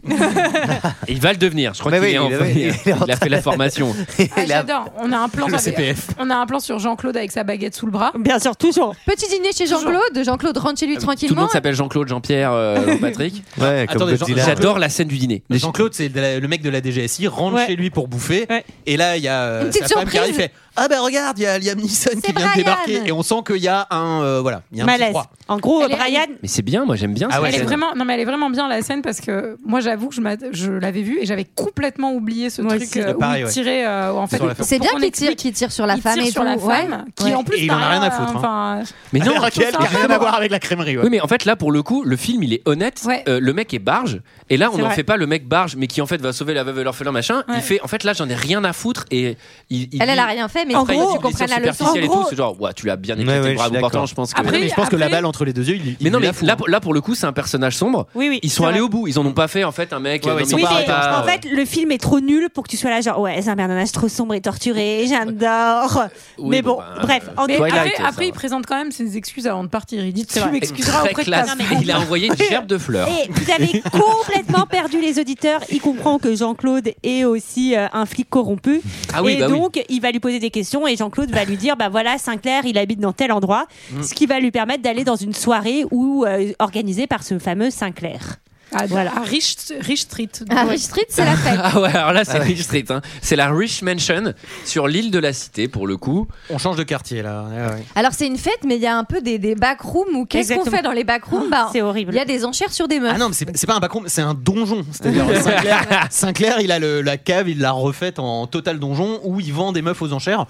S1: il va le devenir. Je crois
S6: Mais
S1: qu'il
S6: oui,
S1: est en-
S6: il est- il est
S1: il
S6: en
S1: a fait la
S6: train-
S1: formation.
S7: Ah, J'adore. On a un plan.
S1: Le
S7: avec-
S1: CPF.
S7: On a un plan sur Jean-Claude avec sa baguette sous le bras.
S11: Bien sûr, toujours.
S12: Petit dîner chez Jean-Claude. Jean-Claude rentre chez lui
S1: Tout le
S12: tranquillement.
S1: monde s'appelle Jean-Claude, Jean-Pierre, euh, Patrick.
S6: Ouais, comme
S10: Attendez, Jean-
S6: Godzilla.
S1: J'adore la scène du dîner.
S10: Jean-Claude, c'est de la- le mec de la DGSI, rentre
S11: Ouais.
S10: chez lui pour bouffer. Et là, il y a euh,
S11: Une petite
S10: sa femme qui arrive,
S11: surprise.
S10: fait Ah ben regarde, il y a Liam Neeson qui vient
S11: Brian.
S10: de débarquer. Et on sent qu'il y a un. euh, voilà, il y a un petit
S11: Malaise.
S10: froid.
S11: En gros,
S7: Elle est-
S11: Brian,
S1: Mais c'est bien, moi j'aime bien.
S10: Ah ouais,
S7: elle est
S10: c'est-
S7: vraiment, non mais elle est vraiment bien la scène parce que moi j'avoue que je, m'a- je l'avais vu et j'avais complètement oublié ce truc euh, où
S10: Pareil,
S7: il
S10: ouais.
S7: tirait euh, en fait.
S10: Sur la femme.
S12: C'est bien
S7: pour qu'on
S12: qu'il tire, qu'il tire sur la
S7: Il
S12: femme
S7: tire
S12: et
S7: sur
S12: tout.
S7: la
S12: Ouais.
S7: femme, qui
S12: Ouais.
S7: en plus
S10: Et il en a
S7: n'a
S10: rien à foutre, hein.
S7: Enfin,
S1: Mais non,
S10: Raquel, qui a rien à voir avec la crèmerie. ouais.
S1: Oui, mais en fait, là, pour le coup, le film, il est honnête.
S7: Ouais.
S1: Euh, le mec est barge. Et là, on
S7: C'est
S1: n'en
S7: vrai.
S1: fait pas le mec barge, mais qui en fait va sauver la veuve et l'orphelin, machin.
S12: Ouais.
S1: Il fait, en fait, là, j'en ai rien à foutre. Et il, il
S12: Elle, elle a
S1: dit-
S12: rien fait, mais
S1: Après,
S12: il
S1: il
S12: faut que tu
S1: dit des
S12: comprennes la
S1: choses
S12: leçon.
S1: superficielles et tout, c'est genre, ouais, tu l'as bien éclaté,
S6: Ouais, ouais,
S1: bravo.
S6: je suis
S1: Pourtant,
S6: d'accord.
S1: je pense que.
S10: mais je pense que la balle entre les deux yeux, il, il
S1: Mais non,
S10: la
S1: mais
S10: fout,
S1: là,
S10: hein.
S1: pour- là pour le coup, c'est un personnage sombre.
S11: Oui, oui,
S1: Ils sont
S11: c'est
S1: allés
S11: vrai.
S1: au bout. Ils en ont pas fait en fait un mec.
S10: Ouais,
S1: euh,
S10: ouais,
S1: non,
S10: ils sont
S1: mais
S10: pas
S1: il
S10: arrêtés,
S1: va pas,
S11: en fait, le film est trop nul pour que tu sois là, genre, ouais, c'est un personnage trop sombre et torturé, j'adore.
S1: Oui,
S11: mais
S1: bon,
S11: bon,
S1: bah,
S11: bref.
S1: euh,
S11: en
S7: Mais
S11: tout cas-
S1: Twilight,
S7: après,
S1: ça
S7: après, il présente quand même ses excuses avant de partir. Il dit tu m'excuseras
S1: Très
S7: auprès de ta
S1: classe.
S7: femme.
S1: Il a envoyé une gerbe de fleurs.
S11: Et Eh, vous avez complètement perdu les auditeurs. Il comprend que Jean-Claude est aussi euh, un flic corrompu.
S1: Ah oui,
S11: et
S1: bah oui.
S11: donc, il va lui poser des questions et Jean-Claude va lui dire bah voilà, Sinclair, il habite dans tel endroit.
S1: Mm.
S11: Ce qui va lui permettre d'aller dans une soirée où, euh, organisée par ce fameux Sinclair.
S7: Ah,
S11: Voilà.
S7: à Rich, Rich Street.
S12: Ah, Rich Street, c'est la fête.
S1: Ah ouais, alors là, c'est Rich Street. hein. C'est la Rich Mansion sur l'île de la Cité, pour le coup.
S10: On change de quartier là. Ah Ouais, ouais.
S12: Alors c'est une fête, mais il y a un peu des, des backrooms où qu'est-ce qu'on
S11: Exactement.
S12: fait dans les backrooms bah,
S11: c'est horrible.
S12: Il y a des enchères sur des meufs.
S10: Ah non, mais c'est c'est pas un backroom, c'est un donjon. C'est-à-dire euh, Sinclair, Sinclair, il a le- la cave, il l'a refaite en total donjon où il vend des meufs aux enchères.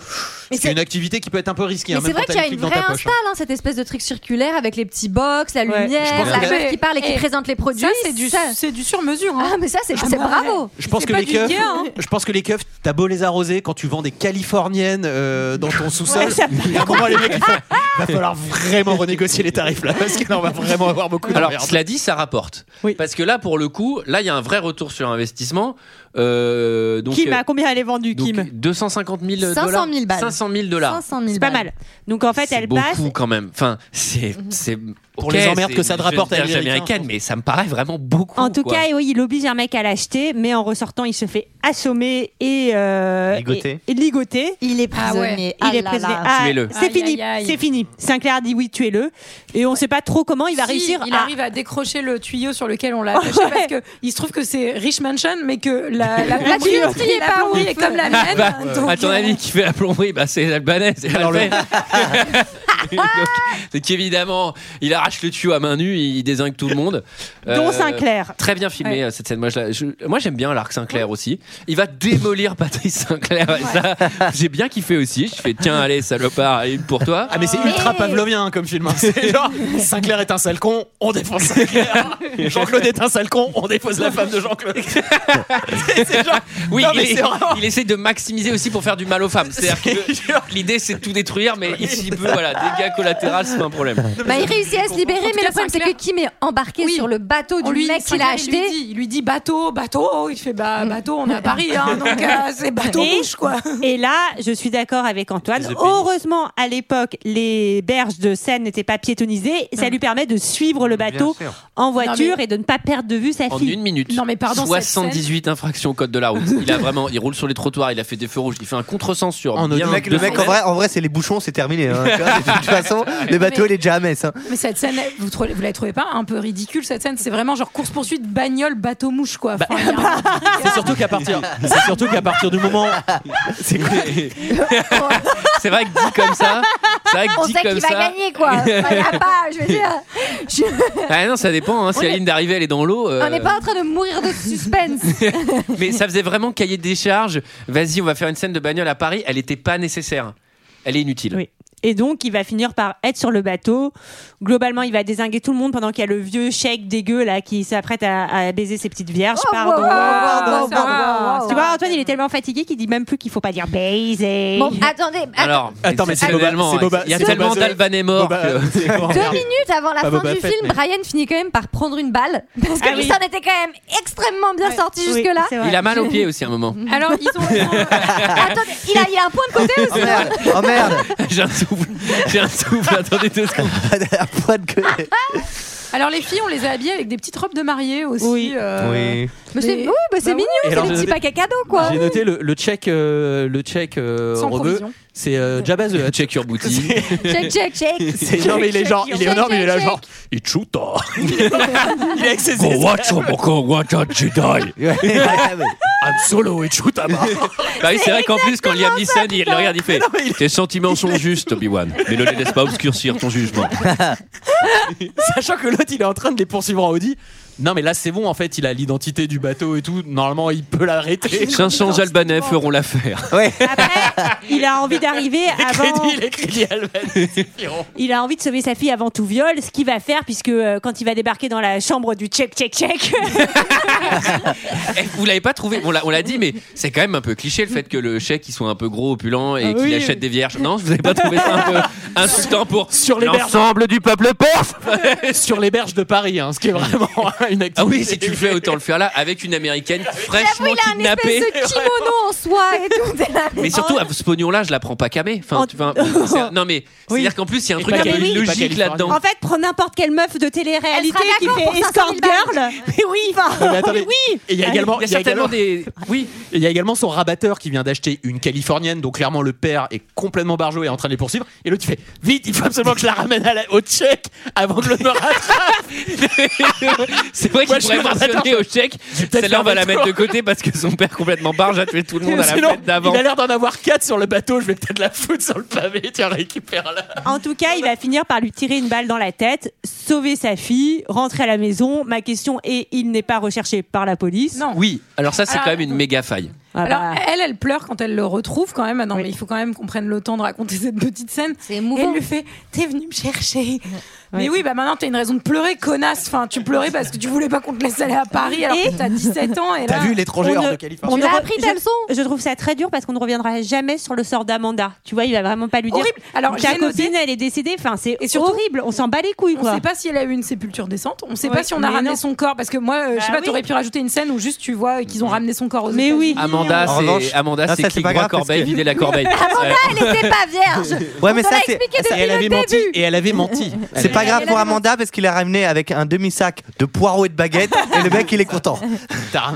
S12: Mais
S10: C'est une activité qui peut être un peu risquée.
S12: mais
S10: hein,
S12: c'est
S10: même
S12: vrai
S10: quand
S12: qu'il y
S10: t'as
S12: a
S10: le
S12: une
S10: flic dans
S12: vraie
S10: ta poche,
S12: install, hein, cette espèce de truc circulaire avec les petits box, la
S10: Ouais. Je
S12: lumière,
S10: pense
S12: la
S10: que-
S12: meuf qui parle et qui
S7: Eh,
S12: présente les produits.
S7: Ça, c'est du, c'est du sur mesure. hein.
S12: Ah mais ça c'est
S7: Ah
S12: c'est
S7: bah
S12: bravo.
S7: ouais.
S10: Je pense,
S7: C'est
S10: que
S7: pas
S10: les
S7: du
S10: keufs,
S7: lien, hein.
S10: je pense que les keufs, t'as beau les arroser quand tu vends des californiennes euh, dans ton sous-sol.
S11: Ouais, ça-
S10: il y a un moment, les mecs, ils font, va falloir vraiment renégocier les tarifs là parce que là, on va vraiment avoir beaucoup de
S1: Alors,
S10: merde.
S1: cela dit, ça rapporte. Parce que là, pour le coup, là, il y a un vrai retour sur investissement. Euh, donc,
S11: Kim,
S1: euh,
S11: à combien elle est vendue,
S1: donc
S11: Kim
S1: 250 000 dollars.
S11: 500 000 balles.
S1: 500 000 dollars.
S11: 500 000 C'est pas mal. Donc en fait,
S1: C'est
S11: elle passe. Mhm.
S1: beaucoup quand même. Enfin, c'est c'est
S17: Pour
S1: ok,
S17: les emmerdes
S1: c'est
S17: que ça te
S1: une
S17: rapporte à
S1: jeune
S17: l'américain,
S1: américaine, mais ça me paraît vraiment beaucoup.
S11: En tout
S1: quoi.
S11: cas, oui, il oblige un mec à l'acheter, mais en ressortant, il se fait assommer et, euh,
S1: Ligoter.
S11: et- et ligoter. Il est
S12: prisonnier.
S11: Il est
S12: Ah là
S11: prisonnier.
S12: là.
S11: Ah,
S1: Tuez-le.
S11: C'est
S1: Aïe,
S11: fini.
S1: aïe, aïe.
S11: C'est fini. Sinclair dit oui, tuez-le. Et on ne sait pas trop comment il va
S7: Si,
S11: réussir.
S7: Il
S11: à-
S7: arrive à décrocher le tuyau sur lequel on l'a attaché parce que il se trouve que c'est Rich Mansion, mais que la, la,
S12: La tuyauterie est
S7: la
S12: pas
S7: plomberie
S12: ouf.
S7: est comme la
S12: Ah,
S7: mienne.
S1: Bah, à
S11: euh,
S1: ton avis, qui fait la plomberie bah, C'est l'albanais, c'est pas le fait. Donc, C'est qu'évidemment, il arrache le tuyau à main nue, il désingue tout le monde. Euh,
S11: Dont Sinclair.
S1: Très bien filmé euh, cette scène. Moi, je la- je- moi, j'aime bien l'arc Sinclair aussi. Il va démolir Patrice Sinclair. Et ça, j'ai bien kiffé aussi. Je fais tiens, allez, salopard, une pour toi.
S10: Ah mais c'est ultra pavlovien hein, comme film. hein. C'est genre Sinclair est un sale con, on défonce Sinclair. Jean-Claude est un sale con, on dépose la femme de Jean-Claude.
S1: Oui,
S10: Non,
S1: il,
S10: mais c'est vraiment-
S1: il essaie de maximiser aussi pour faire du mal aux femmes. C'est-à-dire que l'idée, c'est de tout détruire, mais s'il peut, voilà, dégâts collatéraux, c'est pas un problème.
S12: Bah, il réussit à se libérer, mais le problème c'est que Kim est embarqué sur le bateau
S7: On
S12: du mec qu'il
S7: Sinclair,
S12: a
S7: Il
S12: acheté. Mm.
S7: lui, dit, il lui dit bateau, bateau. Il fait bah, bateau, on est à Paris, hein, donc euh, c'est bateau
S11: et,
S7: rouge quoi.
S11: et là, je suis d'accord avec Antoine.
S7: Les EPI.
S11: Heureusement, à l'époque, les berges de Seine n'étaient pas piétonnisées. Ça lui permet de suivre le bateau
S1: sûr.
S11: en voiture
S1: Non, mais-
S11: et de ne pas perdre de vue sa
S1: En
S11: fille.
S1: une minute.
S11: Non, mais pardon, cette
S1: 78 infractions au code de la route. Il a vraiment, il roule sur les trottoirs, il a fait des feux rouges, il fait un contresens sur.
S6: En
S1: bien
S6: Oh, le mec, le
S1: Oh, deux
S6: mec, en
S1: semaines.
S6: vrai, en vrai c'est les bouchons, c'est terminé. hein. Tu vois, de toute façon, le bateau, il est déjà à Metz. hein.
S7: Mais cette scène, vous, trouvez- vous la trouvez pas un peu ridicule cette scène C'est vraiment genre course poursuite, bagnole, bateau mouche quoi.
S10: Bah,
S7: Enfin, il y a un-
S10: C'est surtout qu'à partir, c'est surtout qu'à partir du moment, c'est quoi
S1: C'est vrai que dit comme ça, c'est vrai que
S12: On
S1: dit
S12: sait
S1: comme
S12: qu'il va
S1: ça.
S12: gagner quoi. Enfin, Il y a pas, je veux dire. je-
S1: Ah non, ça dépend. hein. Si
S12: On
S1: la
S12: est-
S1: ligne d'arrivée elle est dans l'eau. euh,
S12: On n'est Ah, pas en train de mourir de suspense.
S1: Mais ça faisait vraiment cahier des charges. Vas-y, on va faire une scène de bagnole à Paris. Elle n'était pas nécessaire. Elle est inutile.
S11: Oui. Et donc, il va finir par être sur le bateau. Globalement, il va désinguer tout le monde pendant qu'il y a le vieux chèque dégueu là qui s'apprête à, à baiser ses petites vierges.
S12: Oh,
S11: Pardon.
S12: wow, wow, wow, wow, wow, wow.
S11: Tu vois, Antoine, il est tellement fatigué qu'il dit même plus qu'il faut pas dire baiser.
S12: Bon, attendez.
S1: Alors,
S10: Attends, mais c'est
S1: tellement-
S10: Boba- c'est Boba-
S1: Il y a
S10: c'est
S1: tellement
S10: Boba-
S1: d'Albanais morts.
S10: Boba-
S1: que-
S10: c'est quoi
S12: Deux minutes avant la
S1: Pas
S12: fin
S1: Ah, Boba
S12: du
S1: Fett,
S12: film,
S1: mais-
S12: Brian finit quand même par prendre une balle. Parce que
S11: Ah oui.
S12: Wilson était quand même extrêmement bien sorti
S11: Oui,
S12: jusque-là.
S11: c'est
S1: Il a mal aux pieds aussi à un moment.
S7: Alors, ils ont.
S12: Attendez, il a, il a un point de côté aussi.
S6: Oh merde
S1: J'ai un souffle. J'ai un souffle. Attendez deux secondes.
S7: Alors les filles, on les a habillées avec des petites robes de mariée aussi.
S10: Euh,
S7: euh.
S1: Oui.
S12: Mais c'est- oui, bah, c'est mignon,
S10: Et
S12: c'est
S10: alors,
S12: des
S10: j'ai
S12: petits
S10: noté-
S12: paquets cadeaux quoi.
S10: J'ai noté le, le check, euh, le check euh,
S12: Sans
S10: rebeu.
S12: provision.
S10: C'est euh, Jabba the
S1: Check your booty.
S12: Check, check, check.
S10: C'est énorme, il est genre, il est énorme, il est là
S12: Check,
S10: genre, il shoot. Il est avec ses
S17: Go
S10: esclaves.
S17: watch him, go watch a Jedi.
S10: I'm solo et shoot
S1: Bah oui, c'est vrai qu'en plus, quand Liam Neeson, il le regarde, il fait Tes sentiments sont justes, Obi-Wan, mais ne les laisse pas obscurcir ton jugement.
S10: Sachant que l'autre, il est en train de les poursuivre en Audi. Non, mais là, c'est bon, en fait, il a l'identité du bateau et tout. Normalement, il peut l'arrêter.
S1: 500 Albanais feront l'affaire.
S11: Il a envie d'arriver avant.
S10: Crédit, les crédits Alban.
S11: Il a envie de sauver sa fille avant tout viol, ce qu'il va faire puisque euh, quand il va débarquer dans la chambre du check check check,
S1: Eh, Vous l'avez pas trouvé, on l'a on l'a dit, mais c'est quand même un peu cliché le fait que le chèque il soit un peu gros, opulent et
S11: Ah
S1: qu'il
S11: oui.
S1: achète des vierges. Non, vous avez pas trouvé ça un peu insultant pour
S10: Sur les
S1: l'ensemble du peuple perse
S10: Sur les berges de Paris, hein, ce qui est vraiment une activité.
S1: Ah oui, si tu le fais, autant le faire là avec une américaine
S12: J'avoue,
S1: fraîchement
S12: il a un
S1: kidnappée.
S12: espèce de kimono en soie et tout. t'es là.
S10: Oh.
S1: Mais surtout, à ce pognon-là, je la prends pas camé. Enfin, tu vois, c'est un- non, mais c'est-à-dire qu'en plus, il y a un
S10: Et
S1: truc
S10: pas
S1: un peu
S10: Cali- et pas
S1: illogique
S10: Californie.
S1: là-dedans.
S11: en fait, prends n'importe quelle meuf de télé-réalité
S12: Elle sera
S11: qui
S12: d'accord pour
S11: fait
S12: 500
S11: escort
S12: 000 balles.
S11: girl. Mais oui,
S10: Non,
S11: va.
S10: mais attendez.
S11: Mais oui. Ah,
S10: Et il y a également,
S1: Ah Il y a certainement des. Oui.
S10: Et il y a également son rabatteur qui vient d'acheter une californienne, donc clairement le père est complètement barjot et est en train de les poursuivre. Et l'autre il fait Vite, il faut absolument que je la ramène à la- au check avant que le me rattrape
S1: C'est vrai
S10: Moi,
S1: qu'il
S10: je
S1: pourrait
S10: suis le rabatteur.
S1: mentionner au chèque.
S10: peut-être
S1: Celle-là, on va
S10: faire
S1: la
S10: un
S1: mettre
S10: tour.
S1: de côté parce que son père complètement barge a tué tout le monde à la
S10: Sinon,
S1: fête d'avant.
S10: Il a l'air d'en avoir 4 sur le bateau, je vais peut-être la foutre sur le pavé, tiens, récupère-la.
S11: En tout cas, il va finir par lui tirer une balle dans la tête, sauver sa fille, rentrer à la maison. Ma question est, il n'est pas recherché par la police
S7: Non.
S1: Oui, alors ça, c'est
S10: Ah.
S7: Alors,
S1: quand même une méga faille.
S7: Alors,
S1: bah.
S7: elle, elle pleure quand elle le retrouve quand même. Non, mais il faut quand même qu'on prenne le temps de raconter cette petite scène. Et elle lui fait T'es venu me chercher. Mais oui, bah maintenant t'as une raison de pleurer, connasse. Enfin, tu pleurais parce que tu voulais pas qu'on te laisse aller à Paris alors que t'as 17 ans. Et là...
S11: On ne- on ne
S7: Tu l'as
S11: re-
S7: appris ta
S11: je-
S7: leçon
S11: Je trouve ça très dur parce qu'on ne reviendra jamais sur le sort d'Amanda. Tu vois, il va vraiment pas lui dire.
S7: Horrible. Alors,
S11: ta
S7: j'ai noté-
S11: copine, elle est décédée. Enfin, c'est horrible. On s'en bat les couilles.
S7: On
S11: quoi.
S7: sait pas si elle a eu une sépulture décente. On sait
S11: Ouais,
S7: pas si on a
S11: mais
S7: ramené
S11: non.
S7: son corps. Parce que moi, euh, je sais
S11: Bah
S7: pas, t'aurais
S11: oui.
S7: pu rajouter une scène où juste tu vois qu'ils ont ramené son corps aux Mais oui.
S1: Amanda,
S6: En revanche-
S1: c'est Amanda,
S6: Non,
S1: c'est
S6: ça, c'est
S1: clic
S6: pas
S1: droit
S6: grave, parce
S1: corbeille,
S6: que-
S1: vider la corbeille.
S12: Amanda,
S1: Ouais.
S12: elle était pas vierge.
S6: Ouais, mais
S12: On te
S6: ça,
S12: l'a
S6: c'est-
S12: expliqué
S6: ça,
S12: depuis
S6: elle
S12: le
S6: avait
S12: début.
S6: menti.
S10: Et elle avait menti.
S6: C'est pas grave pour Amanda parce qu'il a ramené avec un demi-sac de poireaux et de baguettes et le mec il est content.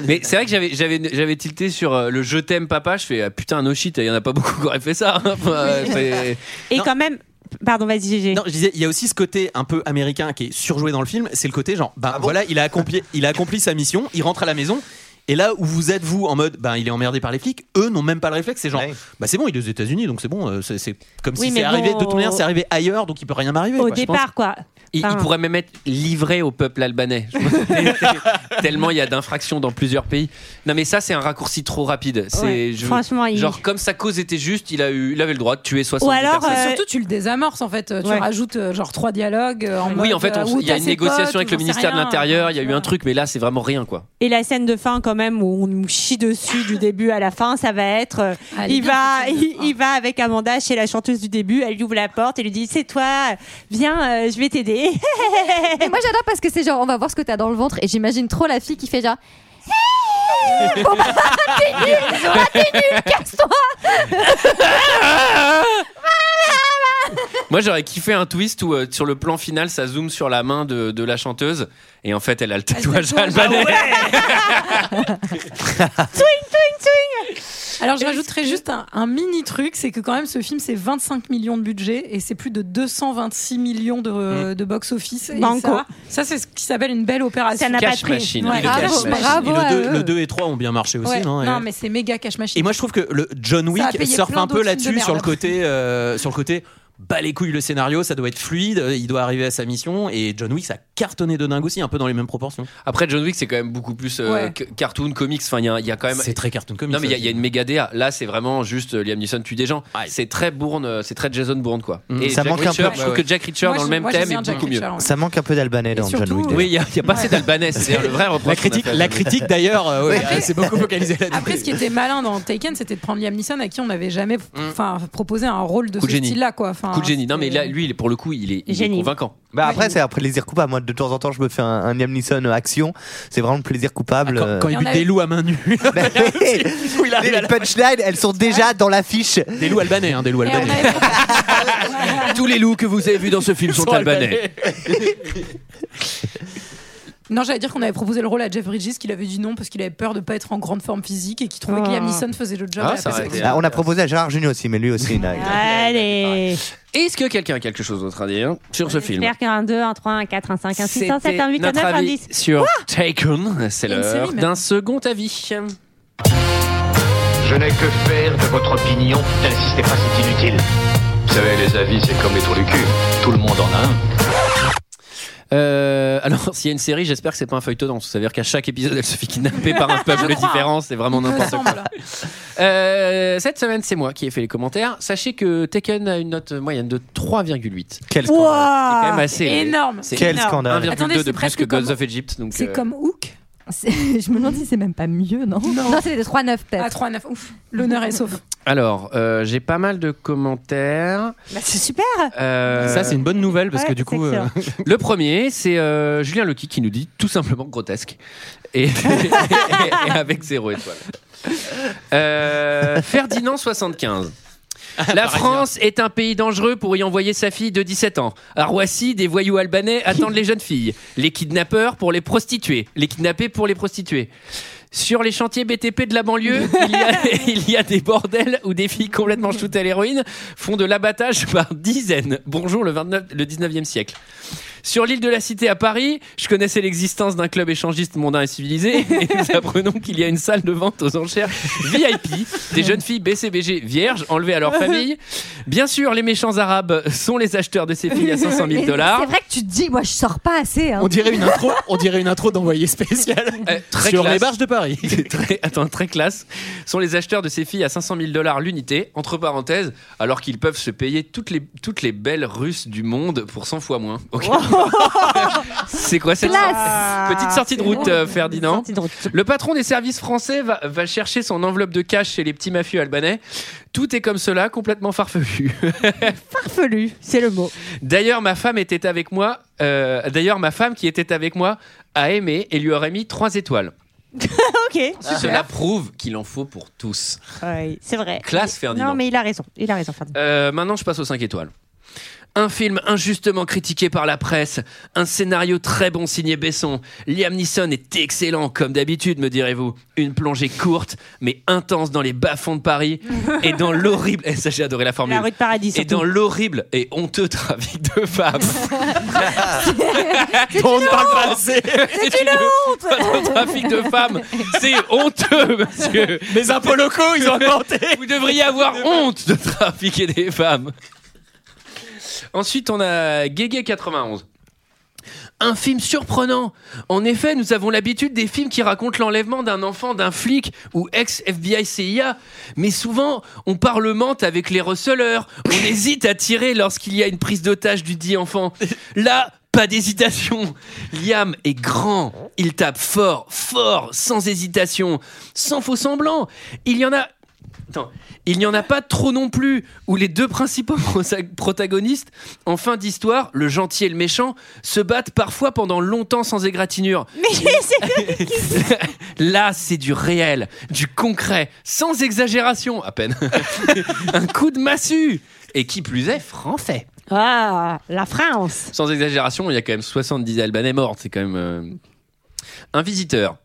S1: Mais c'est vrai que j'avais, j'avais, j'avais tilté sur euh, le je t'aime papa. Je fais ah, putain, no shit, il y en a pas beaucoup qui auraient fait ça. hein. Enfin, euh, c'est-
S11: Et quand même. Pardon, vas-y, GG.
S10: Non, je disais, il y a aussi ce côté un peu américain qui est surjoué dans le film. C'est le côté genre, ben voilà, il a accompli, il a accompli sa mission, il rentre à la maison. Et là où vous êtes vous en mode, ben il est emmerdé par les flics, eux n'ont même pas le réflexe. C'est genre, bah c'est bon, il est aux États-Unis, donc c'est bon. euh, C'est, c'est comme
S11: Oui,
S10: si
S11: mais
S10: c'est arrivé.
S11: bon,
S10: De toute manière, c'est
S11: au-
S10: arrivé ailleurs, donc il peut rien m'arriver.
S11: Au
S10: quoi, bah, je pense.
S11: départ, quoi.
S1: Il, il
S11: Enfin,
S1: pourrait même être livré au peuple albanais. Je pense que c'est- Tellement il y a d'infractions dans plusieurs pays. Non, mais ça, c'est un raccourci trop rapide. C'est,
S11: Ouais, franchement, il-
S1: genre comme sa cause était juste, il a eu, il avait le droit de tuer 60
S7: Ou alors, euh,
S1: personnes.
S7: surtout, tu le désamorces en fait. Tu
S11: euh, Ouais.
S7: rajoutes euh, genre trois dialogues. euh, en
S1: Oui,
S7: mode,
S1: en fait, on-
S7: euh, où
S1: il y a
S7: t'as
S1: une
S7: ses
S1: négociation
S7: potes,
S1: avec
S7: ou
S1: le
S7: j'en sais
S1: ministère de
S7: rien.
S1: l'Intérieur, il y a eu un truc, mais là, c'est vraiment rien, quoi.
S11: Et la scène de fin, quand même, où on nous chie dessus du début à la fin, ça va être. euh,
S7: Ah, Elle est
S11: il
S7: bien,
S11: va,
S7: cette scène
S11: il, il va avec Amanda chez la chanteuse du début. Elle lui ouvre la porte et lui dit C'est toi, viens, euh, je vais t'aider.
S12: Mais moi j'adore parce que c'est genre on va voir ce que t'as dans le ventre et j'imagine trop la fille qui fait genre. Hey Bon, bah, t'es nul, Ah, t'es nul,
S7: Ah
S12: casse-toi.
S1: Moi, j'aurais kiffé un twist où, euh, sur le plan final, ça zoome sur la main de, de la chanteuse. Et en fait, elle a le tatouage albanais.
S7: Alors, je rajouterais juste un, un mini truc c'est que quand même, ce film, c'est 25 millions de budget et c'est plus de 226 millions de,
S10: Mm.
S7: de box-office. Et
S11: Banco.
S7: Ça, ça, c'est ce qui s'appelle une belle opération.
S11: Ça n'a pas Cash de prix.
S10: Machine,
S7: Ouais,
S10: le Cash
S7: bravo,
S10: Machine.
S7: bravo
S10: Et
S7: à
S10: le deux-
S7: eux.
S10: le 2 et 3 ont bien marché aussi.
S7: Ouais,
S10: non,
S7: non,
S10: et-
S7: mais c'est méga cash machine.
S10: Et moi, je trouve que le John
S7: Ça a
S10: Wick
S7: payé
S10: surfe
S7: plein
S10: un peu
S7: d'autres films de
S10: là-dessus sur le
S7: merde.
S10: côté, euh, sur le côté. Bah les couilles le scénario, ça doit être fluide, euh, il doit arriver à sa mission et John Wick ça a cartonné de dingue aussi, un peu dans les mêmes proportions.
S1: Après, John Wick, c'est quand même beaucoup plus euh,
S10: Ouais.
S1: que- cartoon, comics. Enfin, il y a, il y a quand même.
S10: C'est très cartoon comics,
S1: Non, mais il y a-
S10: ça,
S1: il y, a une méga DA. Là, c'est vraiment juste euh, Liam Neeson tue des gens. C'est très Bourne, euh, c'est très Jason Bourne, quoi.
S6: Mm.
S1: Et
S6: Ça
S1: Jack
S6: manque un
S1: Reacher,
S6: peu.
S1: Je trouve
S6: Ouais, ouais.
S1: que Jack Reacher
S6: Moi,
S1: dans le
S6: je-
S1: même
S6: moi, j'aime
S1: thème
S6: bien
S1: est
S6: Jack
S1: beaucoup mieux.
S6: Reacher, ouais. Ça manque un peu d'albanais dans John Wick.
S1: Oui, il n'y a, il y a pas assez d'albanais. C'est le vrai reproche.
S10: La critique, la critique d'ailleurs, euh, ouais,
S1: Ah,
S7: Après-
S10: c'est beaucoup focalisé là-dessus.
S7: Après, ce qui était malin dans Taken, c'était de prendre Liam Neeson à qui on n'avait jamais enfin, proposé un rôle de
S1: Mm. Coup de
S7: ce
S1: génie.
S7: style-là. Quoi. Enfin,
S1: Coup de génie. Non, mais là, lui, il est- pour le coup, il est, il est
S7: Génie.
S1: convaincant.
S6: Bah après c'est après plaisir coupable. Moi de temps en temps je me fais un, un Liam Neeson euh, action. C'est vraiment le plaisir coupable. euh. Bah
S10: Quand il bute des loups à main nue.
S6: Les les punchlines elles sont déjà dans l'affiche.
S10: Des loups albanais, hein, des loups albanais.
S1: Tous les loups que vous avez vus dans ce film sont albanais.
S7: Non, j'allais dire qu'on avait proposé le rôle à Jeff Bridges, qu'il avait dit non parce qu'il avait peur de pas être en grande forme physique et qu'il trouvait que
S6: Ah.
S7: Liam Neeson faisait le job.
S1: Ah,
S7: à la
S1: ça
S7: place.
S1: aurait été-
S6: Ah, on a proposé à Gérard Junior aussi mais lui aussi. il a-
S11: Allez.
S1: Est-ce que quelqu'un a quelque chose d'autre à dire sur ce film
S11: J'espère qu'un 2, un 3, un 4, un 5, Euh, un 6, un 7, un 8, un
S1: notre
S11: 9, un
S1: avis
S11: 10.
S1: sur Taken. C'est
S11: Une
S1: l'heure
S11: série, même.
S1: d'un second avis.
S2: Je n'ai que faire de votre opinion. N'insistez pas, c'est inutile. Vous savez, les avis, c'est comme les trous du cul. Tout le monde en a un.
S1: Euh, alors, s'il y a une série, j'espère que c'est pas un feuilleton. C'est-à-dire qu'à chaque épisode, elle se fait kidnapper par un peuple différent. C'est vraiment n'importe quoi. Euh, cette semaine, c'est moi qui ai fait les commentaires. Sachez que Taken a une note moyenne de 3,8. Quel
S7: scandale.
S1: C'est quand même assez
S7: Ah,
S1: euh,
S7: Énorme.
S1: C'est
S7: Quel scandale.
S1: 1,2
S7: Attendez,
S1: de
S7: c'est
S1: plus
S7: presque
S1: que Gods
S7: comme-
S1: of Egypt. donc,
S7: C'est
S1: euh,
S7: comme Hook.
S12: Je me demande si c'est même pas mieux, non Non, c'était des 3-9 peut-être.
S7: Ah, 3-9, ouf. L'honneur est sauf.
S1: Alors, euh, j'ai pas mal de commentaires.
S11: c'est super.
S1: Euh,
S10: Ça, c'est une bonne nouvelle parce que du coup. euh,
S1: Le premier, c'est euh, Julien Lecky qui nous dit tout simplement grotesque. Et, et- et avec zéro étoile. Euh, Ferdinand 75. La France est un pays dangereux pour y envoyer sa fille de 17 ans. À Roissy, des voyous albanais attendent les jeunes filles. Les kidnappeurs pour les prostituées. Les kidnappés pour les prostituées. Sur les chantiers BTP de la banlieue, il y a, il y a des bordels où des filles complètement shootées à l'héroïne font de l'abattage par dizaines. Bonjour le, 29, le 19e siècle. Sur l'île de la Cité à Paris, je connaissais l'existence d'un club échangiste mondain et civilisé. Et nous apprenons qu'il y a une salle de vente aux enchères VIP. Des jeunes filles BCBG vierges enlevées à leur famille. Bien sûr, les méchants arabes sont les acheteurs de ces filles à 500 000
S12: Mais
S1: dollars.
S12: C'est vrai que tu te dis, moi je sors pas assez. hein.
S10: On dirait une intro, on dirait une intro d'envoyé spécial sur les barges de Paris.
S1: Euh, très, attends, très classe. Sont les acheteurs de ces filles à 500 000 dollars l'unité, entre parenthèses, alors qu'ils peuvent se payer toutes les, toutes les belles Russes du monde pour 100 fois moins. Ok. C'est quoi cette
S12: Classe.
S1: petite sortie de
S11: Ah,
S1: route,
S12: C'est
S1: euh, Ferdinand Le patron des services français va, va chercher son enveloppe de cash chez les petits mafieux albanais. Tout est comme cela, complètement farfelu.
S11: Farfelu, c'est le mot.
S1: D'ailleurs, ma femme était avec moi. euh, D'ailleurs, ma femme qui était avec moi a aimé et lui aurait mis 3 étoiles.
S11: ok.
S1: Cela prouve qu'il en faut pour tous.
S11: Ouais, c'est vrai.
S1: Classe, Ferdinand.
S11: Non, mais il a raison. Il a raison, Ferdinand.
S1: Euh, maintenant, je passe aux 5 étoiles. Un film injustement critiqué par la presse, un scénario très bon signé Besson. Liam Neeson est excellent, comme d'habitude, me direz-vous. Une plongée courte, mais intense dans les bas-fonds de Paris et dans l'horrible. Eh, ça, j'ai adoré la formule.
S11: La rue de paradis,
S1: Et
S11: surtout.
S1: dans l'horrible et honteux trafic de femmes.
S11: Dont on ne parle
S1: pas assez. C'est une honte. Le trafic de femmes, c'est honteux, monsieur. Les impôts locaux, ils ont inventé. Vous devriez avoir honte de trafiquer des femmes. Ensuite, on a Guégué 91. Un film surprenant. En effet, nous avons l'habitude des films qui racontent l'enlèvement d'un enfant d'un flic ou ex-FBI CIA. Mais souvent, on parlemente avec les receleurs. On hésite à tirer lorsqu'il y a une prise d'otage du dit enfant. Là, pas d'hésitation. Liam est grand. Il tape fort, fort, sans hésitation, sans faux semblant. Il y en a Attends. Il n'y en a pas trop non plus, où les deux principaux prosa- protagonistes, en fin d'histoire, le gentil et le méchant, se battent parfois pendant longtemps sans égratignure.
S11: Mais c'est
S1: Là, c'est du réel, du concret, sans exagération, à peine. Un coup de massue Et qui plus est, français.
S11: Ah, la France.
S1: Sans exagération, il y a quand même 70 Albanais morts, c'est quand même... euh, Un visiteur.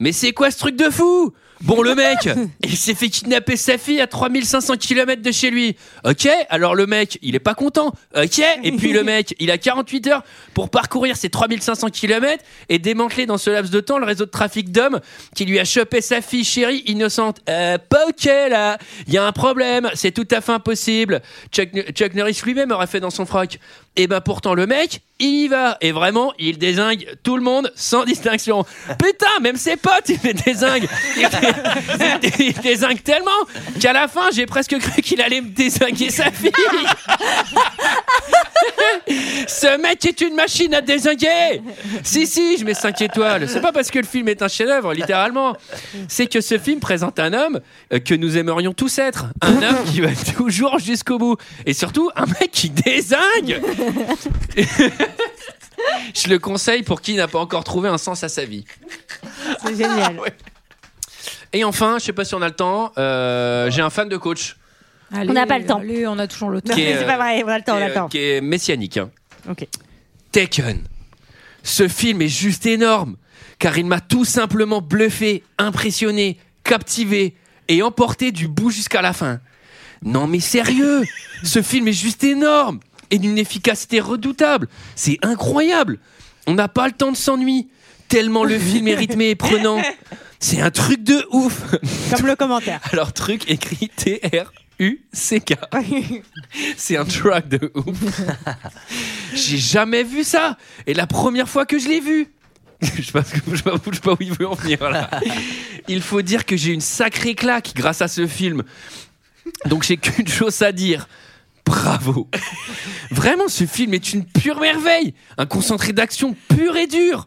S1: Mais c'est quoi ce truc de fou Bon, le mec, il s'est fait kidnapper sa fille à 3500 km de chez lui. Ok, alors le mec, il est pas content. Ok, et puis le mec, il a 48 heures pour parcourir ces 3500 km et démanteler dans ce laps de temps le réseau de trafic d'hommes qui lui a chopé sa fille chérie innocente. Euh, pas ok là, il y a un problème, c'est tout à fait impossible. Chuck, Chuck Norris lui-même aurait fait dans son froc. Et ben pourtant, le mec, il y va. Et vraiment, il désingue tout le monde sans distinction. Putain, même ses potes, il les désingue. Il, dé- il désingue tellement qu'à la fin, j'ai presque cru qu'il allait me désinguer sa fille. Ce mec est une machine à désinguer. Si, si, je mets 5 étoiles. C'est pas parce que le film est un chef-d'œuvre, littéralement. C'est que ce film présente un homme euh, que nous aimerions tous être. Un homme qui va toujours jusqu'au bout. Et surtout, un mec qui désingue. Je le conseille pour qui n'a pas encore trouvé un sens à sa vie. Ah
S11: C'est génial.
S1: Et enfin, je sais pas si on a le temps, euh, j'ai un fan de coach.
S7: Allez,
S11: on n'a pas le temps.
S7: allez, on a toujours le temps.
S1: Non, Qui mais est, c'est euh, pas
S11: vrai, on a le
S1: qui
S11: temps, on a
S1: est,
S11: le
S1: euh,
S11: temps.
S1: Qui est messianique. hein.
S11: Ok.
S1: Taken. Ce film est juste énorme, car il m'a tout simplement bluffé, impressionné, captivé et emporté du bout jusqu'à la fin. Non mais sérieux, ce film est juste énorme et d'une efficacité redoutable. C'est incroyable. On n'a pas le temps de s'ennuyer, tellement le film est rythmé et prenant. C'est un truc de ouf.
S11: Comme le commentaire.
S1: Alors truc écrit T R U C K. C'est un track de ouf. J'ai jamais vu ça. Et la première fois que je l'ai vu, je sais pas, ce que- je sais pas- je sais pas où il veut en venir là. Il faut dire que j'ai une sacrée claque grâce à ce film. Donc j'ai qu'une chose à dire. Bravo. Vraiment, ce film est une pure merveille. Un concentré d'action pur et dur.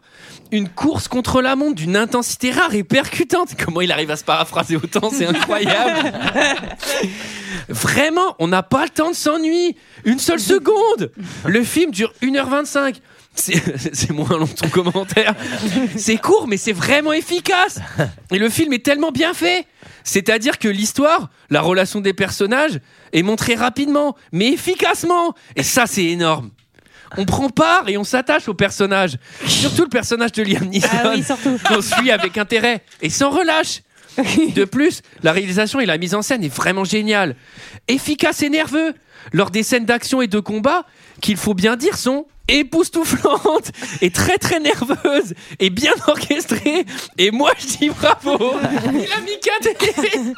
S1: Une course contre la montre d'une intensité rare et percutante. Comment il arrive à se paraphraser autant, c'est incroyable. Vraiment, on n'a pas le temps de s'ennuyer. Une seule seconde. Le film dure 1h25. C'est c'est moins long que ton commentaire. C'est court, mais c'est vraiment efficace. Et le film est tellement bien fait. C'est-à-dire que l'histoire, la relation des personnages est montrée rapidement, mais efficacement. Et ça, c'est énorme. On prend part et on s'attache au personnage. Surtout le personnage de Liam Neeson.
S11: Ah oui, surtout.
S1: On suit avec intérêt et sans relâche. De plus, la réalisation et la mise en scène est vraiment géniale. Efficace et nerveux. Lors des scènes d'action et de combat, qu'il faut bien dire sont époustouflantes et très très nerveuses et bien orchestrées. Et moi je dis bravo. Il a mis 4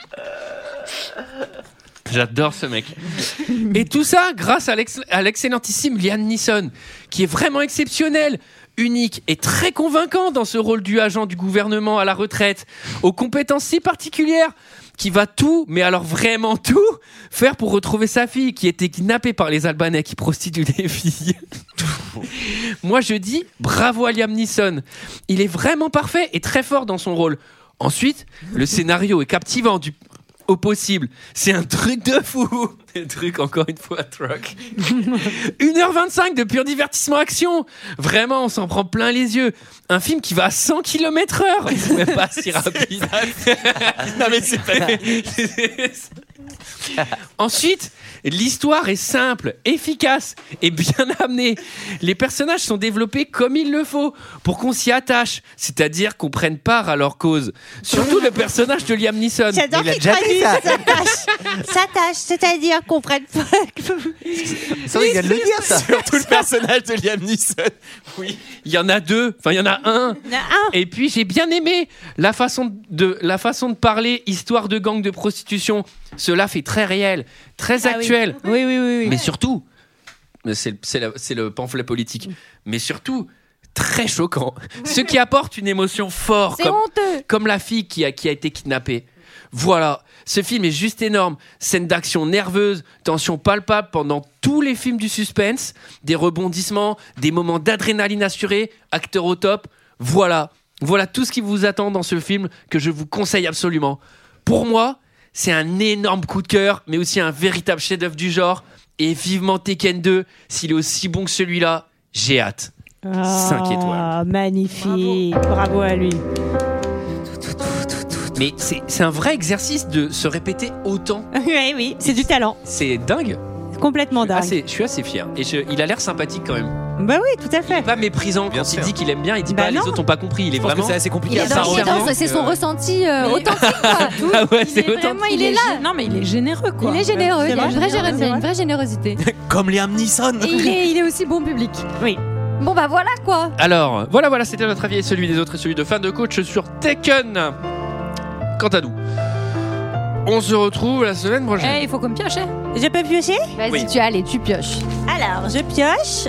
S1: J'adore ce mec. Et tout ça grâce à l'ex- à l'excellentissime Liam Neeson, qui est vraiment exceptionnel, unique et très convaincant dans ce rôle du agent du gouvernement à la retraite, aux compétences si particulières, qui va tout, mais alors vraiment tout, faire pour retrouver sa fille qui était kidnappée par les Albanais qui prostituent les filles. Moi, je dis bravo à Liam Neeson. Il est vraiment parfait et très fort dans son rôle. Ensuite, le scénario est captivant du au possible. C'est un truc de fou. Un truc encore une fois truck. 1h25 de pur divertissement action. Vraiment, on s'en prend plein les yeux. Un film qui va à 100 km heure. C'est même pas si rapide. non mais c'est pas... Ensuite, l'histoire est simple, efficace et bien amenée. Les personnages sont développés comme il le faut pour qu'on s'y attache, c'est-à-dire qu'on prenne part à leur cause. Surtout le personnage de Liam Neeson.
S11: J'adore qu'il traduise sa tâche. Sa tâche, c'est-à-dire qu'on prenne pas.
S1: Ça, il vient de le dire, ça. Surtout le personnage de Liam Neeson. Oui. Il y en a deux. Enfin, il y en a un. Et puis, j'ai bien aimé la façon de, la façon de parler histoire de gang de prostitution. Cela fait très réel, très
S11: Ah oui.
S1: actuel.
S11: Oui, oui, oui. oui.
S1: Mais surtout, mais c'est c'est la- c'est le pamphlet politique.
S11: Mm.
S1: Mais surtout, très choquant. Ce qui apporte une émotion forte,
S12: C'est
S1: comme,
S12: honteux.
S1: comme la fille qui a, qui a été kidnappée. Voilà, ce film est juste énorme. Scène d'action nerveuse, tension palpable pendant tous les films du suspense, des rebondissements, des moments d'adrénaline assurée, acteur au top. Voilà, voilà tout ce qui vous attend dans ce film que je vous conseille absolument. Pour moi, c'est un énorme coup de cœur, mais aussi un véritable chef-d'œuvre du genre. Et vivement Tekken 2, s'il est aussi bon que celui-là, j'ai hâte. Cinq
S11: étoiles. Ah, Magnifique. Bravo à lui.
S1: Mais c'est c'est un vrai exercice de se répéter autant.
S11: oui, oui. C'est du talent.
S1: C'est dingue.
S11: Complètement dingue.
S1: Assez- je suis assez fier. Et je- il a l'air sympathique quand même.
S11: Bah oui, tout à fait.
S1: Pas méprisant quand il dit qu'il aime bien, il dit
S11: Bah
S1: pas
S11: non.
S1: les autres ont pas compris. Il est vraiment.
S10: c'est assez compliqué hein.
S12: Il est dans- il est dans- C'est son ressenti euh, authentique. quoi.
S1: Ah ouais,
S12: Il est
S1: c'est autant.
S12: vraiment- il est là.
S7: Non, mais il est généreux, quoi.
S12: Il est généreux, il y a une vraie généro- il y a une
S7: générosité.
S12: vraie générosité.
S10: Comme Liam Neeson.
S12: Et il est, il est aussi bon public.
S11: Oui.
S12: Bon bah voilà quoi.
S1: Alors, voilà, voilà, c'était notre avis et celui des autres et celui de fan de coach sur Tekken. Quant à nous, on se retrouve la semaine prochaine.
S12: Eh, il faut qu'on pioche. hein.
S11: Je peux piocher
S12: Vas-y,
S1: Oui.
S12: tu as, allez, tu pioches.
S11: Alors, je pioche.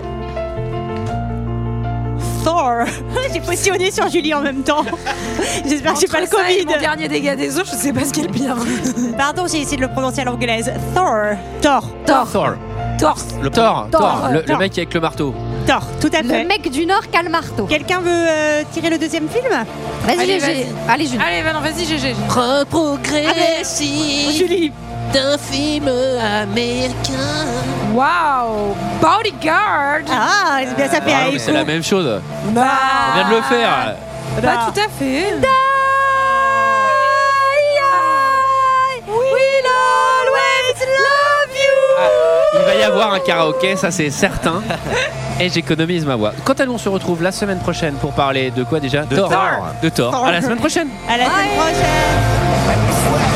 S11: Thor. J'ai positionné sur Julie en même temps. J'espère que j'ai pas le
S7: Entre ça et
S11: Covid.
S7: mon dernier dégât des eaux, je sais pas ce qu'elle pire.
S11: Pardon, j'ai essayé de le prononcer à l'anglaise. Thor. Thor.
S12: Thor.
S1: Thor.
S11: Thor.
S1: Le Thor,
S11: Thor, euh,
S1: Thor, le,
S11: Thor.
S1: le mec avec le marteau.
S11: Thor, tout à fait.
S12: Le mec du Nord calme marteau.
S11: Quelqu'un veut euh, tirer le deuxième film
S12: Vas-y, GG. Allez, Julie.
S7: Allez, va- non, vas-y, GG.
S11: Reprogressif
S7: d'un film américain. Waouh, Bodyguard.
S11: Ah, c'est bien ça fait
S1: Ah non, mais c'est la même chose. On vient de le faire.
S7: Bah, tout à fait.
S11: We'll always love you.
S1: Ah. Il va y avoir un karaoké, ça c'est certain. Et j'économise ma voix. Quant à nous, on se retrouve la semaine prochaine pour parler de quoi déjà
S10: De Thor.
S1: De Thor. À la semaine prochaine.
S11: À la semaine prochaine.